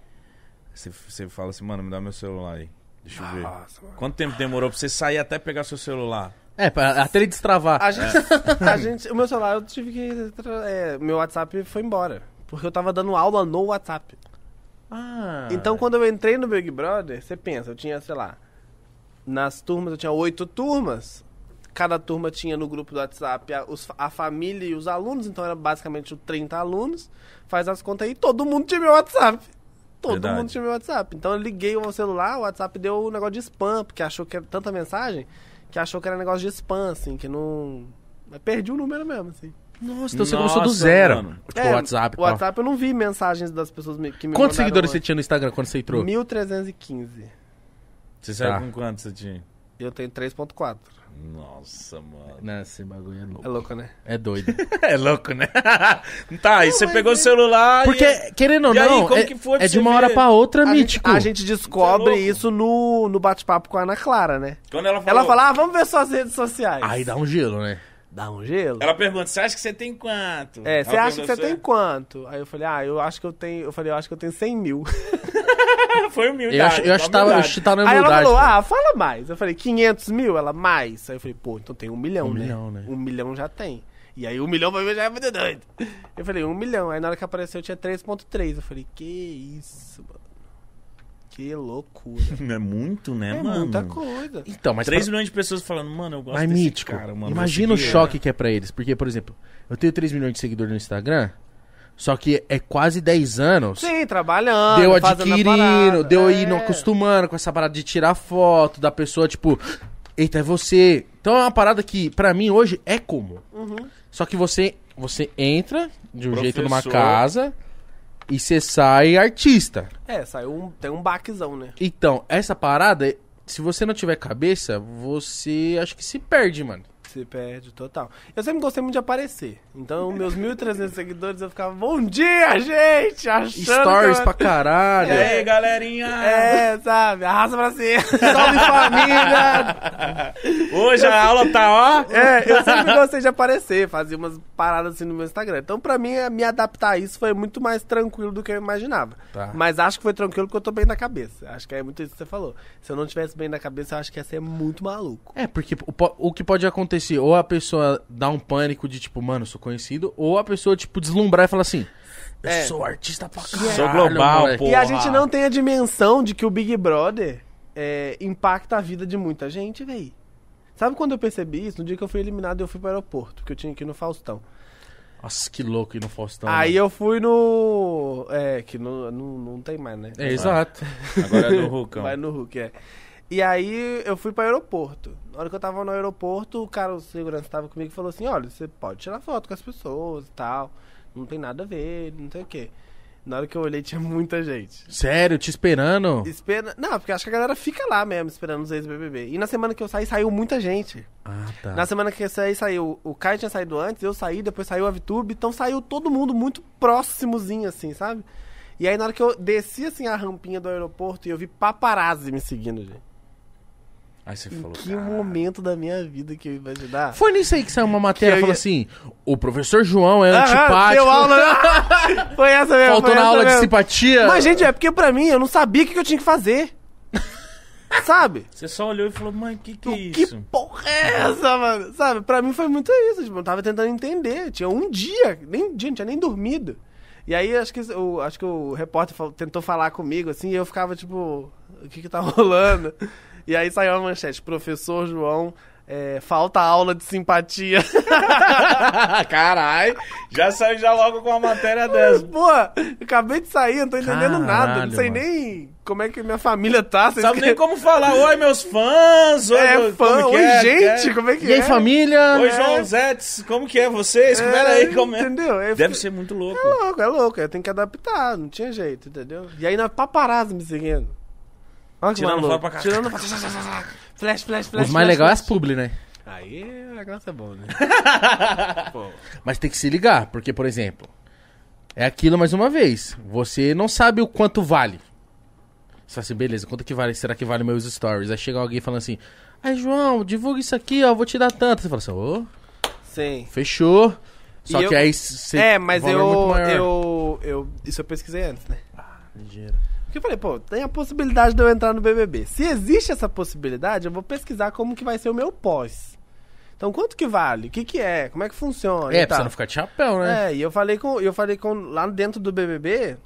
B: você, você fala assim, mano, me dá meu celular aí. Deixa eu ver.
C: mano.
B: Quanto tempo demorou pra você sair até pegar seu celular?
A: É, pra, até ele destravar.
C: A gente, a gente, o meu celular eu tive que, tra- é, meu WhatsApp foi embora. Porque eu tava dando aula no WhatsApp.
A: Ah.
C: Então, quando eu entrei no Big Brother, você pensa, eu tinha, sei lá, nas turmas, eu tinha oito turmas. Cada turma tinha no grupo do WhatsApp a, os- a família e os alunos, então era basicamente 30 alunos. Faz as contas aí, todo mundo tinha meu WhatsApp. Todo
B: Verdade.
C: mundo tinha meu WhatsApp. Então eu liguei o celular, o WhatsApp deu um negócio de spam, porque achou que era tanta mensagem, que achou que era negócio de spam, assim, que não. Mas perdi o número mesmo, assim.
A: Nossa, então você
B: Nossa,
A: começou do zero.
B: mano.
A: Tipo,
C: É,
A: o WhatsApp. e
C: O
A: tal.
C: WhatsApp eu não vi mensagens das pessoas me- que me
A: Quantos
C: mandaram
A: seguidores
C: uma-
A: você tinha no Instagram quando você entrou?
C: 1315.
B: Você saiu
A: Tá.
B: com quanto você tinha?
C: Eu tenho 3.4.
B: Nossa, mano.
A: Não, esse bagulho é
C: É
A: louco.
C: louco, né?
A: É doido.
B: É louco, né? tá, e você
C: mas
B: pegou o
C: é-
B: celular. E...
A: Porque, querendo ou
B: E aí,
A: não,
B: como
A: é,
B: que foi pra
A: é de
B: você
A: uma
B: ver?
A: hora pra outra, tipo,
C: A gente,
A: mítico.
C: a gente descobre
B: Você é louco.
C: isso no, no bate-papo com a Ana Clara, né?
B: Quando ela falou.
C: Ela fala, ah, vamos ver suas redes sociais.
A: Aí dá um gelo, né?
C: Dá um gelo.
B: Ela pergunta, você acha que você tem quanto?
C: É,
B: Ela
C: você acha que
B: pergunta
C: você tem quanto? Aí eu falei, ah, eu acho que eu tenho. Eu falei, eu acho que eu tenho 100 mil.
B: "Ah, Foi humildade.
A: Eu acho, eu acho que tava, eu acho que tava Tá na
C: Aí ela
A: humildade.
C: falou,
A: cara.
C: ah, fala mais. Eu falei, 500 mil? Ela, mais. Aí eu falei, pô, então tem um milhão,
A: Um
C: né?
A: milhão, né?
C: Um milhão já tem. E aí um milhão vai ver já é muito doido. Eu falei, um milhão. Aí na hora que apareceu tinha 3.3. Eu falei, que isso, mano. Que loucura.
B: É muito, né,
C: É,
B: mano?
C: muita coisa.
A: Então, mas
B: 3 milhões de pessoas falando, mano, eu gosto
A: Mas
B: desse
A: mítico,
B: cara, mano.
A: imagina o
B: esse aqui é-
A: choque que é pra eles. Porque, por exemplo, eu tenho 3 milhões de seguidores no Instagram, só que é quase 10 anos.
C: Sim, trabalhando.
A: Deu
C: fazendo a
A: adquirindo,
C: parada.
A: deu
C: É.
A: indo acostumando com essa parada de tirar foto da pessoa, tipo, eita, é você. Então é uma parada que, pra mim, hoje é comum.
C: Uhum.
A: Só que você, você entra de um jeito numa
B: Professor.
A: casa e você sai artista.
C: É, saiu um, tem um baquezão, né?
A: Então, essa parada, se você não tiver cabeça, você acho que se perde, mano.
C: Se perde total. Eu sempre gostei muito de aparecer. Então, meus 1.300 seguidores, eu ficava, bom dia, gente! Achando
A: Stories
C: que eu-
A: pra caralho.
B: E aí, galerinha?
C: É, sabe? Arrasa pra cima. Salve família!
B: Hoje a aula tá, ó.
C: É, eu sempre gostei de aparecer, fazia umas paradas assim no meu Instagram. Então, pra mim, eh, me adaptar a isso foi muito mais tranquilo do que eu imaginava.
A: Tá.
C: Mas acho que foi tranquilo porque eu tô bem na cabeça. Acho que é muito isso que você falou. Se eu não tivesse bem na cabeça, eu acho que ia ser muito maluco.
A: É, porque o, po- o que pode acontecer, ou a pessoa dá um pânico de tipo, mano, eu sou conhecido, ou a pessoa, tipo, deslumbrar e falar assim, eu
C: É.
A: sou artista pra caralho,
B: Sou global,
A: moleque."
B: pô.
C: E a
B: Porra.
C: gente não tem a dimensão de que o Big Brother eh, impacta a vida de muita gente, véi. Sabe quando eu percebi isso? No dia que eu fui eliminado, eu fui pro aeroporto, porque eu tinha que ir no Faustão.
A: Nossa, que louco ir no Faustão.
C: Aí
A: né?
C: eu fui no. É, que no, no, não tem mais, né?
A: É, exato.
B: Agora é do Rucão.
C: Vai no Hulk, é. E aí eu fui pro aeroporto. Na hora que eu tava no aeroporto, o cara, o segurança tava comigo e falou assim: olha, você pode tirar foto com as pessoas e tal. Não tem nada a ver, não sei o quê. Na hora que eu olhei, tinha muita gente.
A: Sério, te esperando.
C: Espera... Não, porque acho que a galera fica lá mesmo, esperando os ex-BBB. E na semana que eu saí, saiu muita gente.
A: Ah, tá.
C: Na semana que eu saí, saiu. O Caio tinha saído antes, eu saí, depois saiu a VTube. Então saiu todo mundo muito próximozinho, assim, sabe? E aí, na hora que eu desci, assim, a rampinha do aeroporto e eu vi paparazzi me seguindo, gente.
B: Aí você
C: Em
B: falou,
C: que
B: "Cara,
C: momento da minha vida que eu ia imaginar?
A: Foi nisso aí que saiu uma matéria
C: Que eu
A: falou
C: ia-
A: assim: o professor João é
C: Ah,
A: antipático.
C: deu aula. né? foi essa mesmo.
A: Faltou
C: foi
A: na
C: essa
A: aula de
C: mesmo.
A: simpatia.
C: Mas, gente, é porque pra mim eu não sabia o que que eu tinha que fazer. Sabe?
B: Você só olhou e falou, mãe, que que é
C: Que,
B: isso?
C: porra é essa, mano? Sabe, pra mim foi muito isso. Tipo, eu tava tentando entender. Tinha um dia, nem um dia, não tinha nem dormido. E aí acho que o, acho que o repórter falou- tentou falar comigo, assim, e eu ficava tipo, o que que tá rolando? E aí saiu a manchete, professor João, é, falta aula de simpatia.
B: Caralho, já saiu já logo com a matéria dessa.
C: Pô, eu acabei de sair, não tô entendendo nada. Não
A: Caralho,
C: sei
A: mano.
C: nem como é que minha família tá. vocês
B: Sabe nem
C: que-
B: como falar, oi meus fãs, oi
C: É
B: meu-
C: fã,
B: como que
C: oi
B: é,
C: gente,
B: que
C: como é que
A: E
C: é?
A: aí, família?
B: é? Oi João Zetes, como que é vocês?
C: É,
B: Espera aí, como é?
C: Entendeu? Eu
B: Deve
C: fiquei-
B: ser muito louco.
C: É louco, é louco. Eu tenho que adaptar, não tinha jeito, entendeu? E aí na paparazzi me seguindo. Olha que
B: Tirando
C: maluco.
B: foto pra cá.
C: Tirando foto. Flash, flash, flash.
A: Os mais
C: flash,
A: legais é as
C: flash.
A: publi, né?
C: Aí o negócio é bom, né?
A: Mas tem que se ligar, porque, por exemplo, é aquilo mais uma vez. Você não sabe o quanto vale. Você fala assim, beleza, quanto que vale? Será que vale meus stories? Aí chega alguém falando assim, aí João, divulga isso aqui, ó, vou te dar tanto. Você fala assim, ô,
C: Sim.
A: fechou. Só
C: E
A: que
C: eu-
A: aí você.
C: É, mas
A: valor
C: eu,
A: muito maior.
C: eu. Eu. Isso eu pesquisei antes, né? Porque eu falei, pô, tem a possibilidade de eu entrar no BBB. Se existe essa possibilidade, eu vou pesquisar como que vai ser o meu pós. Então, quanto que vale? O que que é? Como é que funciona?
A: É,
C: e
A: pra
C: tal.
A: você não ficar de chapéu, né?
C: É, e eu falei com. Eu falei com. Lá dentro do BBB,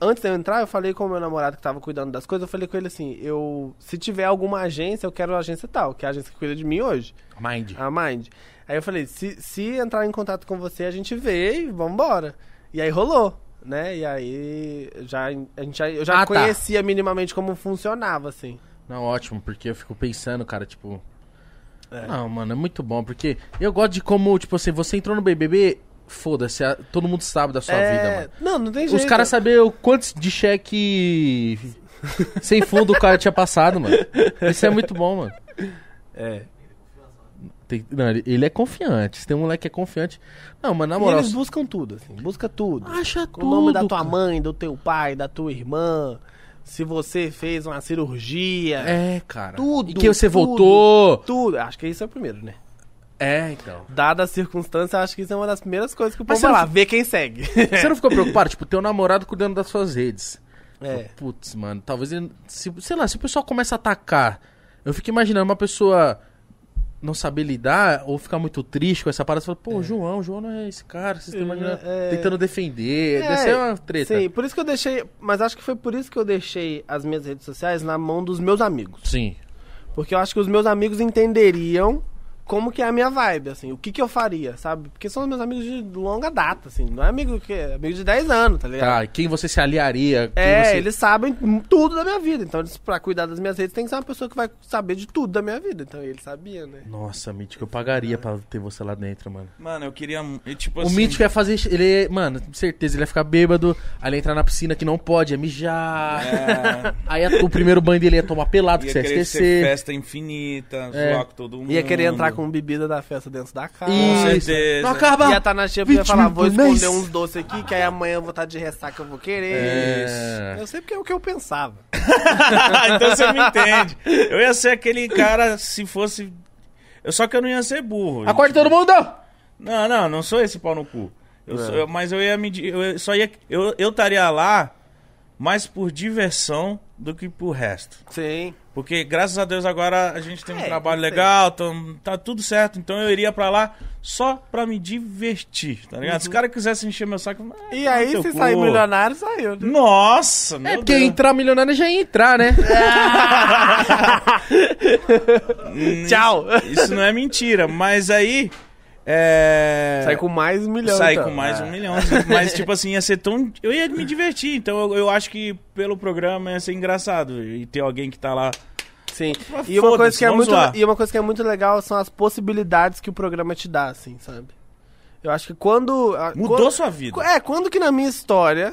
C: antes de eu entrar, eu falei com o meu namorado que tava cuidando das coisas, eu falei com ele assim, eu. Se tiver alguma agência, eu quero a agência tal, que é a agência que cuida de mim hoje,
A: Mind.
C: a Mind. Aí eu falei, se, se entrar em contato com você, a gente vê e vambora. E aí rolou. Né? E aí já, a gente já, eu já
A: Ah, tá.
C: conhecia minimamente como funcionava, assim.
A: Não, ótimo, porque eu fico pensando, cara, tipo. Não, mano, é muito bom, porque eu gosto de como, tipo assim, você entrou no BBB, foda-se, a- todo mundo sabe da sua
C: É,
A: vida, mano.
C: Não, não tem jeito.
A: Os caras sabiam o quantos de cheque sem fundo o cara tinha passado, mano. Isso é muito bom, mano.
C: É.
A: Tem- não, ele, ele é confiante. Se tem um moleque que é confiante. Não, mano, na
C: E
A: moral.
C: eles buscam tudo, assim. Busca tudo.
A: Acha
C: Com o nome da
A: tudo,
C: tua
A: cara.
C: mãe, do teu pai, da tua irmã. Se você fez uma cirurgia.
A: É, cara.
C: Tudo,
A: E que você
C: tudo.
A: voltou.
C: Tudo. Acho que isso é o primeiro, né?
A: É, então.
C: Dada a circunstância, acho que isso é uma das primeiras coisas que o
A: Mas
C: povo vai
A: você
C: lá.
A: não-
C: Ver quem segue.
A: Você não ficou preocupado? Tipo, teu namorado cuidando das suas redes.
C: É.
A: Putz, mano, talvez ele. Se, sei lá, se o pessoal começa a atacar, eu fico imaginando uma pessoa não saber lidar ou ficar muito triste com essa parada. Você fala, pô, João, João não é esse cara, vocês estão
C: Ele não
A: imaginando,
C: é-
A: tentando defender. Deve ser uma treta.
C: Sim, por isso que eu deixei. Mas acho que foi por isso que eu deixei as minhas redes sociais na mão dos meus amigos.
A: Sim.
C: Porque eu acho que os meus amigos entenderiam como que é a minha vibe, assim, o que que eu faria, sabe? Porque são meus amigos de longa data, assim, não é amigo que é amigo de 10 anos, tá ligado?
A: Tá, e quem você se aliaria? quem
C: É,
A: você-
C: eles sabem tudo da minha vida. Então, eles, pra cuidar das minhas redes, tem que ser uma pessoa que vai saber de tudo da minha vida. Então, ele sabia, né?
A: Nossa, Mítico, eu pagaria pra ter você lá dentro, mano.
B: Mano, eu queria. eu, tipo
A: o
B: assim,
A: Mítico ia fazer. Ele, mano, com certeza, ele ia ficar bêbado, aí ele ia entrar na piscina que não pode, ia mijar.
B: é,
A: Aí a- o primeiro banho dele ia tomar pelado, que
B: ia
A: você ia
B: querer
A: esquecer.
B: ser festa infinita,
A: É.
B: zoar com todo mundo.
C: Ia querer entrar com bebida da festa dentro da casa.
B: Com
A: Isso.
B: certeza.
A: Não acaba!
C: Ia estar na xepa e ia
A: 20
C: falar,
A: mil
C: vou
A: por mês.
C: esconder uns doces aqui, que aí amanhã eu vou estar de ressaca, eu vou querer.
A: É.
C: Eu sei porque é o que eu pensava.
B: então você me entende. Eu ia ser aquele cara se fosse. Eu, só que eu não ia ser burro.
A: Acorda
B: Tipo,
A: todo mundo!
B: Não, não, não sou esse pau no cu. Eu
C: Não.
B: sou- eu- mas eu ia me. di- Eu só ia. Eu eu estaria lá mais por diversão do que por resto.
C: Sim.
B: Porque graças a Deus agora a gente tem um
C: É,
B: trabalho
C: isso aí.
B: legal, tam- tá tudo certo. Então eu iria pra lá só pra me divertir, tá ligado? Se
A: Uhum.
B: o cara quisesse encher meu saco. ah,
C: E aí,
B: teu
C: se
B: cu.
C: sair milionário, saiu. né?
B: Nossa, meu
A: É porque
B: Deus.
A: entrar milionário já ia entrar, né?
C: É.
B: Hum,
C: Tchau!
B: Isso não é mentira, mas aí. É...
C: Sai com mais um milhão,
B: Sai
C: então.
B: com mais
C: Ah.
B: um milhão. assim, Mas, tipo assim, ia ser tão. Eu ia me divertir. Então eu, eu acho que pelo programa ia ser engraçado. E ter alguém que tá lá.
C: Sim.
B: Mas
C: E uma, coisa
B: foda-se,
C: que é
B: vamos
C: muito,
B: zoar.
C: e uma coisa que é muito legal são as possibilidades que o programa te dá, assim, sabe? Eu acho que quando. a-
B: Mudou
C: quando-
B: sua vida.
C: É, quando que na minha história,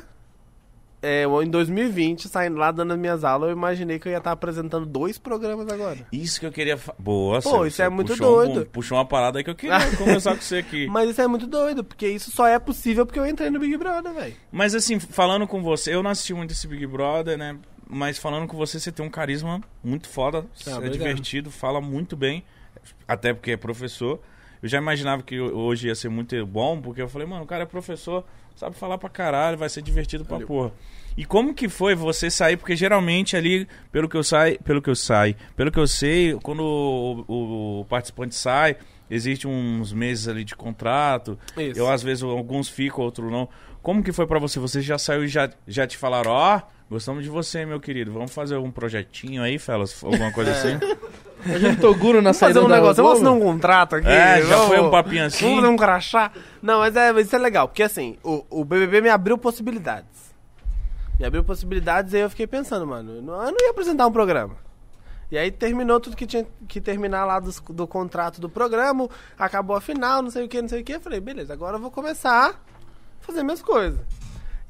C: é, eu- em 2020, saindo lá dando as minhas aulas, eu imaginei que eu ia estar apresentando dois programas agora.
B: Isso que eu queria. Fa... Boa,
C: Pô,
B: Sérgio,
C: isso
B: você
C: é muito
B: puxou um-
C: doido.
B: puxou uma parada aí que eu queria conversar com você aqui.
C: Mas isso é muito doido, porque isso só é possível porque eu entrei no Big Brother, velho.
B: Mas assim, falando com você, eu não assisti muito esse Big Brother, né? Mas falando com você, você tem um carisma muito foda, é
C: Tá, obrigado.
B: divertido, fala muito bem, até porque é professor. Eu já imaginava que hoje ia ser muito bom, porque eu falei, mano, o cara é professor, sabe falar pra caralho, vai ser divertido pra porra. E como que foi você sair? Porque geralmente ali, pelo que eu sai, pelo que eu sai, pelo que eu sei, quando o, o- o participante sai, existe uns meses ali de contrato.
C: Isso.
B: Eu às vezes alguns ficam, outros não. Como que foi pra você? Você já saiu e já, já te falaram, ó, gostamos de você, meu querido. Vamos fazer algum projetinho aí, Felas? Alguma coisa assim?
A: Imagina o Toguro na saída
C: fazer um
A: da
C: negócio, vamos
A: Globo.
C: assinar um contrato aqui.
B: É, já
C: vamos-
B: foi um papinho assim?
C: Vamos fazer um crachá. Não, mas é, mas isso é legal, porque assim, o, o BBB me abriu possibilidades. Me abriu possibilidades e aí eu fiquei pensando, mano, eu não eu não ia apresentar um programa. E aí terminou tudo que tinha que terminar lá dos- do, contrato do programa, acabou a final, não sei o que, não sei o que. Eu falei, beleza, agora eu vou começar a fazer minhas coisas.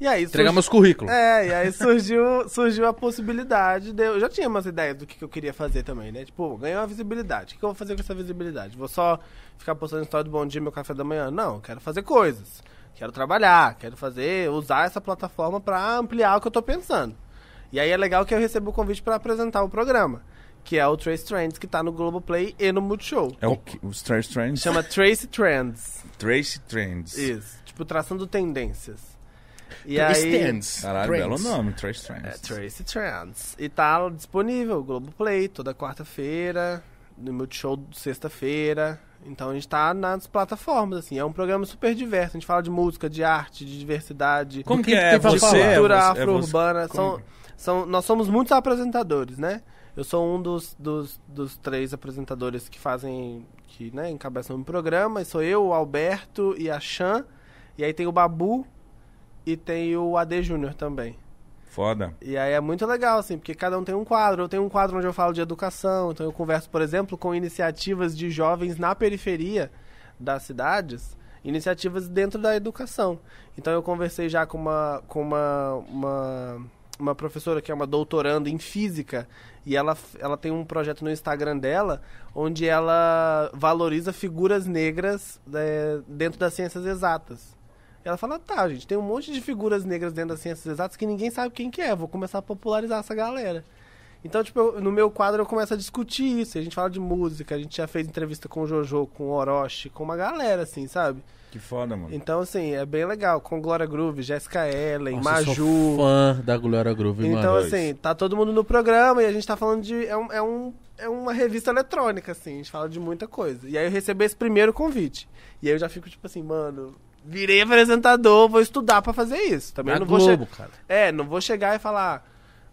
C: E aí
A: Entregar
C: surgi-
A: meus currículos.
C: é, e aí surgiu, surgiu a possibilidade de. Eu já tinha umas ideias do que, que eu queria fazer também, né? Tipo, ganhou a visibilidade. O que, que eu vou fazer com essa visibilidade? Vou só ficar postando história do bom dia, meu café da manhã? Não, eu quero fazer coisas. Quero trabalhar, quero fazer, usar essa plataforma pra ampliar o que eu tô pensando. E aí é legal que eu recebo o convite pra apresentar o programa, que é o Trace Trends, que tá no Globoplay e no Multishow.
B: É o que? Os Trace Trends?
C: Chama Trace Trends.
B: Trace Trends.
C: Isso. Tipo, traçando tendências. E
A: Stands.
B: Caralho,
A: Trends.
B: belo nome, Trace
C: É
B: Trends.
C: Tracy Trans. E tá disponível, Globoplay, toda quarta-feira, no Multishow sexta-feira. Então a gente tá nas plataformas, assim. É um programa super diverso. A gente fala de música, de arte, de diversidade.
B: Como
A: Do
B: que
A: que
B: é
A: tem pra
B: você?
A: falar?
B: É
C: cultura
B: você- é você-
C: afro-urbana.
B: como-
C: São, são, nós somos muitos apresentadores, né? Eu sou um dos, dos, dos três apresentadores que fazem, que né, encabeçam o programa. E sou eu, o Alberto e a Chan. E aí tem o Babu e tem o AD Júnior também.
B: Foda.
C: E aí é muito legal, assim, porque cada um tem um quadro. Eu tenho um quadro onde eu falo de educação, então eu converso, por exemplo, com iniciativas de jovens na periferia das cidades, iniciativas dentro da educação. Então eu conversei já com uma, com uma, uma, uma professora que é uma doutoranda em física, e ela, ela tem um projeto no Instagram dela, onde ela valoriza figuras negras né, dentro das ciências exatas. Ela fala, tá, gente, tem um monte de figuras negras dentro das ciências exatas que ninguém sabe quem que é. Vou começar a popularizar essa galera. Então, tipo, eu- no meu quadro eu começo a discutir isso. e A gente fala de música, a gente já fez entrevista com o Jojo, com o Orochi, com uma galera, assim, sabe?
B: Que foda, mano.
C: Então, assim, é bem legal. Com Glória Groove, Jessica Ellen,
A: Nossa, eu
C: Maju.
A: sou fã da Glória Groove,
C: Então,
A: mano.
C: assim, tá todo mundo no programa e a gente tá falando de. É, um, é, um- é uma revista eletrônica, assim, a gente fala de muita coisa. E aí eu recebi esse primeiro convite. E aí eu já fico tipo assim, mano, virei apresentador, vou estudar pra fazer isso. Também
A: Na
C: não vou
A: Globo,
C: che-
A: cara.
C: É, não vou chegar e falar.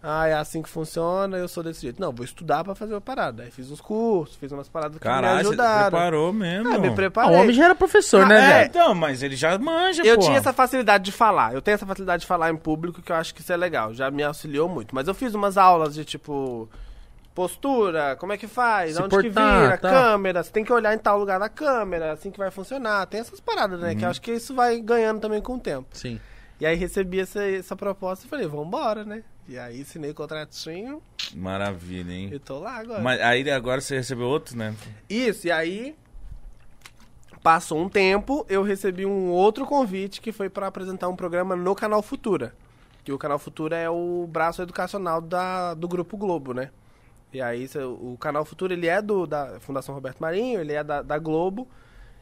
C: Ah, é assim que funciona, eu sou desse jeito. Não, vou estudar pra fazer uma parada. Aí fiz uns cursos, fiz umas paradas que me
B: Caralho, você
C: ajudaram.
B: preparou mesmo.
C: Ah, me
A: Ah,
C: preparei.
A: o homem já era professor,
C: Ah,
A: né,
C: é,
A: velho?
B: É, então, mas ele já manja,
C: Eu
B: pô.
C: tinha essa facilidade de falar. Eu tenho essa facilidade de falar em público que eu acho que isso é legal. Já me auxiliou muito. Mas eu fiz umas aulas de tipo. Postura, como é que faz?
A: Se
C: Onde
A: portar,
C: que vira?
A: tá.
C: Câmera, você tem que olhar em tal lugar na câmera, assim que vai funcionar. Tem essas paradas, né? Que
A: Uhum.
C: eu acho que isso vai ganhando também com o tempo.
A: Sim.
C: E aí recebi essa, essa proposta e falei, vambora, né? E aí assinei o contratinho
B: Maravilha, hein?
C: e tô lá agora.
B: Mas aí agora você recebeu outro, né?
C: Isso, e aí passou um tempo, eu recebi um outro convite que foi pra apresentar um programa no Canal Futura. Que o Canal Futura é o braço educacional da, do Grupo Globo, né? E aí cê- o Canal Futura ele é do da Fundação Roberto Marinho, ele é da, da Globo.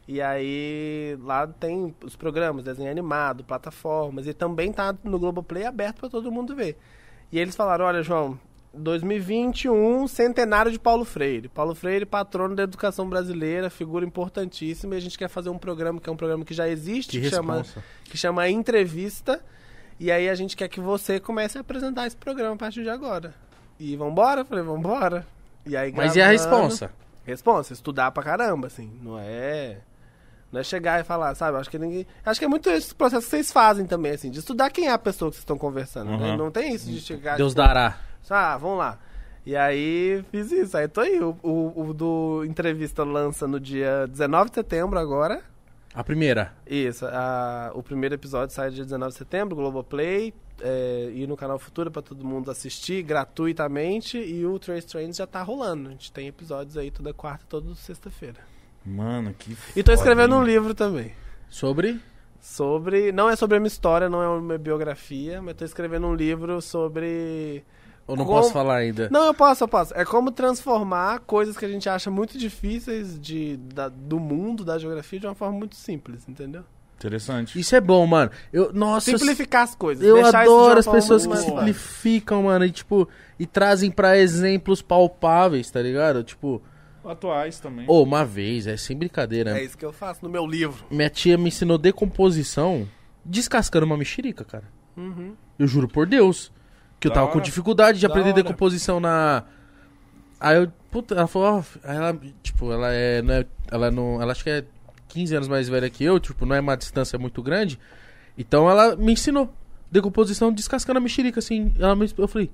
C: E aí lá tem os programas, desenho animado, plataformas e também tá no Globoplay aberto pra todo mundo ver. E eles falaram, olha, João, 2021, centenário de Paulo Freire. Paulo Freire, patrono da educação brasileira, figura importantíssima, e a gente quer fazer um programa que é um programa que já existe,
A: Que
C: que chama,
A: responsa.
C: que chama Entrevista. E aí a gente quer que você comece a apresentar esse programa a partir de agora. E vambora? Eu Falei, vambora. E aí,
A: Mas e a
C: gravando-
A: responsa?
C: Responsa, estudar pra caramba, assim. Não é. Não é chegar e falar, sabe? Acho que ninguém. Acho que é muito esse processo que vocês fazem também, assim, de estudar quem é a pessoa que vocês estão conversando. né?
B: Uhum.
C: Não tem isso de chegar.
A: Deus
C: tipo,
A: dará.
C: ah, vamos lá. E aí fiz isso, aí tô aí. O, o- o do entrevista lança no dia 19 de setembro agora.
A: A primeira.
C: Isso, a- o primeiro episódio sai dia 19 de setembro, Globoplay, é, e no canal Futura pra todo mundo assistir gratuitamente. E o Trace Trains já tá rolando. A gente tem episódios aí toda quarta, toda sexta-feira.
B: Mano, que
C: E tô
B: foda,
C: escrevendo
B: hein?
C: um livro também.
A: Sobre?
C: Sobre. Não é sobre a minha história, não é uma biografia, mas tô escrevendo um livro sobre
A: Ou não
C: como-
A: posso falar ainda?
C: Não, eu posso, eu posso. É como transformar coisas que a gente acha muito difíceis de, da- do mundo, da geografia, de uma forma muito simples, entendeu?
B: Interessante.
A: Isso é bom, mano. Eu, nossa,
C: Simplificar as coisas.
A: eu
C: deixar isso de uma
A: adoro as
C: forma
A: pessoas que
C: muito mais-
A: simplificam, mano, e tipo, e trazem pra exemplos palpáveis, tá ligado? Tipo,
B: Atuais também.
A: ou uma vez, é sem brincadeira.
C: É isso que eu faço no meu livro.
A: Minha tia me ensinou decomposição descascando uma mexerica, cara.
C: Uhum.
A: Eu juro por Deus. Que eu
B: Da
A: tava com
B: hora.
A: dificuldade de
B: Da
A: aprender
B: hora.
A: decomposição na. Aí eu. Puta, ela falou, ó, aí ela, tipo, ela é, não é- Ela não. Ela acho que é 15 anos mais velha que eu, tipo, não é uma distância muito grande. Então ela me ensinou. Decomposição descascando a mexerica, assim. Ela me, eu falei,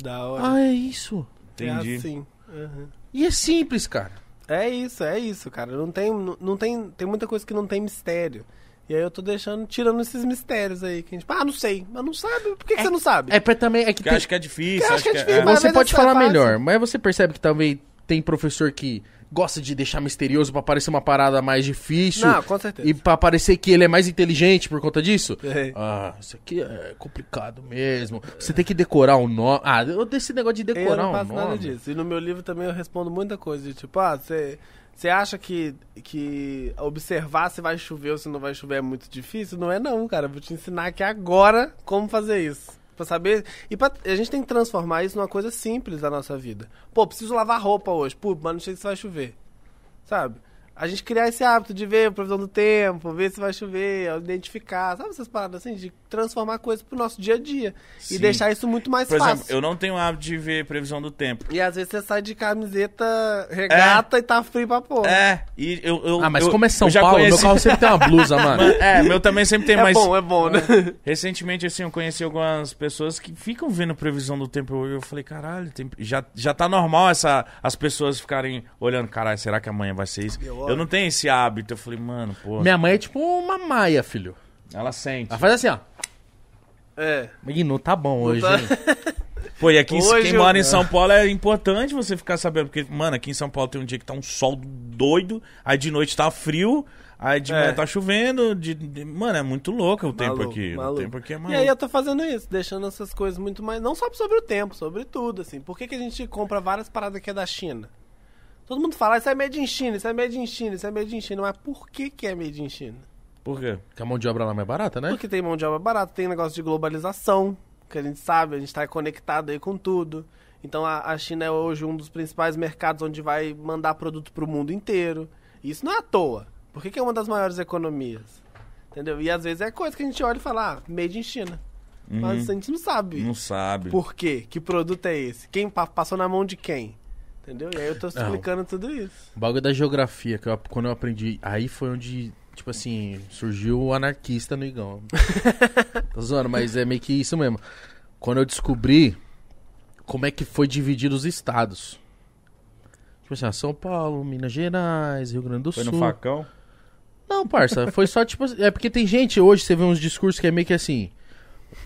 C: Da
A: ah, é isso.
C: É
B: Entendi.
C: assim. Uhum.
A: E é simples, cara.
C: É isso, é isso, cara. Não tem, não, não tem, tem muita coisa que não tem mistério. E aí eu tô deixando, tirando esses mistérios aí. Que a gente, ah, não sei. Mas não sabe. Por que, que você não sabe?
A: É pra também. É que
B: Porque
A: tem-
B: acho que é difícil.
C: Eu
B: Acho,
C: acho que é
B: que é-
C: difícil, mas-
A: Você
C: às
A: pode
C: vezes é
A: falar
C: fácil.
A: melhor, mas você percebe que também tem professor que gosta de deixar misterioso pra parecer uma parada mais difícil.
C: Não, com certeza.
A: E pra parecer que ele é mais inteligente por conta disso?
C: É.
A: Ah, isso aqui é complicado mesmo. Você tem que decorar o nome. Ah, eu desse negócio de decorar
C: Eu não
A: o
C: faço
A: nome.
C: nada disso. E no meu livro também eu respondo muita coisa. De, tipo, ah, você você acha que, que observar se vai chover ou se não vai chover é muito difícil? Não é não, cara. Eu vou te ensinar aqui agora como fazer isso. Pra saber. E pra- a gente tem que transformar isso numa coisa simples da nossa vida. Pô, preciso lavar roupa hoje. Pô, mas não sei se vai chover. Sabe? A gente criar esse hábito de ver a previsão do tempo, ver se vai chover, identificar, sabe essas paradas assim? De transformar coisas pro nosso dia a dia.
B: Sim.
C: E deixar isso muito mais
B: Por
C: é fácil.
B: exemplo, eu não tenho hábito de ver previsão do tempo.
C: E às vezes você sai de camiseta, regata e tá frio pra porra.
B: É, e eu. eu
A: Ah, mas
B: eu,
A: como é São
B: eu já
A: Paulo, meu
B: conheci-
A: carro sempre tem uma blusa, mano.
B: Mano, É, meu também sempre tem,
C: É
B: mas
C: bom, é bom, né?
B: recentemente, assim, eu conheci algumas pessoas que ficam vendo previsão do tempo. Eu falei, caralho, tem- já, já tá normal essa, as pessoas ficarem olhando, caralho, será que amanhã vai ser isso?
C: Eu
B: Eu não tenho esse hábito. Eu falei, mano, pô,
A: Minha mãe é tipo uma maia, filho.
B: ela sente.
C: Ah,
A: Ela faz assim, ó.
C: É.
A: Ih, não tá bom hoje,
C: tá-
A: hein?
B: Pô, e aqui em-
C: Hoje
B: quem
C: eu-
B: mora em São Paulo é importante você ficar sabendo, porque, mano, aqui em São Paulo tem um dia que tá um sol doido, aí de noite tá frio, aí de
C: É.
B: manhã tá chovendo, de, de- mano, é muito louco o tempo
C: Maluco,
B: aqui.
C: maluco.
B: O tempo aqui é
C: E
B: maluco.
C: aí eu tô fazendo isso, deixando essas coisas muito mais. Não só sobre o tempo, sobre tudo, assim. Por que, que a gente compra várias paradas que é da China? Todo mundo fala, isso é made in China, isso é made in China, isso é made in China. Mas por que, que é made in China?
B: Por quê?
A: Porque a mão de obra lá é mais barata, né?
C: Porque tem mão de obra barata, tem negócio de globalização, que a gente sabe, a gente está conectado aí com tudo. Então a, a China é hoje um dos principais mercados onde vai mandar produto para o mundo inteiro. E isso não é à toa. Por que, que é uma das maiores economias? Entendeu? E às vezes é coisa que a gente olha e fala, ah, made in China. Mas a gente não sabe
B: Não sabe.
C: por quê, que produto é esse, quem pa- passou na mão de quem. Entendeu? E aí eu tô explicando tudo isso.
A: O bagulho da geografia, que eu- quando eu aprendi, aí foi onde, tipo assim, surgiu o anarquista no Igão. Tô zoando, mas é meio que isso mesmo. Quando eu descobri como é que foi dividido os estados. Tipo assim, ah, São Paulo, Minas Gerais, Rio Grande do
B: Foi
A: Sul.
B: no facão?
A: Não, parça, foi só tipo. assim- É porque tem gente hoje, você vê uns discursos que é meio que assim.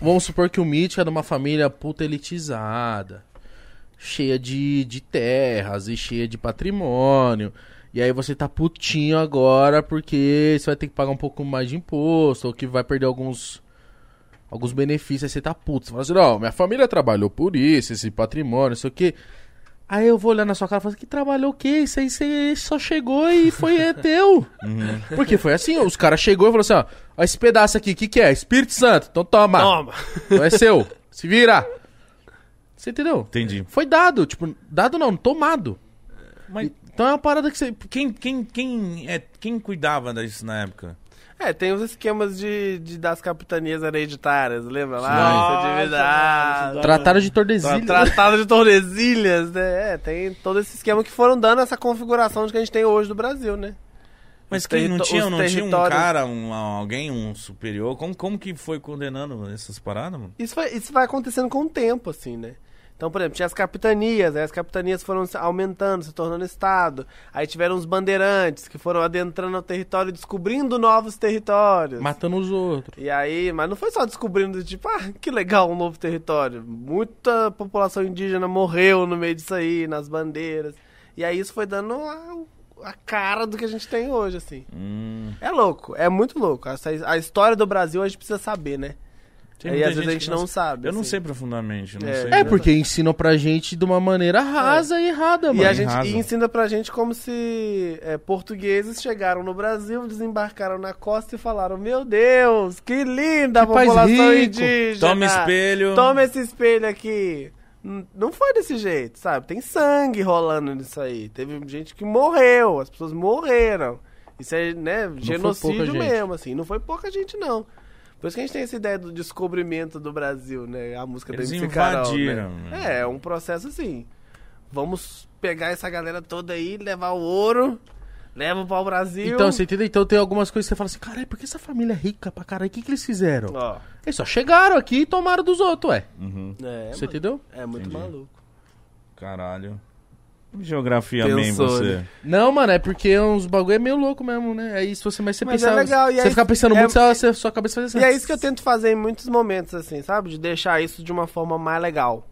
A: Vamos supor que o Mitch é de uma família puta elitizada, cheia de, de terras e cheia de patrimônio. E aí você tá putinho agora porque você vai ter que pagar um pouco mais de imposto, ou que vai perder alguns. Alguns benefícios, aí você tá puto. Você fala assim, não, minha família trabalhou por isso, esse patrimônio, não sei o quê. Aí eu vou olhar na sua cara e falo assim, que trabalhou o quê? Isso aí você só chegou e foi é teu. Porque foi assim, os caras chegou e falou assim, ó, ó, esse pedaço aqui, o que que é? Espírito Santo, então toma.
C: Toma!
A: Não é seu, se vira. Você entendeu?
B: Entendi.
A: Foi dado, tipo, dado não, tomado.
B: Mas
A: Então é uma parada que você...
B: quem, quem, quem, é, quem cuidava disso na época?
C: É, tem os esquemas de, de- das capitanias hereditárias, lembra lá?
B: Nossa,
C: Você divide-
B: mano, isso dá-
A: Trataram de
C: Tra-
A: Tordesilhas.
C: Tratado de Tordesilhas, né? É, tem todo esse esquema que foram dando essa configuração de que a gente tem hoje do Brasil, né?
B: Mas
C: Os
B: quem não
C: territo-
B: tinha,
C: os
B: não tinha um
C: territórios-
B: cara, um, alguém, um superior? Como, como que foi condenando essas paradas, mano?
C: Isso, foi- isso vai acontecendo com o tempo, assim, né? Então, por exemplo, tinha as capitanias, aí as capitanias foram se aumentando, se tornando estado. Aí tiveram os bandeirantes, que foram adentrando o território, descobrindo novos territórios.
A: Matando os outros.
C: E aí, mas não foi só descobrindo, tipo, ah, que legal um novo território. Muita população indígena morreu no meio disso aí, nas bandeiras. E aí isso foi dando a, a cara do que a gente tem hoje, assim.
B: Hum,
C: É louco, é muito louco. Essa- a história do Brasil a gente precisa saber, né?
B: Tem
C: E
B: muita
C: às vezes a gente
B: que
C: não sabe,
B: Eu não
C: assim.
B: sei profundamente, não
C: É.
B: sei.
A: É porque ensinam pra gente de uma maneira rasa É. e errada,
C: E
A: mano.
C: a gente
B: Errado.
C: e ensina pra gente como se é, portugueses chegaram no Brasil, desembarcaram na costa e falaram: Meu Deus, que linda a
A: Que país
C: população
A: rico.
C: indígena!
B: Toma espelho.
C: Toma esse espelho aqui! N- Não foi desse jeito, sabe? Tem sangue rolando nisso aí. Teve gente que morreu, as pessoas morreram. Isso é, né,
A: pouca
C: genocídio
A: gente.
C: mesmo, assim. Não foi pouca gente, não. Por isso que a gente tem essa ideia do descobrimento do Brasil, né? A música
B: Eles
C: da MC Carol,
B: invadiram,
C: né?
B: né?
C: É, é um processo assim. Vamos pegar essa galera toda aí, levar o ouro, leva para o Brasil.
A: Então, você entendeu? Então tem algumas coisas que você fala assim, caralho, por que essa família é rica pra caralho? O que, que eles fizeram?
C: Ó,
A: Eles só chegaram aqui e tomaram dos outros, ué.
B: Uhum.
C: é,
A: Você
C: mano,
A: entendeu?
C: é muito
B: Entendi.
C: maluco.
B: Caralho. Geografia bem
C: Pensou,
B: você.
C: né?
A: Não, mano, é porque é uns bagulho é meio louco mesmo, né? Aí se você mais você
C: Mas
A: pensar.
C: é legal, e
A: você
C: aí-
A: ficar pensando
C: é-
A: muito, você, você- sua cabeça faz assim.
C: E é isso que eu tento fazer em muitos momentos, assim, sabe? De deixar isso de uma forma mais legal.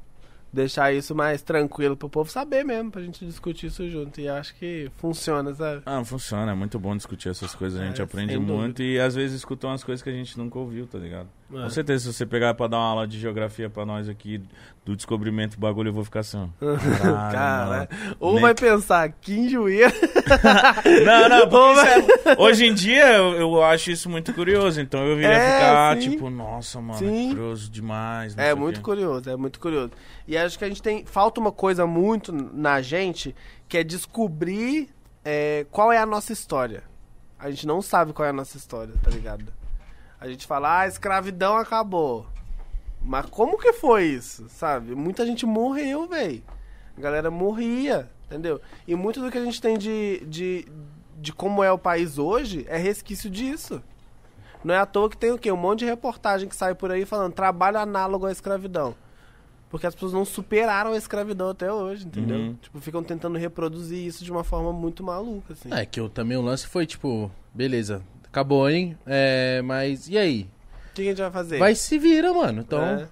C: Deixar isso mais tranquilo pro povo saber mesmo, pra gente discutir isso junto. E acho que funciona, sabe?
B: Ah, funciona, é muito bom discutir essas coisas, a gente
C: É,
B: aprende
C: sem dúvida.
B: muito e às vezes escutam umas coisas que a gente nunca ouviu, tá ligado?
C: É.
B: Com certeza, se você pegar pra dar uma aula de geografia pra nós aqui, do descobrimento do bagulho, eu vou ficar assim. ó. Caralho,
C: Cara, é.
B: mano.
C: ou
B: Nem-
C: vai pensar que enjoeira.
B: Não, não,
C: Ou
B: porque isso é- hoje em dia eu, eu acho isso muito curioso, então eu iria
C: É,
B: ficar
C: sim.
B: tipo, nossa, mano,
C: Sim.
B: curioso demais. né, não
C: É
B: sei o
C: muito
B: quê.
C: curioso, é muito curioso. E acho que a gente tem. Falta uma coisa muito na gente, que é descobrir é, qual é a nossa história. A gente não sabe qual é a nossa história, tá ligado? A gente fala, ah, a escravidão acabou. Mas como que foi isso, sabe? Muita gente morreu, velho. A galera morria, entendeu? E muito do que a gente tem de, de, de como é o país hoje é resquício disso. Não é à toa que tem o quê? Um monte de reportagem que sai por aí falando trabalho análogo à escravidão. Porque as pessoas não superaram a escravidão até hoje, entendeu?
B: Uhum.
C: Tipo, ficam tentando reproduzir isso de uma forma muito maluca, assim.
A: É, que eu também o lance foi tipo, beleza, acabou, hein? É, mas e aí?
C: O que a gente vai fazer?
A: Vai se vira, mano. Então,
C: É.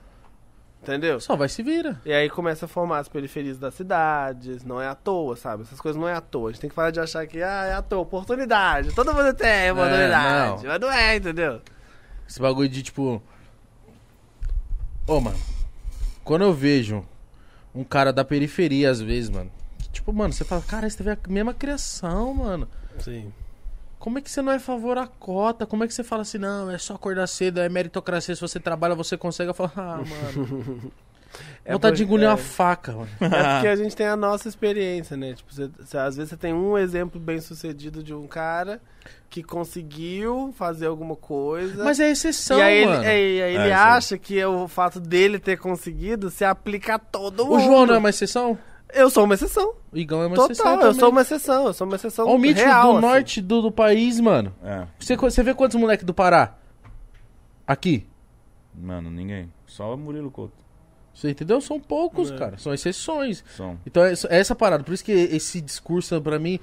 C: Entendeu?
A: só vai se vira.
C: E aí começa a formar as periferias das cidades, não é à toa, sabe? Essas coisas não é à toa. A gente tem que parar de achar que, ah, é à toa, oportunidade. Todo mundo
B: É,
C: tem oportunidade.
A: não.
C: Mas não é, entendeu?
A: Esse bagulho de tipo. Ô, mano. Quando eu vejo um cara da periferia, às vezes, mano. que, Tipo, mano, você fala, cara, você teve a mesma criação, mano.
C: Sim.
A: Como é que você não é a favor à cota? Como é que você fala assim, não, é só acordar cedo, é meritocracia, se você trabalha, você consegue? Eu falo, ah, mano.
C: É
A: vontade
C: por-
A: de engolir
C: é.
A: uma faca, mano.
C: É porque a gente tem a nossa experiência, né? Tipo, você- você- às vezes você tem um exemplo bem sucedido de um cara que conseguiu fazer alguma coisa.
A: Mas é exceção,
C: e aí
A: mano.
C: ele, aí- aí ele
B: É, sim.
C: acha que o fato dele ter conseguido se aplica a todo mundo.
A: O João não é uma exceção?
C: Eu sou uma exceção.
A: O Igão é uma exceção.
C: Total, eu
A: também.
C: sou uma exceção. Eu sou uma exceção.
A: Ó, o mítico
C: real,
A: do
C: assim.
A: norte do, do país, mano.
B: É,
A: Você, co- você vê quantos moleques do Pará? Aqui.
B: mano, ninguém. Só o Murilo Couto.
A: Você entendeu? São poucos,
C: É.
A: cara. São exceções.
B: Som.
A: Então é, é essa parada. Por isso que esse discurso, pra mim,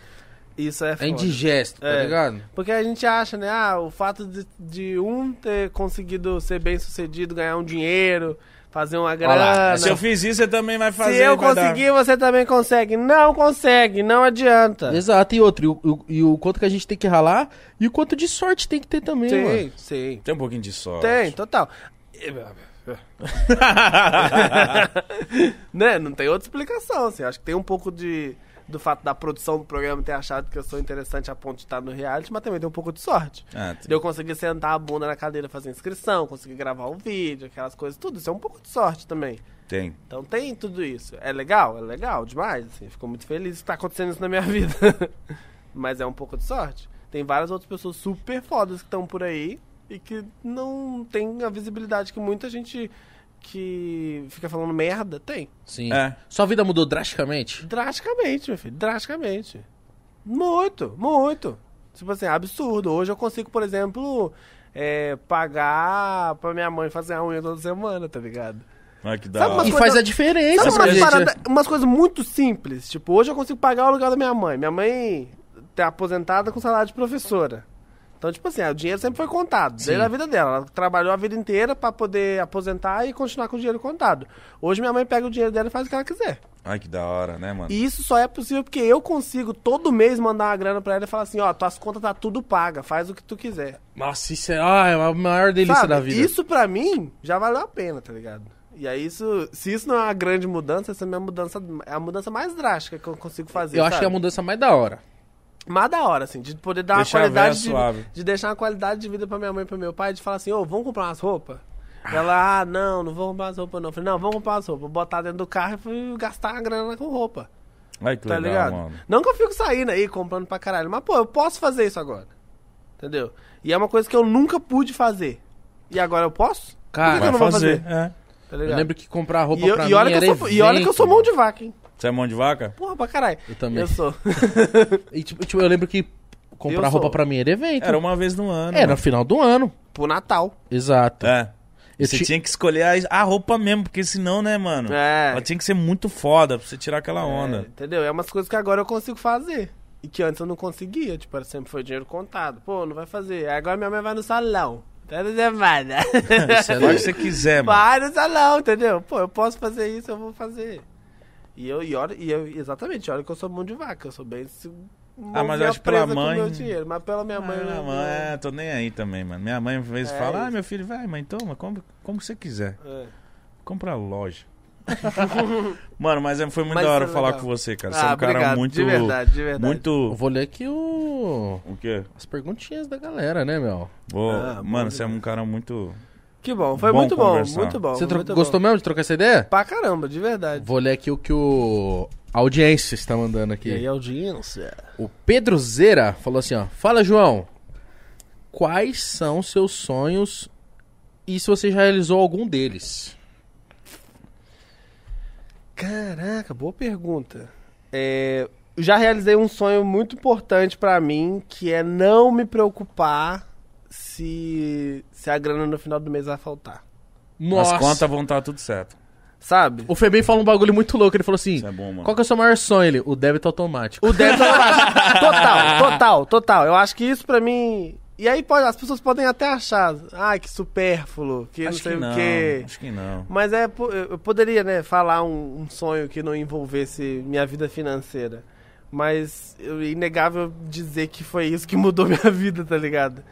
C: Isso é
A: é
C: foda.
A: indigesto, tá
C: É.
A: ligado?
C: Porque a gente acha, né? Ah, o fato de, de um ter conseguido ser bem sucedido, ganhar um dinheiro, fazer uma
A: lá, é
C: grana.
B: Se eu fiz isso, você também vai fazer.
C: Ah, Se eu
B: vai dar.
C: conseguir, você também consegue. Não consegue, não adianta.
A: Exato. E outro, e o, o- e o quanto que a gente tem que ralar e o quanto de sorte tem que ter também, mano.
C: Sim, sim.
B: Tem um pouquinho de sorte.
C: Tem, total. né? Não tem outra explicação, assim. Acho que tem um pouco de do fato da produção do programa ter achado que eu sou interessante a ponto de estar no reality, mas também tem um pouco de sorte.
B: Ah, tem.
C: De eu conseguir sentar a bunda na cadeira, fazer inscrição, conseguir gravar um vídeo, aquelas coisas, tudo. Isso é um pouco de sorte também.
B: Tem.
C: Então tem tudo isso. É legal? É legal demais. Assim, fico muito feliz que tá acontecendo isso na minha vida. Mas é um pouco de sorte. Tem várias outras pessoas super fodas que estão por aí e que não tem a visibilidade que muita gente que fica falando merda tem.
A: Sim.
B: É.
A: Sua vida mudou drasticamente?
C: Drasticamente, meu filho. Drasticamente. Muito, muito. Tipo assim, absurdo. Hoje eu consigo, por exemplo, é, pagar pra minha mãe fazer a unha toda semana, tá ligado?
B: Olha que da
C: Sabe
B: hora.
A: E
C: Mas
A: faz
C: quando-
A: a diferença,
C: Sabe
A: pra
C: Então, umas,
A: gente,
C: parada-
A: né?
C: umas coisas muito simples? Tipo, hoje eu consigo pagar o aluguel da minha mãe. Minha mãe tá aposentada com salário de professora. Então, tipo assim, o dinheiro sempre foi contado, desde a vida dela. Ela trabalhou a vida inteira pra poder aposentar e continuar com o dinheiro contado. Hoje minha mãe pega o dinheiro dela e faz o que ela quiser.
B: Ai, que da hora, né, mano?
C: E isso só é possível porque eu consigo todo mês mandar uma grana pra ela e falar assim, ó, tuas contas tá tudo paga, faz o que tu quiser.
A: Nossa, isso é, ah, é a maior delícia
C: Sabe?
A: da vida.
C: Isso pra mim já valeu a pena, tá ligado? E aí isso, se isso não é uma grande mudança, essa é a minha mudança, é a mudança mais drástica que eu consigo fazer,
A: eu acho
C: sabe?
A: que é a mudança mais da hora.
C: Mas da hora, assim, de poder dar
B: Deixar a
C: uma qualidade
B: véia
C: de,
B: suave.
C: de deixar uma qualidade de vida pra minha mãe e pro meu pai, de falar assim, ô, vamos comprar umas roupas? Ela, ah, não, não vou comprar umas roupas, não. Eu falei, não, vamos comprar umas roupas. Botar dentro do carro e fui gastar a grana com roupa,
B: Ai, que
C: tá
B: legal,
C: ligado?
B: mano.
C: Não que eu fico saindo aí comprando pra caralho, mas, pô, eu posso fazer isso agora. Entendeu? E é uma coisa que eu nunca pude fazer. E agora eu posso?
A: Cara,
C: Por que que
B: Vai
C: eu não vou
B: fazer.
C: fazer?
B: É.
C: Tá
A: Eu
C: ligado?
A: lembro que comprar roupa
C: e, eu-
A: pra
C: e
A: mim
C: olha que
A: era
C: eu sou, e olha que eu sou mão
A: evento.
C: de vaca, hein?
B: Você é mão de vaca?
C: Porra, pra caralho.
A: Eu também.
C: Eu sou.
A: E, tipo, tipo, eu lembro que comprar
C: Eu
A: roupa
C: sou.
A: pra mim era evento.
B: Era uma vez no ano.
A: Era no
B: mano.
A: final do ano.
C: Pro Natal.
A: Exato.
B: É.
A: Eu
B: você
A: ti-
B: tinha que escolher a, a roupa mesmo, porque senão, né, mano?
C: É.
B: Ela tinha que ser muito foda pra você tirar aquela
C: É,
B: onda.
C: entendeu? É umas coisas que agora eu consigo fazer. E que antes eu não conseguia. Tipo, era sempre foi dinheiro contado. Pô, não vai fazer. Aí agora minha mãe vai no salão. Tá Toda semana.
A: Isso é
B: Faz o
A: doido.
B: que você quiser, mano.
C: vai no salão, entendeu? Pô, eu posso fazer isso, eu vou fazer. E eu, e olha, e eu exatamente, olha que eu sou mão de vaca. Eu sou bem. se-
B: Ah, mas eu acho que
C: presa
B: pela
C: com
B: mãe-
C: Meu dinheiro, mas pela minha mãe.
B: Ah,
C: eu-
B: mãe, é, tô nem aí também, mano. Minha mãe às vezes
C: É
B: fala, ah,
C: isso.
B: meu filho, vai, mãe, toma, compra como você quiser.
C: É.
B: Compra a loja. mano, mas é- foi muito
C: Mas
B: da hora
C: isso é
B: falar
C: legal.
B: com você, cara.
C: Ah,
B: você é um cara
C: obrigado,
B: muito.
C: de verdade, de verdade.
A: Eu
B: Muito.
A: vou ler aqui o...
B: O quê?
A: as perguntinhas da galera, né, meu?
B: Ô,
C: Ah, bom
B: mano, você é um cara muito.
C: Que bom, foi
B: Bom
C: muito bom,
B: conversar.
C: muito bom.
A: Você tro-
C: muito bom.
A: gostou mesmo de trocar essa ideia?
C: Pra caramba, de verdade.
A: Vou ler aqui o que o a audiência está mandando aqui.
C: E aí, audiência?
A: O Pedro Zera falou assim, ó. Fala, João. Quais são seus sonhos e se você já realizou algum deles?
C: Caraca, boa pergunta. É, eu já realizei um sonho muito importante pra mim, que é não me preocupar se, se a grana no final do mês vai faltar.
B: As contas vão estar tudo certo.
C: Sabe?
A: O Febem falou um bagulho muito louco. Ele falou assim:
B: Isso é bom, mano.
A: Qual que é o seu maior sonho? Ele, o débito automático.
C: O débito automático. Total, total, total. Eu acho que isso pra mim. E aí pode, as pessoas podem até achar, ah, que supérfluo,
A: é?
C: que
B: acho
C: não sei
B: que não.
C: o quê.
B: Acho que não.
C: Mas é, po- eu eu poderia, né, falar um, um sonho que não envolvesse minha vida financeira. Mas eu- é inegável dizer que foi isso que mudou minha vida, tá ligado?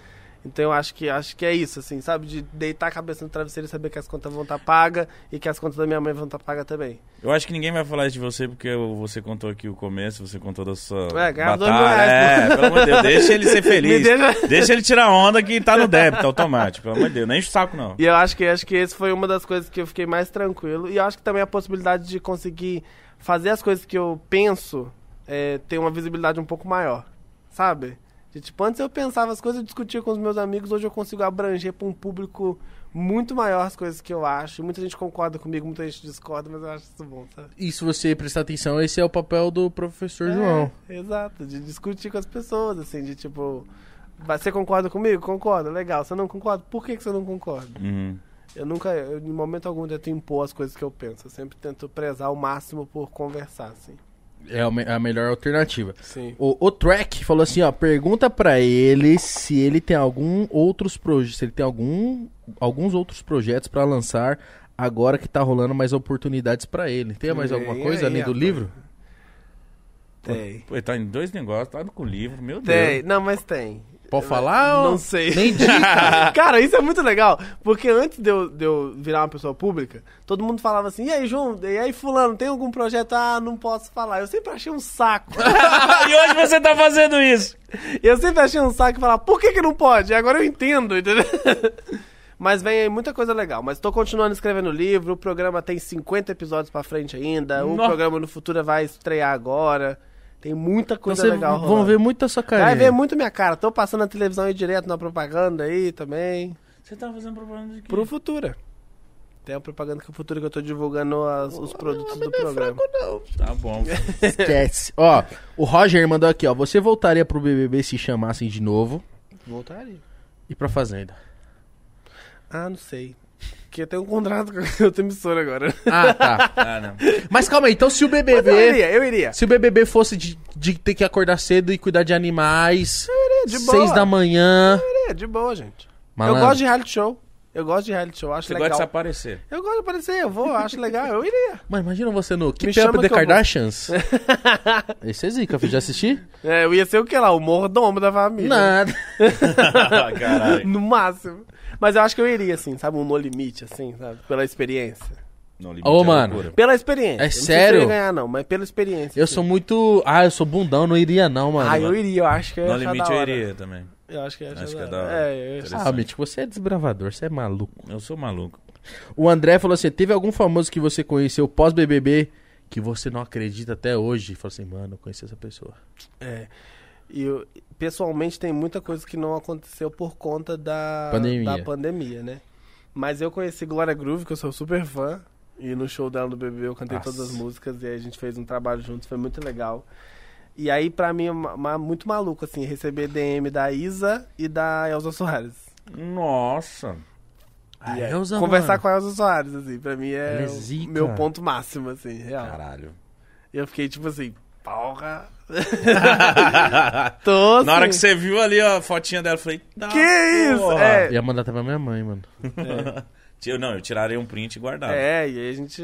C: Então eu acho que acho que é isso, assim, sabe? De deitar a cabeça no travesseiro e saber que as contas vão estar pagas e que as contas da minha mãe vão estar pagas também.
B: Eu acho que ninguém vai falar isso de você, porque você contou aqui o começo, você contou da sua
C: É, ganhava dois mil
B: batalha.
C: reais,
B: É, pelo amor de Deus, deixa ele ser feliz.
C: Me deixa-
B: Deixa ele tirar onda que tá no débito automático, pelo amor de Deus. Nem enche o saco, não.
C: E eu acho que acho que esse foi uma das coisas que eu fiquei mais tranquilo. E eu acho que também a possibilidade de conseguir fazer as coisas que eu penso é, ter uma visibilidade um pouco maior, sabe? De, tipo, antes eu pensava as coisas, eu discutia com os meus amigos, hoje eu consigo abranger para um público muito maior as coisas que eu acho. E muita gente concorda comigo, muita gente discorda, mas eu acho isso bom, sabe?
A: E se você prestar atenção, esse é o papel do professor João.
C: É, exato, de discutir com as pessoas, assim, de tipo. "Vai- Você concorda comigo? Concorda, legal. Você não concorda? Por que, que você não concorda?
B: Uhum.
C: Eu nunca, eu, em momento algum, tento impor as coisas que eu penso. Eu sempre tento prezar o máximo por conversar, assim.
A: É a me- a melhor alternativa.
C: Sim.
A: O, o Track falou assim, ó, pergunta pra ele se ele tem algum outros projetos, se ele tem algum alguns outros projetos pra lançar agora que tá rolando mais oportunidades pra ele. Tem mais alguma
C: Tem
A: coisa
C: aí,
A: além do
C: rapaz.
A: livro?
C: Tem.
B: Pô, ele tá em dois negócios, tá com o livro, meu
C: Tem.
B: Deus.
C: Não, mas tem.
A: Pode falar?
C: Não
A: ou-
C: sei.
A: Nem dica.
C: Cara, isso é muito legal. Porque antes de eu, de eu virar uma pessoa pública, todo mundo falava assim, e aí, João? E aí, fulano, tem algum projeto? Ah, não posso falar. Eu sempre achei um saco.
B: e hoje você tá fazendo isso.
C: eu sempre achei um saco falar, por que que não pode? E agora eu entendo, entendeu? Mas vem aí muita coisa legal. Mas tô continuando escrevendo o livro, o programa tem 50 episódios pra frente ainda. O
B: Nossa.
C: programa no futuro vai estrear agora. Tem muita
A: Então
C: coisa
A: vocês
C: legal
A: vão
C: rolando.
A: ver muita sua carinha.
C: Vai ver muito minha cara. Tô passando na televisão aí direto na propaganda aí também.
B: Você tá fazendo propaganda de quê?
C: Pro Futura. Tem a propaganda que o Futura que eu tô divulgando as- os produtos do programa.
B: Tá bom.
A: Esquece. Ó, o Roger mandou aqui, ó. Você voltaria pro BBB se chamassem de novo
C: Voltaria.
A: e pra Fazenda?
C: Ah, não sei. Porque eu tenho um contrato com a outra emissora agora.
A: Ah, tá.
B: Ah, não.
A: Mas calma aí, então se o
C: Mas eu
A: BBB...
C: iria, eu iria.
A: Se o BBB fosse de, de ter que acordar cedo e cuidar de animais,
C: Deveria, É, de boa.
A: Seis da manhã.
C: Deveria, é de boa, gente.
A: Malandro.
C: Eu gosto de reality show. Eu gosto de reality show, acho
B: Você
C: legal.
B: gosta de desaparecer.
C: Eu gosto de aparecer, eu vou, eu acho legal, eu iria.
A: Mano, imagina você no Keep
C: chama
A: Up
C: que
A: The
C: eu vou.
A: Kardashians. Esse é zica, filho. Já assisti?
C: É, eu ia ser o que lá? O mordomo da família.
A: Nada.
B: Ah, Caralho.
C: No máximo. Mas eu acho que eu iria, assim, sabe? Um no limite, assim, sabe? Pela experiência.
B: No limite
A: Ô,
B: é
A: mano.
B: loucura.
C: Pela experiência.
A: É
C: não sei
A: sério?
C: Se eu ia ganhar, não, mas pela experiência. assim.
A: Eu sou muito. Ah, eu sou bundão, não iria não, mano.
C: Ah, eu iria, eu acho que eu ia
B: No
C: achar
B: limite
C: da
B: eu
C: hora.
B: iria também.
C: Eu acho que eu ia achar
B: Acho que é
C: da
B: da
C: hora.
B: hora.
C: É, eu ia achar.
A: Ah, Mitch, você é desbravador, você é maluco.
B: Eu sou maluco.
A: O André falou assim: teve algum famoso que você conheceu pós-BBB que você não acredita até hoje? Falou assim, mano, eu conheci essa pessoa.
C: É. E eu, pessoalmente tem muita coisa que não aconteceu por conta da
A: Pandemia.
C: da pandemia, né? Mas eu conheci Glória Groove, que eu sou super fã. E no show dela no BBB eu cantei
A: Nossa.
C: todas as músicas e aí a gente fez um trabalho juntos, foi muito legal. E aí, pra mim, é ma- ma- muito maluco, assim, receber DM da Isa e da Elza Soares.
B: Nossa.
A: Ah,
C: E aí,
A: Elza,
C: conversar
A: mano.
C: com a Elza Soares, assim, pra mim
A: Ela é
C: é, o
A: zica.
C: meu ponto máximo, assim, real.
B: Caralho.
C: E eu fiquei tipo assim, porra. Tô,
B: Na hora
C: assim,
B: que você viu ali ó, a fotinha dela, eu falei... "Tá,
C: Que isso?
B: porra."
C: É,
A: Ia mandar até pra minha mãe, mano.
B: Eu, não, eu tirarei um print e guardava.
C: É, e aí a gente.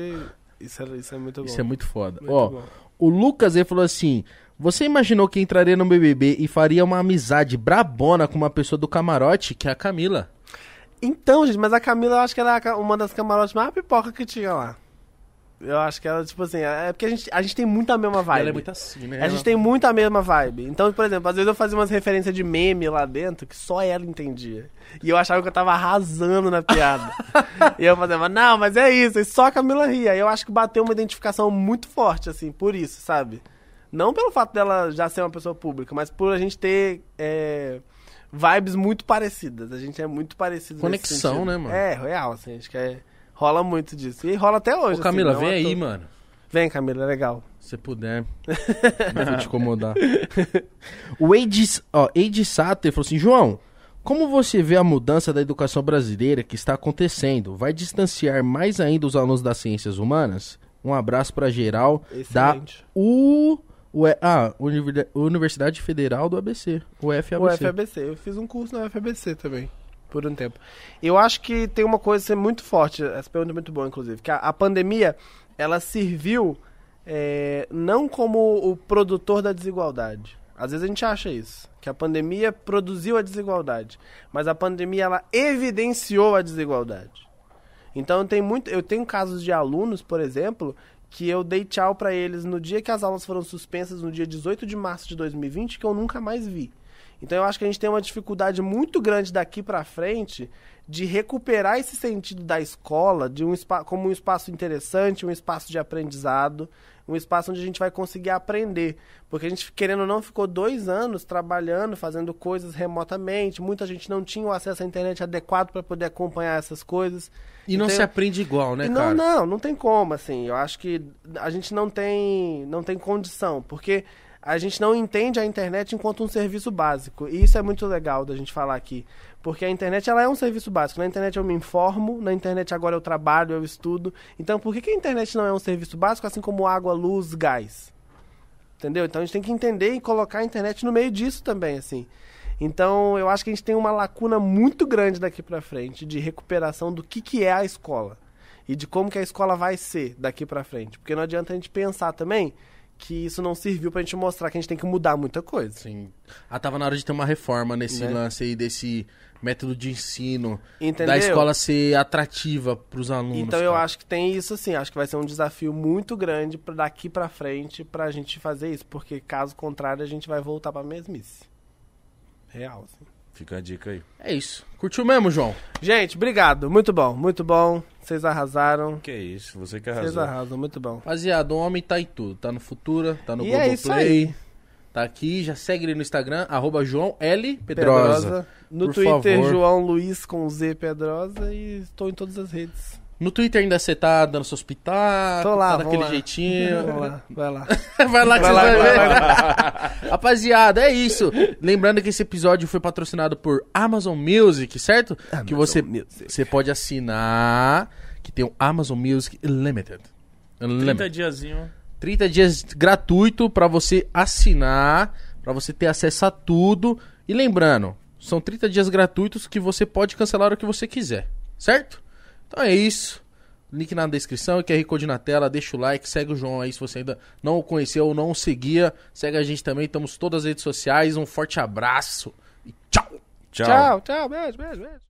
C: Isso é, isso é muito bom.
A: Ah. Isso é muito foda.
C: Muito
A: Ó,
C: bom.
A: o Lucas ele falou assim: Você imaginou que entraria no BBB e faria uma amizade brabona com uma pessoa do camarote, que é a Camila?
C: Então, gente, mas a Camila, eu acho que ela é a ca- uma das camarotes mais pipoca que tinha lá. Eu acho que ela, tipo assim, é porque a gente, a gente tem muito a mesma vibe.
A: Ela é muito assim, né?
C: A gente tem muito a mesma vibe. Então, por exemplo, às vezes eu fazia umas referências de meme lá dentro que só ela entendia. E eu achava que eu tava arrasando na piada. e eu fazia, não, mas é isso. E só a Camila ria. E eu acho que bateu uma identificação muito forte, assim, por isso, sabe? Não pelo fato dela já ser uma pessoa pública, mas por a gente ter é, vibes muito parecidas. A gente é muito parecido nesse
A: Conexão,
C: sentido.
A: né, mano?
C: É, real, assim. Acho que é- rola muito disso. E rola até hoje.
A: Ô, Camila,
C: assim, não
A: vem
C: à
A: aí,
C: toa.
A: mano.
C: Vem, Camila, é legal.
A: Se puder, não vou te incomodar. O Eide, ó, Eide Sato ele falou assim: João, como você vê a mudança da educação brasileira que está acontecendo? Vai distanciar mais ainda os alunos das ciências humanas? Um abraço pra geral da
C: Excelente.
A: U. Ue- ah, Univer- Universidade Federal do ABC. UFABC.
C: O FABC. Eu fiz um curso na FABC também, por um tempo. Eu acho que tem uma coisa assim, muito forte, essa pergunta é muito boa, inclusive, que a, a pandemia, ela serviu é, não como o produtor da desigualdade. Às vezes a gente acha isso, que a pandemia produziu a desigualdade, mas a pandemia, ela evidenciou a desigualdade. Então tem muito, eu tenho casos de alunos, por exemplo, que eu dei tchau pra eles no dia que as aulas foram suspensas, no dia 18 de março de 2020, que eu nunca mais vi. Então eu acho que a gente tem uma dificuldade muito grande daqui pra frente de recuperar esse sentido da escola de um espa- como um espaço interessante, um espaço de aprendizado, um espaço onde a gente vai conseguir aprender. Porque a gente, querendo ou não, ficou dois anos trabalhando, fazendo coisas remotamente, muita gente não tinha o acesso à internet adequado para poder acompanhar essas coisas.
A: E não
C: Então,
A: se aprende igual, né,
C: não,
A: cara?
C: não, não tem como, assim. Eu acho que a gente não tem, não tem condição, porque a gente não entende a internet enquanto um serviço básico. E isso é muito legal da gente falar aqui, porque a internet ela é um serviço básico. Na internet eu me informo, na internet agora eu trabalho, eu estudo. Então, por que, que a internet não é um serviço básico, assim como água, luz, gás? Entendeu? Então a gente tem que entender e colocar a internet no meio disso também, assim. Então eu acho que a gente tem uma lacuna muito grande daqui pra frente de recuperação do que, que é a escola e de como que a escola vai ser daqui pra frente. Porque não adianta a gente pensar também que isso não serviu pra gente mostrar que a gente tem que mudar muita coisa.
A: Sim. Ah, tava na hora de ter uma reforma nesse
C: Né?
A: lance aí desse método de ensino.
C: Entendeu?
A: Da escola ser atrativa pros alunos.
C: Então eu
A: cara.
C: acho que tem isso assim, acho que vai ser um desafio muito grande pra daqui pra frente pra gente fazer isso, porque caso contrário a gente vai voltar pra mesmice. Real, assim.
B: Fica a dica aí.
A: É isso. Curtiu mesmo, João?
C: Gente, obrigado. Muito bom, muito bom. Vocês arrasaram.
B: Que isso, você que
C: Vocês
B: arrasou.
C: arrasam, muito bom.
A: Rapaziada, o homem tá em tudo. Tá no Futura, tá no
C: E
A: Google
C: é isso
A: Play.
C: aí.
A: Tá aqui, já segue ele no Instagram, arroba João L. Pedrosa.
C: Pedrosa. No
A: por
C: Twitter,
A: favor.
C: João Luiz com Z Pedrosa e estou em todas as redes.
A: No Twitter ainda você tá dando seus pitacos,
C: Tô lá,
A: tá
C: vamos
A: daquele
C: lá. Vai
A: jeitinho.
C: lá, vai lá.
A: vai lá que vocês
C: Vai lá,
A: vão
C: vai
A: ver.
C: lá,
A: Rapaziada, é isso. Lembrando que esse episódio foi patrocinado por Amazon Music, certo? que você,
C: Music.
A: você pode assinar, que tem o Amazon Music Limited.
B: 30
A: Unlimited.
B: diazinho.
A: 30 dias gratuito pra você assinar, pra você ter acesso a tudo E lembrando, são 30 dias gratuitos que você pode cancelar o que você quiser, certo? Então é isso. Link na descrição, QR Code na tela, deixa o like, segue o João aí se você ainda não o conheceu ou não o seguia. Segue a gente também, estamos todas as redes sociais. Um forte abraço e tchau!
C: Tchau, tchau, beijo, beijo, beijo.